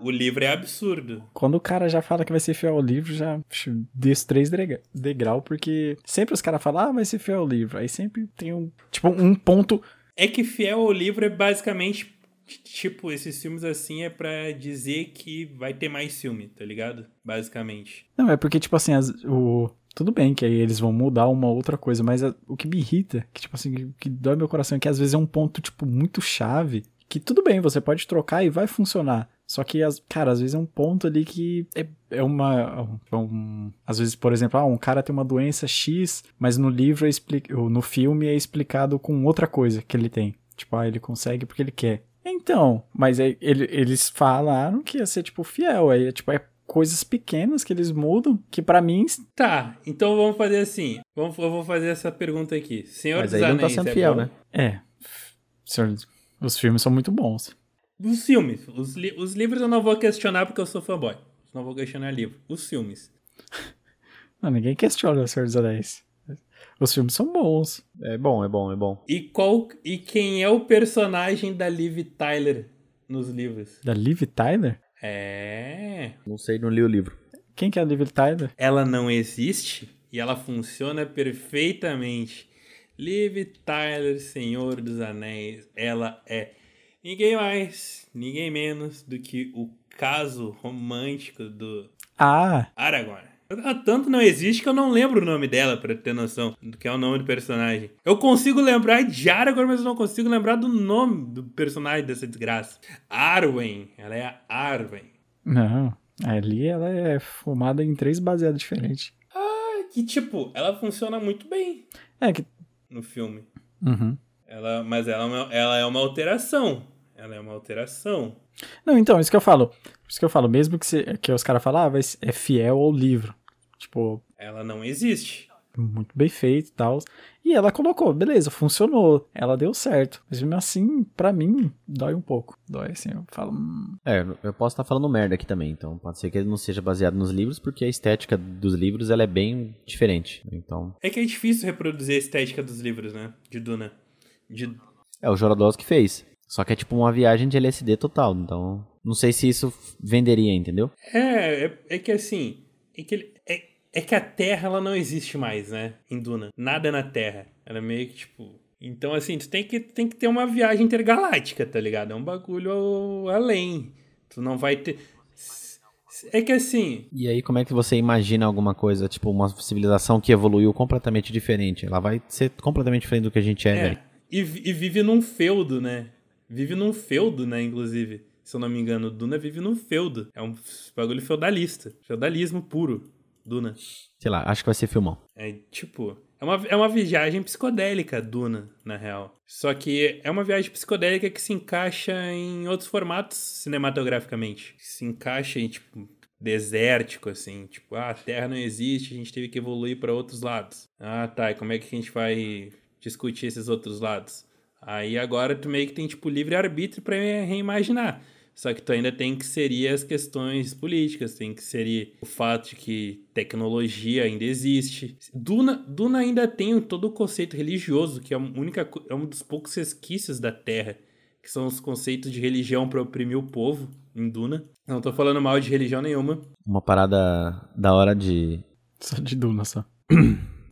Speaker 3: o livro é absurdo.
Speaker 2: Quando o cara já fala que vai ser fiel ao livro, já psh, desço três drega- degrau, porque sempre os caras falam, ah, vai ser fiel ao livro. Aí sempre tem um, tipo, um ponto.
Speaker 3: É que fiel ao livro é basicamente t- tipo, esses filmes assim é pra dizer que vai ter mais filme, tá ligado? Basicamente.
Speaker 2: Não, é porque, tipo assim, as- o... tudo bem que aí eles vão mudar uma outra coisa, mas a- o que me irrita, que, tipo assim, que- que dói meu coração, é que às vezes é um ponto, tipo, muito chave, que tudo bem, você pode trocar e vai funcionar. Só que, as- cara, às vezes é um ponto ali que é, é uma. é um- às vezes, por exemplo, ah, um cara tem uma doença X, mas no livro é expli- ou no filme é explicado com outra coisa que ele tem. Tipo, ah, ele consegue porque ele quer. Então, mas aí ele- eles falaram que ia ser, tipo, fiel. Aí, é, tipo, é coisas pequenas que eles mudam, que pra mim.
Speaker 3: Tá, então vamos fazer assim. Vamos, eu vou fazer essa pergunta aqui. Senhor
Speaker 1: Mas aí
Speaker 3: dos
Speaker 1: ele não tá
Speaker 3: Anéis
Speaker 1: sendo
Speaker 3: é
Speaker 1: fiel,
Speaker 3: bom?
Speaker 1: né?
Speaker 2: É. senhor, Os filmes são muito bons.
Speaker 3: Os filmes. Os, li- os livros eu não vou questionar porque eu sou fanboy. Não vou questionar livro. Os filmes.
Speaker 2: Não, ninguém questiona o Senhor dos Anéis. Os filmes são bons.
Speaker 1: É bom, é bom, é bom.
Speaker 3: E qual e quem é o personagem da Liv Tyler nos livros?
Speaker 2: Da Liv Tyler?
Speaker 3: É.
Speaker 1: Não sei, não li o livro.
Speaker 2: Quem que é a Liv Tyler?
Speaker 3: Ela não existe e ela funciona perfeitamente. Liv Tyler, Senhor dos Anéis, ela é ninguém mais, ninguém menos do que o caso romântico do
Speaker 2: Ah,
Speaker 3: Aragorn. Ela tanto não existe que eu não lembro o nome dela, pra ter noção do que é o nome do personagem. Eu consigo lembrar de Aragorn, mas eu não consigo lembrar do nome do personagem dessa desgraça. Arwen. Ela é a Arwen.
Speaker 2: não. Ali ela é fumada em três baseados diferentes.
Speaker 3: Ah, Que, tipo, ela funciona muito bem
Speaker 2: É que.
Speaker 3: no filme.
Speaker 2: Uhum.
Speaker 3: Ela, mas ela, é uma- ela é uma alteração. Ela é uma alteração.
Speaker 2: Não, então, isso que eu falo. Isso que eu falo, mesmo que, se- que os caras falam, ah, vai, ser- é fiel ao livro. Tipo,
Speaker 3: Ela não existe.
Speaker 2: muito bem feito e tal. E ela colocou, beleza, funcionou. Ela deu certo. Mas mesmo assim, pra mim, dói um pouco. Dói assim, eu falo. hum,
Speaker 1: É, eu posso estar falando merda aqui também, então pode ser que ele não seja baseado nos livros, porque a estética dos livros ela é bem diferente. Então,
Speaker 3: É que é difícil reproduzir a estética dos livros, né? De Duna. De,
Speaker 1: é o Jorodowski que fez. Só que é tipo uma viagem de LSD total, então não sei se isso venderia, entendeu?
Speaker 3: É, é, é que assim, é que, ele- é, é que a Terra ela não existe mais, né? Em Duna. Nada na Terra. Ela é meio que tipo. Então, assim, tu tem que, tem que ter uma viagem intergaláctica, tá ligado? É um bagulho ao- além. Tu não vai ter. s- s- É que assim.
Speaker 1: E aí como é que você imagina alguma coisa, tipo uma civilização que evoluiu completamente diferente? Ela vai ser completamente diferente do que a gente é,
Speaker 3: É,
Speaker 1: velho.
Speaker 3: e, vi- e vive num feudo, né? Vive num feudo, né? Inclusive. Se eu não me engano, Duna vive num feudo. É um bagulho feudalista. Feudalismo puro. Duna.
Speaker 1: Sei lá, acho que vai ser filmão.
Speaker 3: É tipo. É uma, é uma viagem psicodélica, Duna, na real. Só que é uma viagem psicodélica que se encaixa em outros formatos cinematograficamente. Se encaixa em, tipo, desértico, assim. Tipo, ah, a Terra não existe, a gente teve que evoluir para outros lados. Ah, tá, e como é que a gente vai discutir esses outros lados? Aí agora tu meio que tem, tipo, livre-arbítrio para reimaginar. Só que tu ainda tem que inserir as questões políticas, tem que inserir o fato de que tecnologia ainda existe. Duna, Duna ainda tem todo o conceito religioso, que é, a única, co- é um dos poucos resquícios da Terra, que são os conceitos de religião para oprimir o povo em Duna. Não tô falando mal de religião nenhuma,
Speaker 1: Uma parada da hora de
Speaker 2: Só de Duna só.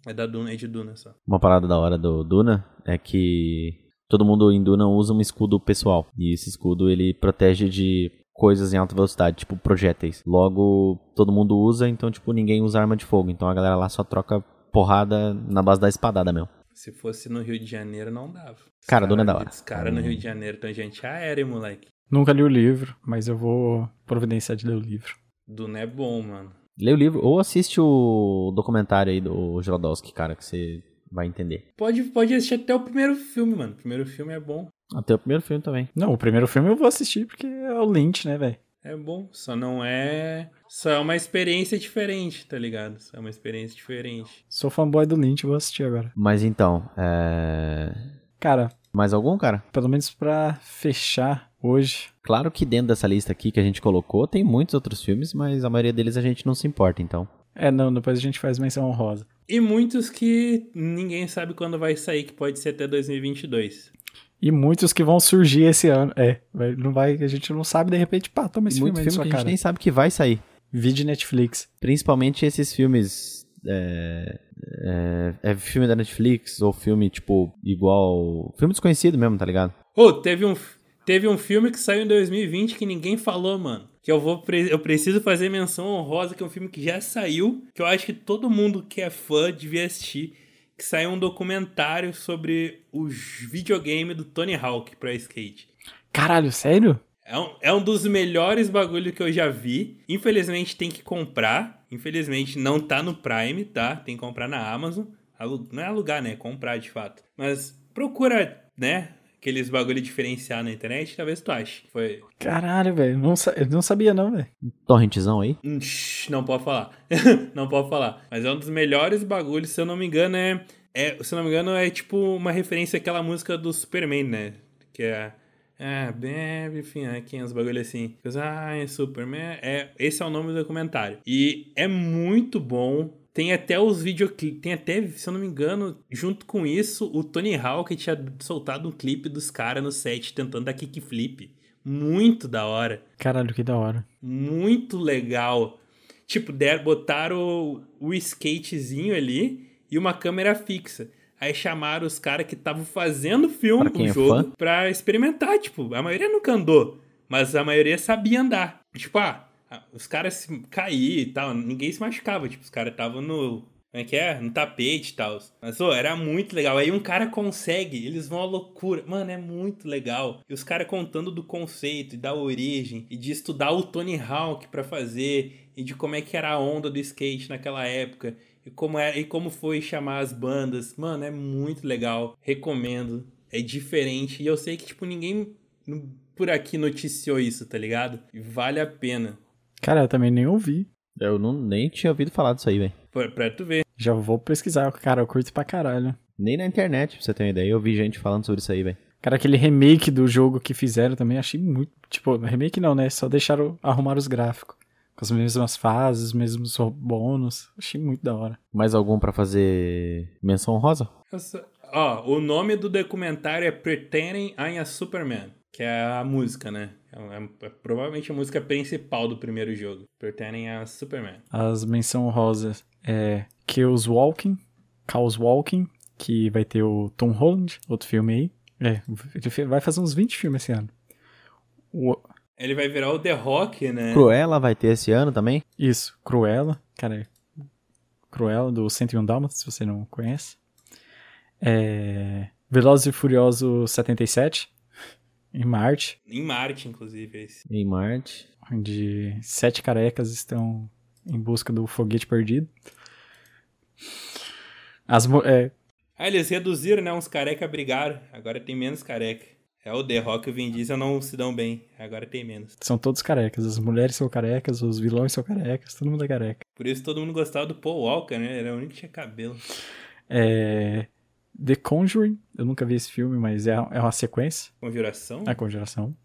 Speaker 3: é da Duna, é de Duna só.
Speaker 1: Uma parada da hora do Duna é que todo mundo em Duna usa um escudo pessoal. E esse escudo ele protege de coisas em alta velocidade, tipo projéteis. Logo, todo mundo usa, então, tipo, ninguém usa arma de fogo. Então a galera lá só troca porrada na base da espadada mesmo.
Speaker 3: Se fosse no Rio de Janeiro, não dava. Os
Speaker 1: Cara, Duna é da hora.
Speaker 3: Os caras no Rio de Janeiro estão gente aérea, moleque.
Speaker 2: Nunca li o livro, mas eu vou providenciar de ler o livro.
Speaker 3: Duna é bom, mano.
Speaker 1: Lê o livro ou assiste o documentário aí do Jodorowsky, cara, que você vai entender.
Speaker 3: Pode, pode assistir até o primeiro filme, mano. O primeiro filme é bom.
Speaker 1: Até o primeiro filme também.
Speaker 2: Não, o primeiro filme eu vou assistir porque é o Lynch, né, velho?
Speaker 3: É bom, só não é. Só é uma experiência diferente, tá ligado? Só é uma experiência diferente.
Speaker 2: Sou fanboy do Lynch, vou assistir agora.
Speaker 1: Mas então, é...
Speaker 2: Cara,
Speaker 1: Mais algum, cara?
Speaker 2: pelo menos pra fechar hoje.
Speaker 1: Claro que dentro dessa lista aqui que a gente colocou tem muitos outros filmes, mas a maioria deles a gente não se importa, então.
Speaker 2: É, não, depois a gente faz menção honrosa.
Speaker 3: E muitos que ninguém sabe quando vai sair, que pode ser até 2022.
Speaker 2: E muitos que vão surgir esse ano. É, vai- não vai, a gente não sabe, de repente, pá, toma esse
Speaker 1: E muito
Speaker 2: filme aí na
Speaker 1: filme que a
Speaker 2: sua
Speaker 1: gente
Speaker 2: cara.
Speaker 1: nem sabe que vai sair.
Speaker 2: Vide Netflix.
Speaker 1: Principalmente esses filmes. É, é, é filme da Netflix ou filme, tipo, igual. Filme desconhecido mesmo, tá ligado?
Speaker 3: Ô, teve, um, teve um filme que saiu em 2020 que ninguém falou, mano. Que eu vou pre- eu preciso fazer menção honrosa, que é um filme que já saiu, que eu acho que todo mundo que é fã devia assistir. Que saiu um documentário sobre o j- videogame do Tony Hawk pra skate.
Speaker 2: Caralho, sério?
Speaker 3: É um, é um dos melhores bagulho que eu já vi. Infelizmente tem que comprar. Infelizmente não tá no Prime, tá? Tem que comprar na Amazon. Alu- não é alugar, né? É comprar de fato. Mas procura, né? Aqueles bagulho diferenciar na internet, talvez tu ache. Foi.
Speaker 2: Caralho, velho. Não, sa- eu não sabia, não, velho.
Speaker 1: Torrentzão aí.
Speaker 3: Hum, shh, Não pode falar. não pode falar. Mas é um dos melhores bagulhos, se eu não me engano, é. é- se eu não me engano, é tipo uma referência àquela música do Superman, né? Que é. Ah, bebe, enfim, aqui uns bagulho assim. Ah, é Superman. É, esse é o nome do documentário. E é muito bom. Tem até os videoclipes. Tem até, se eu não me engano, junto com isso, o Tony Hawk tinha soltado um clipe dos caras no set tentando dar kickflip. Muito da hora
Speaker 2: Caralho, que da hora.
Speaker 3: muito legal. Tipo, der, botaram o, o skatezinho ali e uma câmera fixa. Aí chamaram os caras que estavam fazendo filme,
Speaker 1: Pra quem
Speaker 3: o
Speaker 1: é
Speaker 3: jogo,
Speaker 1: fã.
Speaker 3: pra experimentar. Tipo, a maioria nunca andou, mas a maioria sabia andar. Tipo, ah, os caras se caíam e tal, ninguém se machucava. Tipo, os caras estavam no. Como é que é? No tapete e tal. Mas, ô, era muito legal. Aí um cara consegue, eles vão à loucura. Mano, é muito legal. E os caras contando do conceito e da origem, e de estudar o Tony Hawk pra fazer, e de como é que era a onda do skate naquela época, e como, era, e como foi chamar as bandas. Mano, é muito legal. Recomendo. É diferente. E eu sei que, tipo, ninguém no- por aqui noticiou isso, tá ligado? E vale a pena.
Speaker 2: Cara, eu também nem ouvi.
Speaker 1: Eu não, nem tinha ouvido falar disso aí, velho.
Speaker 3: Pra, pra tu ver.
Speaker 2: Já vou pesquisar. Cara, eu curto pra caralho.
Speaker 1: Nem na internet, pra você ter uma ideia. Eu vi gente falando sobre isso aí, velho.
Speaker 2: Cara, aquele remake do jogo que fizeram também, achei muito. Tipo, remake não, né? Só deixaram arrumar os gráficos. Com as mesmas fases, os mesmos ro- bônus. Achei muito da hora.
Speaker 1: Mais algum pra fazer menção rosa?
Speaker 3: Eu só- Ó, o nome do documentário é Pretending I'm a Superman, que é a música, né? É, é- é provavelmente a música principal do primeiro jogo. Pretending I'm a Superman.
Speaker 2: As menção rosas é Chaos Walking, Chaos Walking, que vai ter o Tom Holland, outro filme aí. É, ele fe- vai fazer uns 20 filmes esse ano. O-
Speaker 3: Ele vai virar o The Rock, né?
Speaker 1: Cruella vai ter esse ano também.
Speaker 2: isso, Cruella, cara, é Cruella do 101 Dálmatas, se você não conhece. É, Velozes e Furioso 77, em Marte,
Speaker 3: Em Marte, inclusive, esse.
Speaker 1: Em Marte.
Speaker 2: onde sete carecas estão em busca do foguete perdido. As, mo- é,
Speaker 3: Ah, eles reduziram, né? Uns careca brigaram. Agora tem menos careca. É o The Rock e o Vin Diesel não se dão bem. Agora tem menos.
Speaker 2: São todos carecas. As mulheres são carecas, os vilões são carecas, todo mundo é careca.
Speaker 3: Por isso todo mundo gostava do Paul Walker, né? Era o único que tinha cabelo.
Speaker 2: É... The Conjuring, eu nunca vi esse filme, mas é, é uma sequência,
Speaker 3: Conjuração?
Speaker 2: é a conjuração.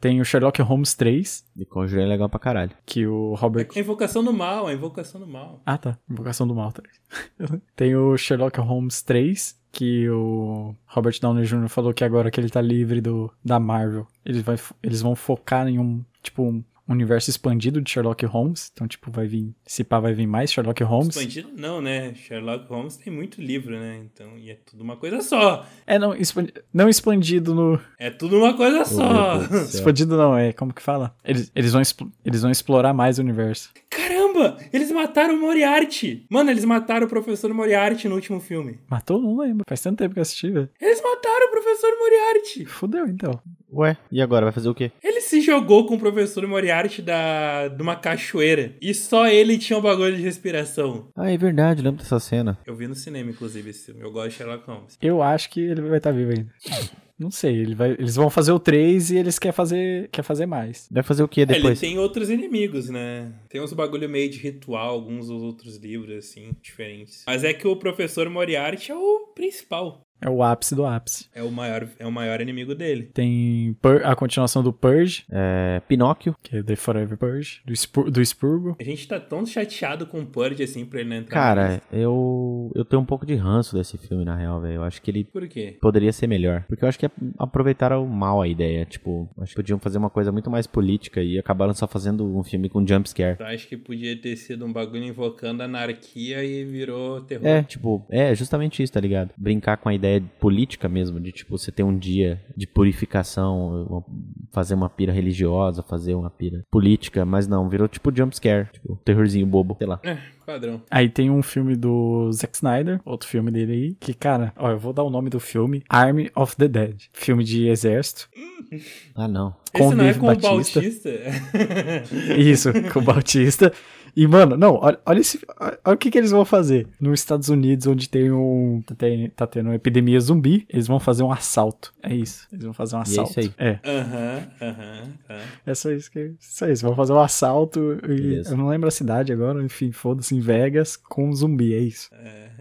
Speaker 2: Tem o Sherlock Holmes 3,
Speaker 1: De Conjurei é legal pra caralho.
Speaker 2: que o Robert...
Speaker 3: A invocação do mal, a invocação do mal.
Speaker 2: Ah, tá. Invocação do Mal 3. Tem o Sherlock Holmes 3, que o Robert Downey Jr. falou que agora que ele tá livre do, da Marvel, ele vai, fo- eles vão focar em um, tipo, um universo expandido de Sherlock Holmes. Então, tipo, vai vir... Se pá, vai vir mais Sherlock Holmes.
Speaker 3: Expandido não, né? Sherlock Holmes tem muito livro, né? Então, e é tudo uma coisa só.
Speaker 2: É, não, expandi- não expandido no...
Speaker 3: É tudo uma coisa só.
Speaker 1: Meu Deus do céu.
Speaker 2: Expandido não, é como que fala? Eles, eles, vão, expl- eles vão explorar mais o universo.
Speaker 3: Caramba! Eles mataram o Moriarty! Mano, eles mataram o professor Moriarty no último filme.
Speaker 2: Matou? Não lembro. Faz tanto tempo que eu assisti, velho.
Speaker 3: Eles mataram o professor Moriarty!
Speaker 2: Fudeu, então.
Speaker 1: Ué, e agora? Vai fazer o quê?
Speaker 3: Ele se jogou com o professor Moriarty da, de uma cachoeira. E só ele tinha um bagulho de respiração.
Speaker 1: Ah, é verdade, lembro dessa cena.
Speaker 3: Eu vi no cinema, inclusive, esse filme. Eu gosto de Sherlock Holmes.
Speaker 2: Eu acho que ele vai estar vivo ainda. Não sei, ele vai- eles vão fazer o 3 e eles querem fazer, quer fazer mais.
Speaker 1: Vai fazer o quê
Speaker 3: É, Ele
Speaker 1: depois?
Speaker 3: tem outros inimigos, né? Tem uns bagulho meio de ritual, alguns dos outros livros, assim, diferentes. Mas é que o professor Moriarty é o principal.
Speaker 2: É o ápice do ápice.
Speaker 3: É o maior, é o maior inimigo dele.
Speaker 2: Tem Pur- a continuação do Purge,
Speaker 1: É, Pinóquio.
Speaker 2: que é The Forever Purge, do, Spur- do Spurgo.
Speaker 3: A gente tá tão chateado com o Purge assim pra ele não entrar. mais.
Speaker 1: Cara, eu, eu tenho um pouco de ranço desse filme, na real, velho. Eu acho que ele
Speaker 3: Por quê?
Speaker 1: poderia ser melhor. Porque eu acho que é, aproveitaram mal a ideia. Tipo, acho que podiam fazer uma coisa muito mais política e acabaram só fazendo um filme com jumpscare.
Speaker 3: Eu acho que podia ter sido um bagulho invocando a anarquia e virou terror.
Speaker 1: É, tipo, é justamente isso, tá ligado? Brincar com a ideia política mesmo, de tipo, você ter um dia de purificação, uma- fazer uma pira religiosa, fazer uma pira política, mas não, virou tipo jumpscare, tipo, terrorzinho bobo, sei lá.
Speaker 3: Padrão.
Speaker 2: Aí tem um filme do Zack Snyder, outro filme dele aí, que, cara, ó, eu vou dar o nome do filme, Army of the Dead. Filme de exército.
Speaker 1: Ah, não.
Speaker 2: Com
Speaker 3: Esse não é
Speaker 2: Dave
Speaker 3: com
Speaker 2: Bautista.
Speaker 3: o Bautista.
Speaker 2: Isso, com o Bautista. E, mano, não, olha, olha, esse, olha o que, que eles vão fazer. Nos Estados Unidos, onde tem um. Tá, tem- tá tendo uma epidemia zumbi, eles vão fazer um assalto. É isso. Eles vão fazer um
Speaker 1: é
Speaker 2: assalto.
Speaker 1: isso aí.
Speaker 2: É,
Speaker 3: Aham, aham. aham.
Speaker 2: é só isso que. Só isso. Vão fazer um assalto. e-
Speaker 1: Beleza.
Speaker 2: eu não lembro a cidade agora, enfim, foda-se, em Vegas com um zumbi, é isso.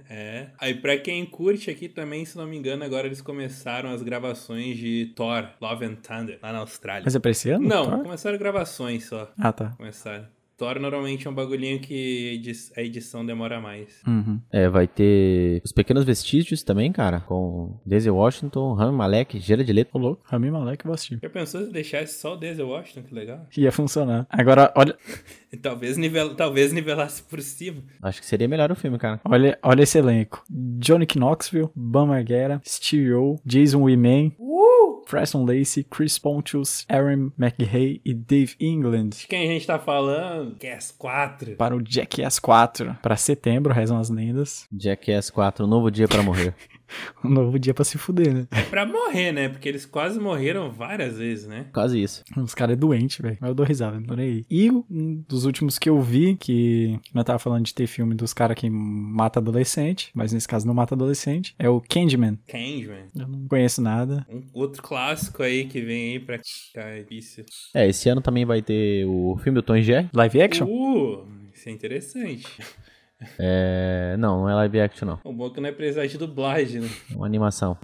Speaker 3: É. Aí, pra quem curte aqui também, se não me engano, agora eles começaram as gravações de Thor, Love and Thunder, lá na Austrália.
Speaker 2: Mas é pra esse ano?
Speaker 3: não,
Speaker 2: Thor?
Speaker 3: começaram gravações só.
Speaker 2: Ah, tá.
Speaker 3: Começaram. Thor normalmente é um bagulhinho que edi- a edição demora mais.
Speaker 2: Uhum.
Speaker 1: É, vai ter os pequenos vestígios também, cara, com Daisy Washington, Rami Malek, Gera de Leto.
Speaker 2: Ô, louco, Rami Malek eu vou assistir.
Speaker 3: Já pensou se deixasse só o Denzel Washington? Que legal.
Speaker 2: Ia funcionar. Agora, olha,
Speaker 3: E Talvez, nivel... Talvez nivelasse por cima.
Speaker 1: Acho que seria melhor o filme, cara.
Speaker 2: olha, olha esse elenco. Johnny Knoxville, Bam Margera, Steve O, Jason Weeman, Preston Lacey, Chris Pontius, Aaron McHay e Dave England.
Speaker 3: De quem a gente tá falando? Cast 4.
Speaker 2: Para o Jackass 4. Para setembro, rezam as lendas.
Speaker 1: Jackass 4, um novo dia pra morrer.
Speaker 2: Um novo dia pra se fuder, né?
Speaker 3: É pra morrer, né? Porque eles quase morreram várias vezes, né?
Speaker 1: Quase isso.
Speaker 2: Os caras é doente, velho. Mas eu dou risada, não tô nem aí. E um dos últimos que eu vi, que nós tava falando de ter filme dos caras que mata adolescente, mas nesse caso não mata adolescente, é o Candyman.
Speaker 3: Candyman.
Speaker 2: Eu não conheço nada.
Speaker 3: Um outro clássico aí que vem aí pra ficar difícil.
Speaker 1: É, esse ano também vai ter o filme do Tom e Jerry.
Speaker 2: Live action?
Speaker 3: Uh, isso é interessante.
Speaker 1: É, não, não é live action, não.
Speaker 3: O bom é que não ia precisar de dublagem, né?
Speaker 1: É uma animação.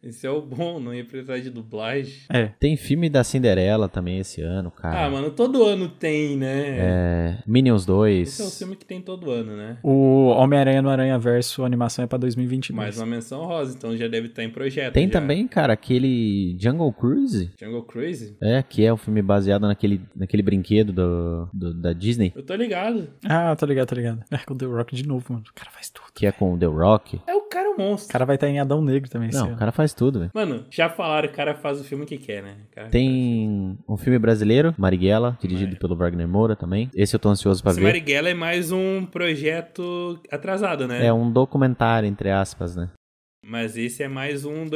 Speaker 3: Esse é o bom, não ia precisar de dublagem.
Speaker 2: É.
Speaker 1: Tem filme da Cinderela também esse ano,
Speaker 3: Ah,
Speaker 1: cara.
Speaker 3: mano, todo ano tem, né?
Speaker 1: É, Minions
Speaker 3: Esse é o
Speaker 1: 2.
Speaker 3: filme que tem todo ano, né?
Speaker 2: O Homem-Aranha no Aranha Verso, a animação é pra 2022.
Speaker 3: Mais uma menção rosa, então já deve estar em projeto.
Speaker 1: Tem
Speaker 3: já.
Speaker 1: também, cara, aquele Jungle Cruise.
Speaker 3: Jungle Crazy?
Speaker 1: É, que é um filme baseado naquele, naquele brinquedo do, do- da Disney,
Speaker 3: Eu tô ligado.
Speaker 2: Ah, tô ligado, tô ligado. É, com o The Rock de novo, mano. O cara faz tudo.
Speaker 1: que é com o The Rock.
Speaker 3: É o cara é um
Speaker 2: O
Speaker 3: monstro.
Speaker 2: cara vai estar em Adão Negro também esse é
Speaker 1: Não, o
Speaker 2: ano.
Speaker 1: cara faz tudo, velho.
Speaker 3: Mano, já falaram, o cara faz o filme que quer, né? O Cara,
Speaker 1: Tem um filme brasileiro, Marighella, dirigido pelo Wagner Moura também. Esse eu tô ansioso pra
Speaker 3: Esse
Speaker 1: ver.
Speaker 3: Marighella é mais um projeto atrasado, né?
Speaker 1: É um documentário, entre aspas, né?
Speaker 3: Mas esse é mais um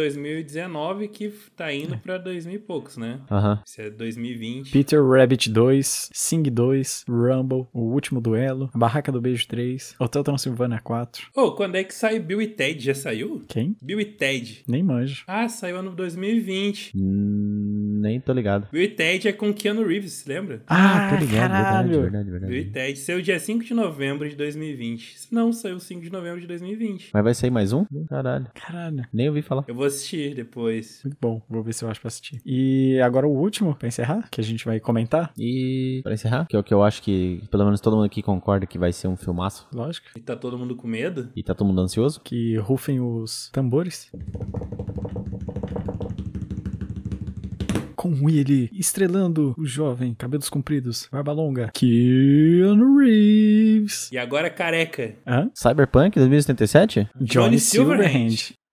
Speaker 3: 2019 que tá indo pra 2000 e poucos, né?
Speaker 1: Aham.
Speaker 3: Esse é 2020.
Speaker 2: Peter Rabbit 2, Sing 2, Rumble, O Último Duelo, A Barraca do Beijo 3, Hotel Transilvânia 4.
Speaker 3: Ô, quando é que sai Bill e Ted? Já saiu?
Speaker 2: Quem?
Speaker 3: Bill e Ted.
Speaker 2: Nem manjo.
Speaker 3: Ah, saiu ano 2020.
Speaker 1: Hum, Nem tô ligado.
Speaker 3: Bill e Ted é com Keanu Reeves, você lembra?
Speaker 2: Ah, tô ligado,
Speaker 1: verdade,
Speaker 2: caralho.
Speaker 1: verdade,
Speaker 3: Bill e
Speaker 1: verdade.
Speaker 3: Ted saiu dia 5 de novembro de 2020. Se Não, saiu 5 de novembro de 2020.
Speaker 1: Mas vai sair mais um? Caralho.
Speaker 2: Caralho.
Speaker 1: Nem ouvi falar.
Speaker 3: Eu vou assistir depois.
Speaker 2: Muito bom. Vou ver se eu acho pra assistir. E agora o último, pra encerrar, que a gente vai comentar.
Speaker 1: E pra encerrar, que é o que eu acho que pelo menos todo mundo aqui concorda que vai ser um filmaço
Speaker 2: Lógico.
Speaker 3: E tá todo mundo com medo?
Speaker 1: e tá todo mundo ansioso.
Speaker 2: Que rufem os tambores. Com um ele estrelando o jovem, cabelos compridos, barba longa, Keanu Reeves.
Speaker 3: E agora careca.
Speaker 2: Hã?
Speaker 1: Cyberpunk 2077?
Speaker 3: Johnny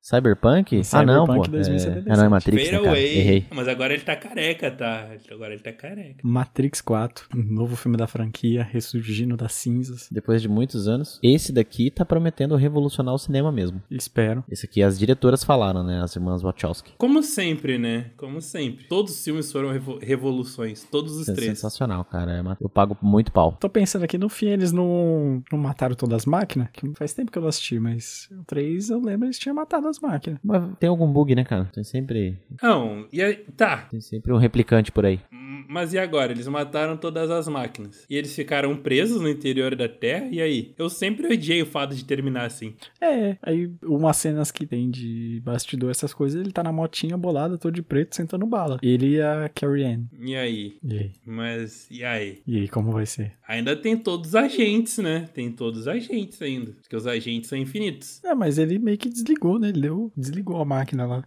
Speaker 1: Cyberpunk? ah, não, pô.
Speaker 2: Cyberpunk 2077.
Speaker 1: É, ah, não, é Matrix,
Speaker 3: Fade
Speaker 1: né, cara?
Speaker 3: away.
Speaker 1: Errei.
Speaker 3: Mas agora ele tá careca, tá? Agora ele tá careca.
Speaker 2: Matrix 4, um novo filme da franquia, ressurgindo das cinzas.
Speaker 1: Depois de muitos anos, esse daqui tá prometendo revolucionar o cinema mesmo.
Speaker 2: Espero.
Speaker 1: Esse aqui as diretoras falaram, né? As irmãs Wachowski.
Speaker 3: Como sempre, né? Como sempre. Todos os filmes foram revo- revoluções. Todos os
Speaker 1: Isso é
Speaker 3: três.
Speaker 1: sensacional, cara. É uma- Eu pago muito pau.
Speaker 2: Tô pensando aqui, no fim eles não, não mataram todas as máquinas, que faz tempo que eu não assisti, mas o 3 eu lembro eles tinham matado as máquinas.
Speaker 1: Mas tem algum bug, né, cara? Tem sempre,
Speaker 3: Não, e aí, tá.
Speaker 1: tem sempre um replicante por aí.
Speaker 3: Hum, Mas e agora? Eles mataram todas as máquinas. E eles ficaram presos no interior da Terra, e aí? Eu sempre odiei o fato de terminar assim.
Speaker 2: É, aí umas cenas que tem de bastidor, essas coisas, ele tá na motinha bolada, todo de preto, sentando bala. Ele e a Carrie Ann.
Speaker 3: E aí?
Speaker 2: E aí?
Speaker 3: Mas e aí?
Speaker 2: E aí, como vai ser?
Speaker 3: Ainda tem todos os agentes, né? Tem todos os agentes ainda. Porque os agentes são infinitos.
Speaker 2: É, mas ele meio que desligou, né? Ele deu, desligou a máquina lá.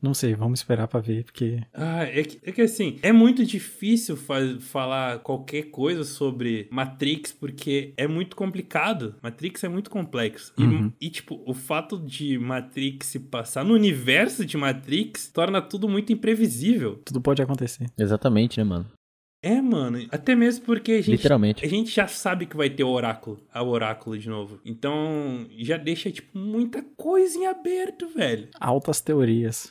Speaker 2: Não sei, vamos esperar pra ver, porque.
Speaker 3: Ah, é que, é que assim, é muito difícil fa- falar qualquer coisa sobre Matrix, porque é muito complicado. Matrix é muito complexo. E,
Speaker 2: Uhum.
Speaker 3: e, tipo, o fato de Matrix se passar no universo de Matrix torna tudo muito imprevisível.
Speaker 2: Tudo pode acontecer.
Speaker 1: Exatamente, né, mano?
Speaker 3: É, mano. Até mesmo porque a gente é-
Speaker 1: Literalmente.
Speaker 3: a gente já sabe que vai ter o oráculo, a oráculo de novo. Então, já deixa, tipo, muita coisa em aberto, velho.
Speaker 2: Altas teorias.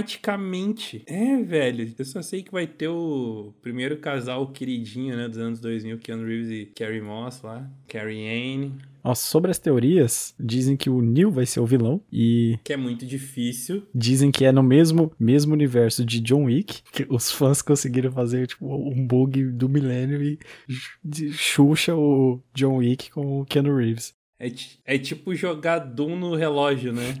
Speaker 3: Automaticamente. É, velho. Eu só sei que vai ter o primeiro casal queridinho, né, dos anos 2000, Keanu Reeves e Carrie Moss lá. Carrie Anne.
Speaker 2: Ó, sobre as teorias, dizem que o Neil vai ser o vilão e
Speaker 3: Que é muito difícil.
Speaker 2: dizem que é no mesmo, mesmo universo de John Wick, que os fãs conseguiram fazer tipo um bug do milênio e ch- de- xuxa o John Wick com o Keanu Reeves.
Speaker 3: É, ti- é tipo jogar Doom no relógio, né?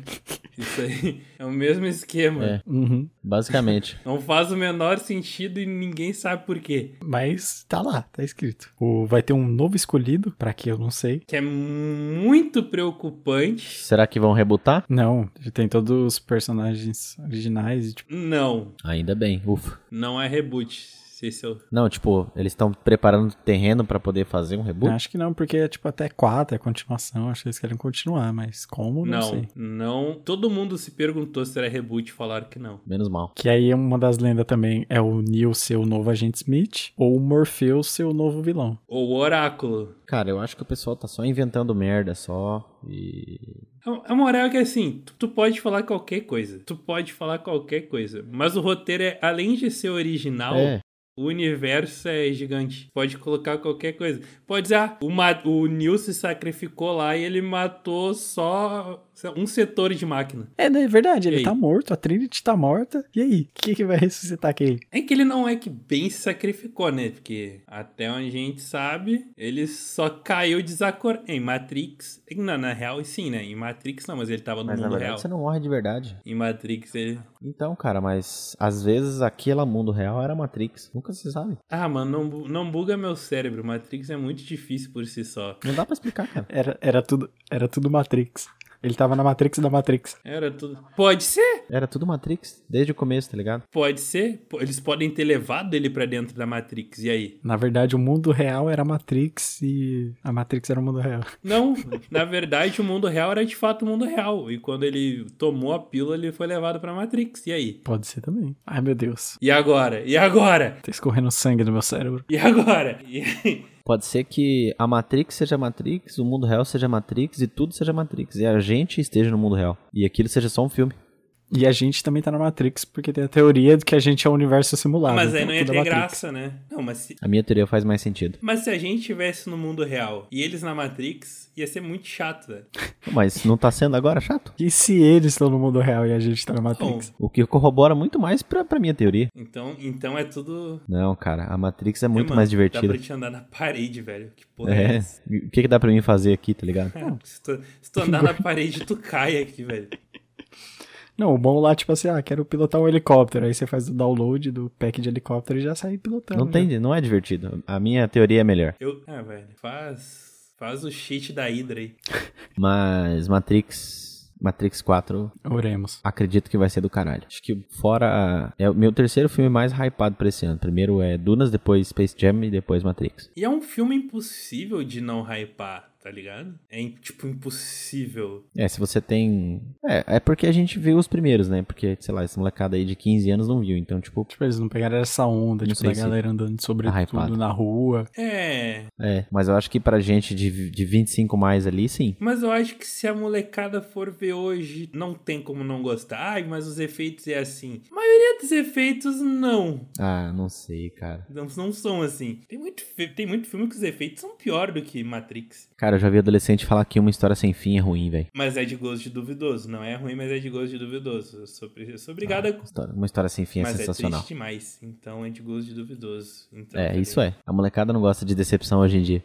Speaker 3: Isso aí é o mesmo esquema.
Speaker 1: É.
Speaker 2: Uhum.
Speaker 1: Basicamente.
Speaker 3: Não faz o menor sentido e ninguém sabe por quê.
Speaker 2: Mas tá lá, tá escrito. O, vai ter um novo escolhido, pra que eu não sei.
Speaker 3: que é muito preocupante.
Speaker 1: Será que vão rebutar?
Speaker 2: Não, tem todos os personagens originais e tipo,
Speaker 3: Não,
Speaker 1: Ainda bem, ufa.
Speaker 3: não é reboot. Se esse é o-
Speaker 1: Não, tipo, eles estão preparando o terreno pra poder fazer um reboot?
Speaker 2: acho que não, porque é tipo até quatro, é continuação, acho que eles querem continuar, mas como não,
Speaker 3: Não,
Speaker 2: sei.
Speaker 3: não, Todo mundo se perguntou se era reboot e falaram que não.
Speaker 1: Menos mal.
Speaker 2: Que aí uma das lendas também é o Neil ser o novo agente Smith ou o Morpheus ser o novo vilão.
Speaker 3: Ou o Oráculo.
Speaker 1: Cara, eu acho que o pessoal tá só inventando merda só e.
Speaker 3: A a moral é que assim, tu, tu pode falar qualquer coisa. Tu pode falar qualquer coisa. Mas o roteiro, é, além de ser original,
Speaker 1: É,
Speaker 3: o universo é gigante. Pode colocar qualquer coisa. Pode dizer, ah, o, ma- o Neil se sacrificou lá e ele matou só sei lá, um setor de máquina.
Speaker 2: É, né, é verdade,
Speaker 3: E
Speaker 2: ele
Speaker 3: aí?
Speaker 2: tá morto, a Trinity tá morta. E aí, o que, que vai ressuscitar quem?
Speaker 3: É que ele não é que bem se sacrificou, né? Porque até onde a gente sabe, ele só caiu desacordado. Em Matrix. Não, na real, sim, né? Em Matrix não, mas ele tava no
Speaker 1: mas na
Speaker 3: mundo
Speaker 1: verdade
Speaker 3: real.
Speaker 1: você não morre de verdade.
Speaker 3: Em Matrix ele.
Speaker 1: Então, cara, mas às vezes aquele mundo real era Matrix. Nunca se sabe.
Speaker 3: Ah, mano, não, bu- não buga meu cérebro. Matrix é muito difícil por si só.
Speaker 1: Não dá pra explicar, cara.
Speaker 2: Era, era, tudo, era tudo Matrix. Ele tava na Matrix da Matrix.
Speaker 3: Era tudo. Pode ser,
Speaker 1: Era tudo Matrix desde o começo, tá ligado?
Speaker 3: pode ser. Pô, Eles podem ter levado ele pra dentro da Matrix. E aí?
Speaker 2: Na verdade, o mundo real era a Matrix e a Matrix era o mundo real.
Speaker 3: Não, na verdade, o mundo real era de fato o mundo real. E quando ele tomou a pílula, ele foi levado pra Matrix. E aí?
Speaker 2: Pode ser também. Ai, meu Deus.
Speaker 3: E agora? E agora?
Speaker 2: Tá escorrendo sangue no meu cérebro.
Speaker 3: E agora?
Speaker 1: Pode ser que a Matrix seja Matrix, o mundo real seja Matrix e tudo seja Matrix. E a gente esteja no mundo real. E aquilo seja só um filme.
Speaker 2: E a gente também tá na Matrix, porque tem a teoria de que a gente é um universo simulado.
Speaker 3: mas aí
Speaker 2: então
Speaker 3: não ia
Speaker 2: tudo é
Speaker 3: ter
Speaker 2: Matrix.
Speaker 3: graça, né? Não, mas se,
Speaker 1: A minha teoria faz mais sentido.
Speaker 3: mas se a gente estivesse no mundo real e eles na Matrix, ia ser muito chato, velho.
Speaker 1: Mas não tá sendo agora chato?
Speaker 2: E se eles estão no mundo real e a gente tá na
Speaker 3: Bom,
Speaker 2: Matrix?
Speaker 1: O que corrobora muito mais pra, pra minha teoria.
Speaker 3: então, então é tudo.
Speaker 1: Não, cara, a Matrix é muito
Speaker 3: Mano,
Speaker 1: mais
Speaker 3: Dá
Speaker 1: divertida.
Speaker 3: pra te andar na parede, velho. Que porra é,
Speaker 1: É.
Speaker 3: essa?
Speaker 1: O que, que dá pra mim fazer aqui, tá ligado?
Speaker 3: Cara, se, tu, se tu andar na parede, tu cai aqui, velho.
Speaker 2: Não, o bom lá, tipo assim, ah, quero pilotar um helicóptero. Aí você faz o download do pack de helicóptero e já sai pilotando.
Speaker 1: Não
Speaker 2: já.
Speaker 1: tem, não é divertido. A minha teoria é melhor.
Speaker 3: Eu. Ah, velho. Faz. Faz o cheat da Hydra aí.
Speaker 1: Mas Matrix, Matrix 4,
Speaker 2: né? Oremos.
Speaker 1: acredito que vai ser do caralho. Acho que fora é o meu terceiro filme mais hypado pra esse ano. Primeiro é Dunas, depois Space Jam e depois Matrix.
Speaker 3: E é um filme impossível de não hypar, tá ligado? É, tipo, impossível.
Speaker 1: É, se você tem, é, é porque a gente viu os primeiros, né? Porque sei lá, esse molecada aí de 15 anos não viu, então tipo,
Speaker 2: Tipo, eles não pegaram essa onda,
Speaker 1: Não
Speaker 2: tipo,
Speaker 1: sei
Speaker 2: da
Speaker 1: se
Speaker 2: galera andando sobre
Speaker 1: tá hypado.
Speaker 2: tudo na rua.
Speaker 3: É.
Speaker 1: é, mas eu acho que pra gente de, de 25 mais ali, sim.
Speaker 3: Mas eu acho que se a molecada for ver hoje, não tem como não gostar. Ai, mas os efeitos é assim. A maioria dos efeitos não.
Speaker 1: Ah, não sei, cara.
Speaker 3: Não, não são assim. Tem muito, fi- tem muito filme que os efeitos são pior do que Matrix.
Speaker 1: Cara, Cara, eu já vi adolescente falar que uma história sem fim é ruim, velho.
Speaker 3: Mas é de gosto de duvidoso. Não é ruim, mas é de gosto de duvidoso. Eu sou, eu sou obrigado a.
Speaker 1: História- Uma história sem fim Ah, é
Speaker 3: mas é
Speaker 1: sensacional.
Speaker 3: triste demais. Então é de gosto de duvidoso. Então,
Speaker 1: É, isso é. A molecada não gosta de decepção hoje em dia.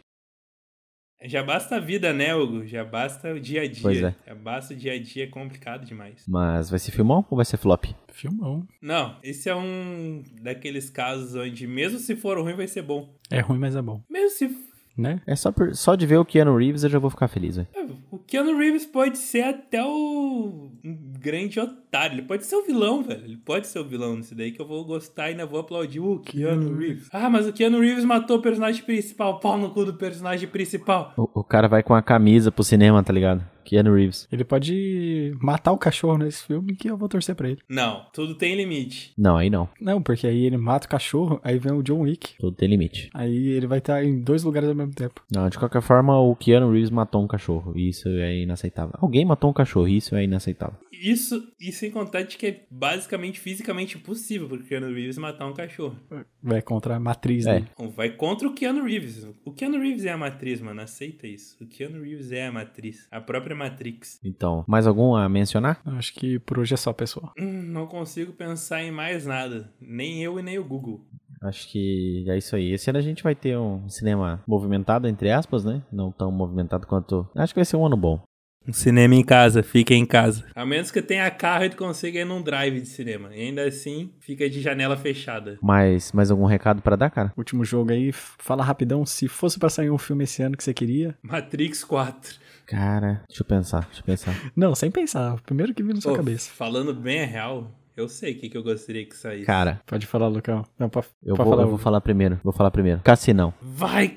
Speaker 3: Já basta a vida, né, Hugo? Já basta o dia a dia.
Speaker 1: Pois é.
Speaker 3: Já basta o dia a dia, é complicado demais.
Speaker 1: Mas vai ser filmão ou vai ser flop?
Speaker 2: Filmão.
Speaker 3: Não, esse é um daqueles casos onde, mesmo se for ruim, vai ser bom.
Speaker 2: É ruim, mas é bom,
Speaker 3: Mesmo se.
Speaker 2: né?
Speaker 1: É só, por- só de ver o Keanu Reeves eu já vou ficar feliz, velho.
Speaker 3: O Keanu Reeves pode ser até o um grande otário. Ele pode ser o vilão, velho. Ele pode ser o vilão nisso daí que eu vou gostar e ainda vou aplaudir o Keanu Reeves. Ah, mas o Keanu Reeves matou o personagem principal. Pau no cu do personagem principal.
Speaker 1: O, o cara vai com a camisa pro cinema, tá ligado? Keanu Reeves.
Speaker 2: Ele pode matar o cachorro nesse filme que eu vou torcer pra ele.
Speaker 3: Não, tudo tem limite.
Speaker 1: Não, aí não.
Speaker 2: Não, porque aí ele mata o cachorro, aí vem o John Wick.
Speaker 1: Tudo tem limite.
Speaker 2: Aí ele vai estar em dois lugares ao mesmo tempo.
Speaker 1: Não, de qualquer forma, o Keanu Reeves matou um cachorro. E isso é inaceitável. Alguém matou um cachorro. e Isso é inaceitável.
Speaker 3: Isso, isso sem contar de que é basicamente fisicamente impossível pro Keanu Reeves matar um cachorro.
Speaker 2: Vai contra a matriz
Speaker 1: É.
Speaker 2: dele.
Speaker 3: Vai contra o Keanu Reeves. O Keanu Reeves é a matriz, mano. Aceita isso. O Keanu Reeves é a matriz. A própria Matrix.
Speaker 1: Então, mais algum a mencionar?
Speaker 2: Eu Acho que por hoje é só, pessoal.
Speaker 3: Hum, não consigo pensar em mais nada. Nem eu e nem o Google.
Speaker 1: Acho que é isso aí. Esse ano a gente vai ter um cinema movimentado, entre aspas, né? Não tão movimentado quanto. Acho que vai ser um ano bom.
Speaker 3: Um cinema em casa, fica em casa. A menos que tenha carro e tu consiga ir num drive de cinema. E ainda assim, fica de janela fechada.
Speaker 1: Mas mais algum recado pra dar, cara?
Speaker 2: Último jogo aí, f- fala rapidão. Se fosse pra sair um filme esse ano que você queria.
Speaker 3: Matrix 4.
Speaker 1: Cara, deixa eu pensar, deixa eu pensar.
Speaker 2: Não, sem pensar. O primeiro que vir na sua
Speaker 3: Ô,
Speaker 2: cabeça.
Speaker 3: Falando bem a real, eu sei o que, que eu gostaria que saísse.
Speaker 1: Cara,
Speaker 2: Pode falar, Lucão. Não, pode,
Speaker 1: eu
Speaker 2: pode
Speaker 1: vou,
Speaker 2: falar.
Speaker 1: eu vou falar primeiro. Vou falar primeiro. Cassinão.
Speaker 3: Vai,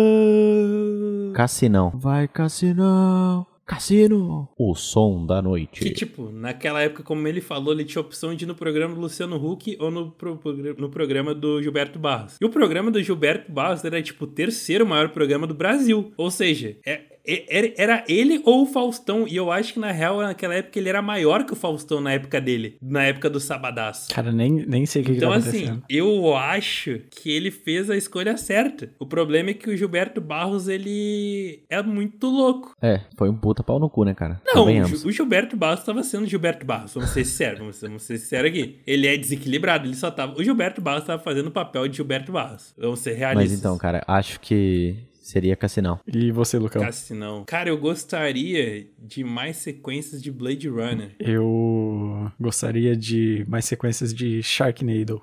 Speaker 3: Cassinão!
Speaker 1: Cassinão. Vai, Cassinão. Cassino. O som da noite.
Speaker 3: Que, tipo, naquela época, como ele falou, ele tinha a opção de ir no programa do Luciano Huck ou no, pro- progra- no programa do Gilberto Barros. E o programa do Gilberto Barros era, tipo, o terceiro maior programa do Brasil. Ou seja, é- é- era- era ele ou o Faustão. E eu acho que, na real, naquela época, ele era maior que o Faustão na época dele. Na época do Sabadaço.
Speaker 2: Cara, nem, nem sei o que,
Speaker 3: Então,
Speaker 2: que tá
Speaker 3: assim,
Speaker 2: acontecendo.
Speaker 3: eu acho que ele fez a escolha certa. O problema é que o Gilberto Barros, ele é muito louco.
Speaker 1: É, foi um puta pau no cu, né, cara?
Speaker 3: Não, o
Speaker 1: Convenhamos.
Speaker 3: Gil- o Gilberto Barros tava sendo Gilberto Barros, vamos ser sinceros, vamos, vamos ser sinceros aqui. Ele é desequilibrado, ele só tava. O Gilberto Barros tava fazendo o papel de Gilberto Barros. Vamos ser realistas.
Speaker 1: Mas então, cara, acho que seria Cassinão.
Speaker 2: E você, Lucão?
Speaker 3: Cassinão. Cara, eu gostaria de mais sequências de Blade Runner.
Speaker 2: Eu gostaria de mais sequências de Sharknado.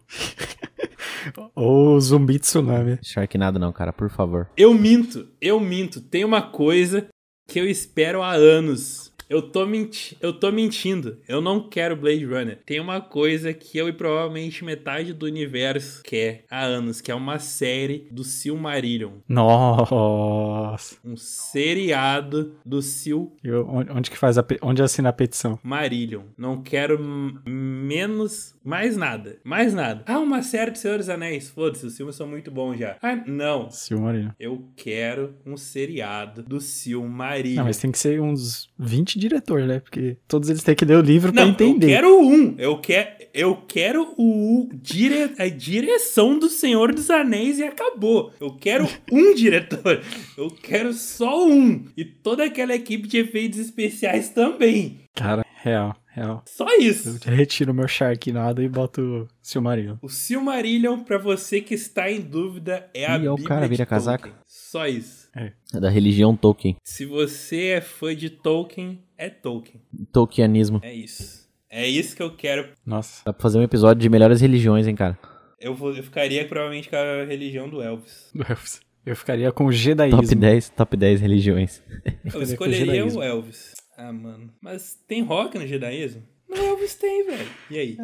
Speaker 2: Ou Zumbi Tsunami.
Speaker 1: Sharknado não, cara, por favor.
Speaker 3: Eu minto, eu minto. Tem uma coisa que eu espero há anos. Eu tô, menti eu tô mentindo. Eu não quero Blade Runner. Tem uma coisa que eu e provavelmente metade do universo quer há anos, que é uma série do Silmarillion.
Speaker 2: Nossa!
Speaker 3: Um seriado do Silmarillion.
Speaker 2: Eu- onde, onde que faz a, pe- onde assina a petição?
Speaker 3: Não quero m- menos. Mais nada. Mais nada. Ah, uma série do Senhor dos Anéis. Foda-se, os filmes são muito bons já. Ah, não.
Speaker 2: Silmarillion.
Speaker 3: Eu quero um seriado do Silmarillion.
Speaker 2: Não, mas tem que ser uns 20 diretores, né? Porque todos eles têm que ler o livro pra
Speaker 3: Não,
Speaker 2: entender.
Speaker 3: eu quero um. Eu, que, eu quero o dire, a direção do Senhor dos Anéis e acabou. Eu quero um diretor. Eu quero só um. E toda aquela equipe de efeitos especiais também.
Speaker 2: Cara, real, real.
Speaker 3: Só
Speaker 2: Eu
Speaker 3: isso.
Speaker 2: retiro meu Sharknado e boto Silmarillion.
Speaker 3: O Silmarillion, pra você que está em dúvida, é a
Speaker 1: Ih, ó,
Speaker 3: Bíblia
Speaker 1: o cara
Speaker 3: de
Speaker 1: vira casaca.
Speaker 3: Tolkien. Só isso.
Speaker 1: É da religião Tolkien.
Speaker 3: Se você é fã de Tolkien, é Tolkien.
Speaker 1: Tolkienismo.
Speaker 3: É isso. É isso que eu quero.
Speaker 2: Nossa.
Speaker 1: Dá pra fazer um episódio de melhores religiões, hein, cara?
Speaker 3: Eu, vou- eu ficaria provavelmente com a religião do Elvis.
Speaker 2: Eu ficaria com o Jediismo.
Speaker 1: Top 10, top 10 religiões.
Speaker 3: Eu
Speaker 2: Ele é
Speaker 3: escolheria
Speaker 2: judaísmo.
Speaker 3: o Elvis. Ah, mano. Mas tem rock no judaísmo? No Elvis tem, velho. E aí?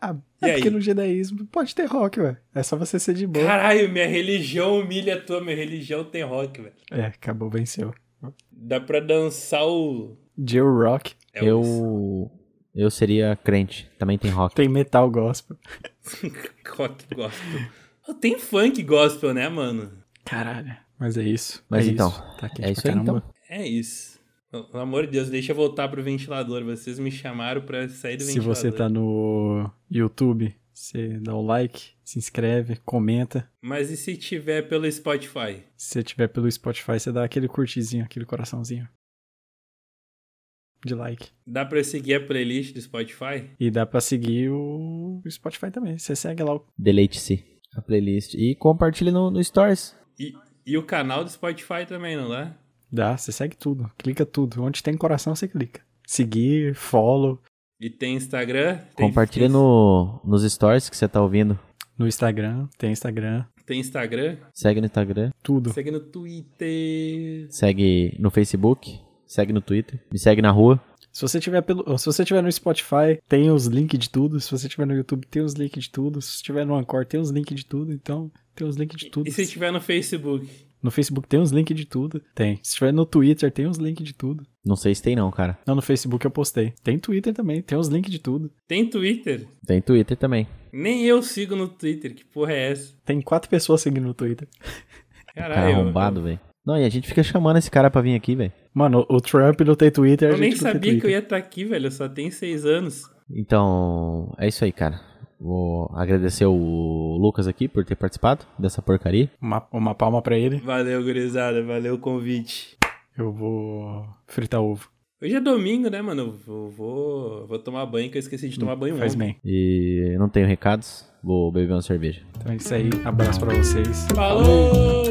Speaker 2: Ah,
Speaker 3: E
Speaker 2: é
Speaker 3: aí?
Speaker 2: porque no Jediismo pode ter rock, ué. É só você ser de boa.
Speaker 3: Caralho, minha religião humilha a tua. Minha religião tem rock, velho.
Speaker 2: É, acabou, venceu.
Speaker 3: Dá pra dançar o
Speaker 2: Joe Rock
Speaker 3: É Elvis.
Speaker 1: Eu. Eu seria crente. Também tem rock.
Speaker 2: tem metal gospel.
Speaker 3: Rock gospel. Oh, Tem funk gospel, né, mano?
Speaker 2: Caralho. Mas é isso.
Speaker 1: Mas
Speaker 2: é
Speaker 1: então,
Speaker 2: isso. Tá quente
Speaker 1: É isso
Speaker 2: pra
Speaker 1: aí,
Speaker 2: caramba.
Speaker 1: então.
Speaker 3: É isso. Pelo amor de Deus, deixa eu
Speaker 1: então.
Speaker 3: voltar pro ventilador. Vocês me chamaram pra sair do
Speaker 1: tá-
Speaker 2: Se
Speaker 3: ventilador.
Speaker 2: você tá no YouTube, Você dá o like, se inscreve, comenta.
Speaker 3: Mas e se tiver pelo Spotify?
Speaker 2: Se você tiver pelo Spotify, você dá aquele curtizinho, aquele coraçãozinho. De like.
Speaker 3: Dá pra eu seguir a playlist do Spotify?
Speaker 2: E dá pra seguir o o Spotify também. Você segue lá o
Speaker 1: Deleite-se a playlist. E compartilha no, no Stories.
Speaker 3: E o canal do Spotify também, não dá?
Speaker 2: Dá, você segue tudo. Clica tudo. Onde tem coração, você clica. Seguir, follow.
Speaker 3: E tem Instagram? Tem,
Speaker 1: Compartilha
Speaker 3: tem-
Speaker 1: no, nos Stories que você tá ouvindo.
Speaker 2: No Instagram, tem Instagram,
Speaker 3: Tem Instagram?
Speaker 1: Segue no Instagram.
Speaker 2: tudo.
Speaker 3: Segue no Twitter.
Speaker 1: Segue no Facebook. Segue no Twitter. Me segue na rua.
Speaker 2: Se você tiver pelo, se você tiver no Spotify, tem os links de tudo. Se você tiver no YouTube, tem os links de tudo. Se você tiver no Anchor, tem os links de tudo. Então, tem os links de tudo.
Speaker 3: E se tiver no Facebook?
Speaker 2: No Facebook tem os links de tudo. Tem. Se tiver no Twitter, tem os links de tudo.
Speaker 1: Não sei se tem não, cara.
Speaker 2: Não, no Facebook eu postei. Tem Twitter também, tem os links de tudo.
Speaker 3: Tem Twitter?
Speaker 1: Tem Twitter também.
Speaker 3: Nem eu sigo no Twitter, que porra é essa?
Speaker 2: Tem quatro pessoas seguindo no Twitter.
Speaker 1: Cara
Speaker 3: Caralho.
Speaker 1: arrombado, velho. Não, e a gente fica chamando esse cara pra vir aqui, velho.
Speaker 2: Mano, o Trump não tem Twitter,
Speaker 3: Eu,
Speaker 2: a
Speaker 3: eu nem
Speaker 2: gente não tem
Speaker 3: sabia que eu
Speaker 2: Twitter.
Speaker 3: ia estar aqui, velho. Eu só tenho seis anos.
Speaker 1: Então, é isso aí, cara. Vou agradecer o Lucas aqui por ter participado dessa porcaria.
Speaker 2: Uma, uma palma pra ele.
Speaker 3: Valeu, gurizada. Valeu o convite.
Speaker 2: Eu vou fritar ovo.
Speaker 3: Hoje é domingo, né, mano? Eu Vou, vou, vou tomar banho, que eu esqueci de tomar banho
Speaker 2: Hum, Faz
Speaker 3: ontem.
Speaker 2: bem.
Speaker 1: E não tenho recados, vou beber uma cerveja.
Speaker 2: Então é isso aí. Abraço pra vocês.
Speaker 3: Falou!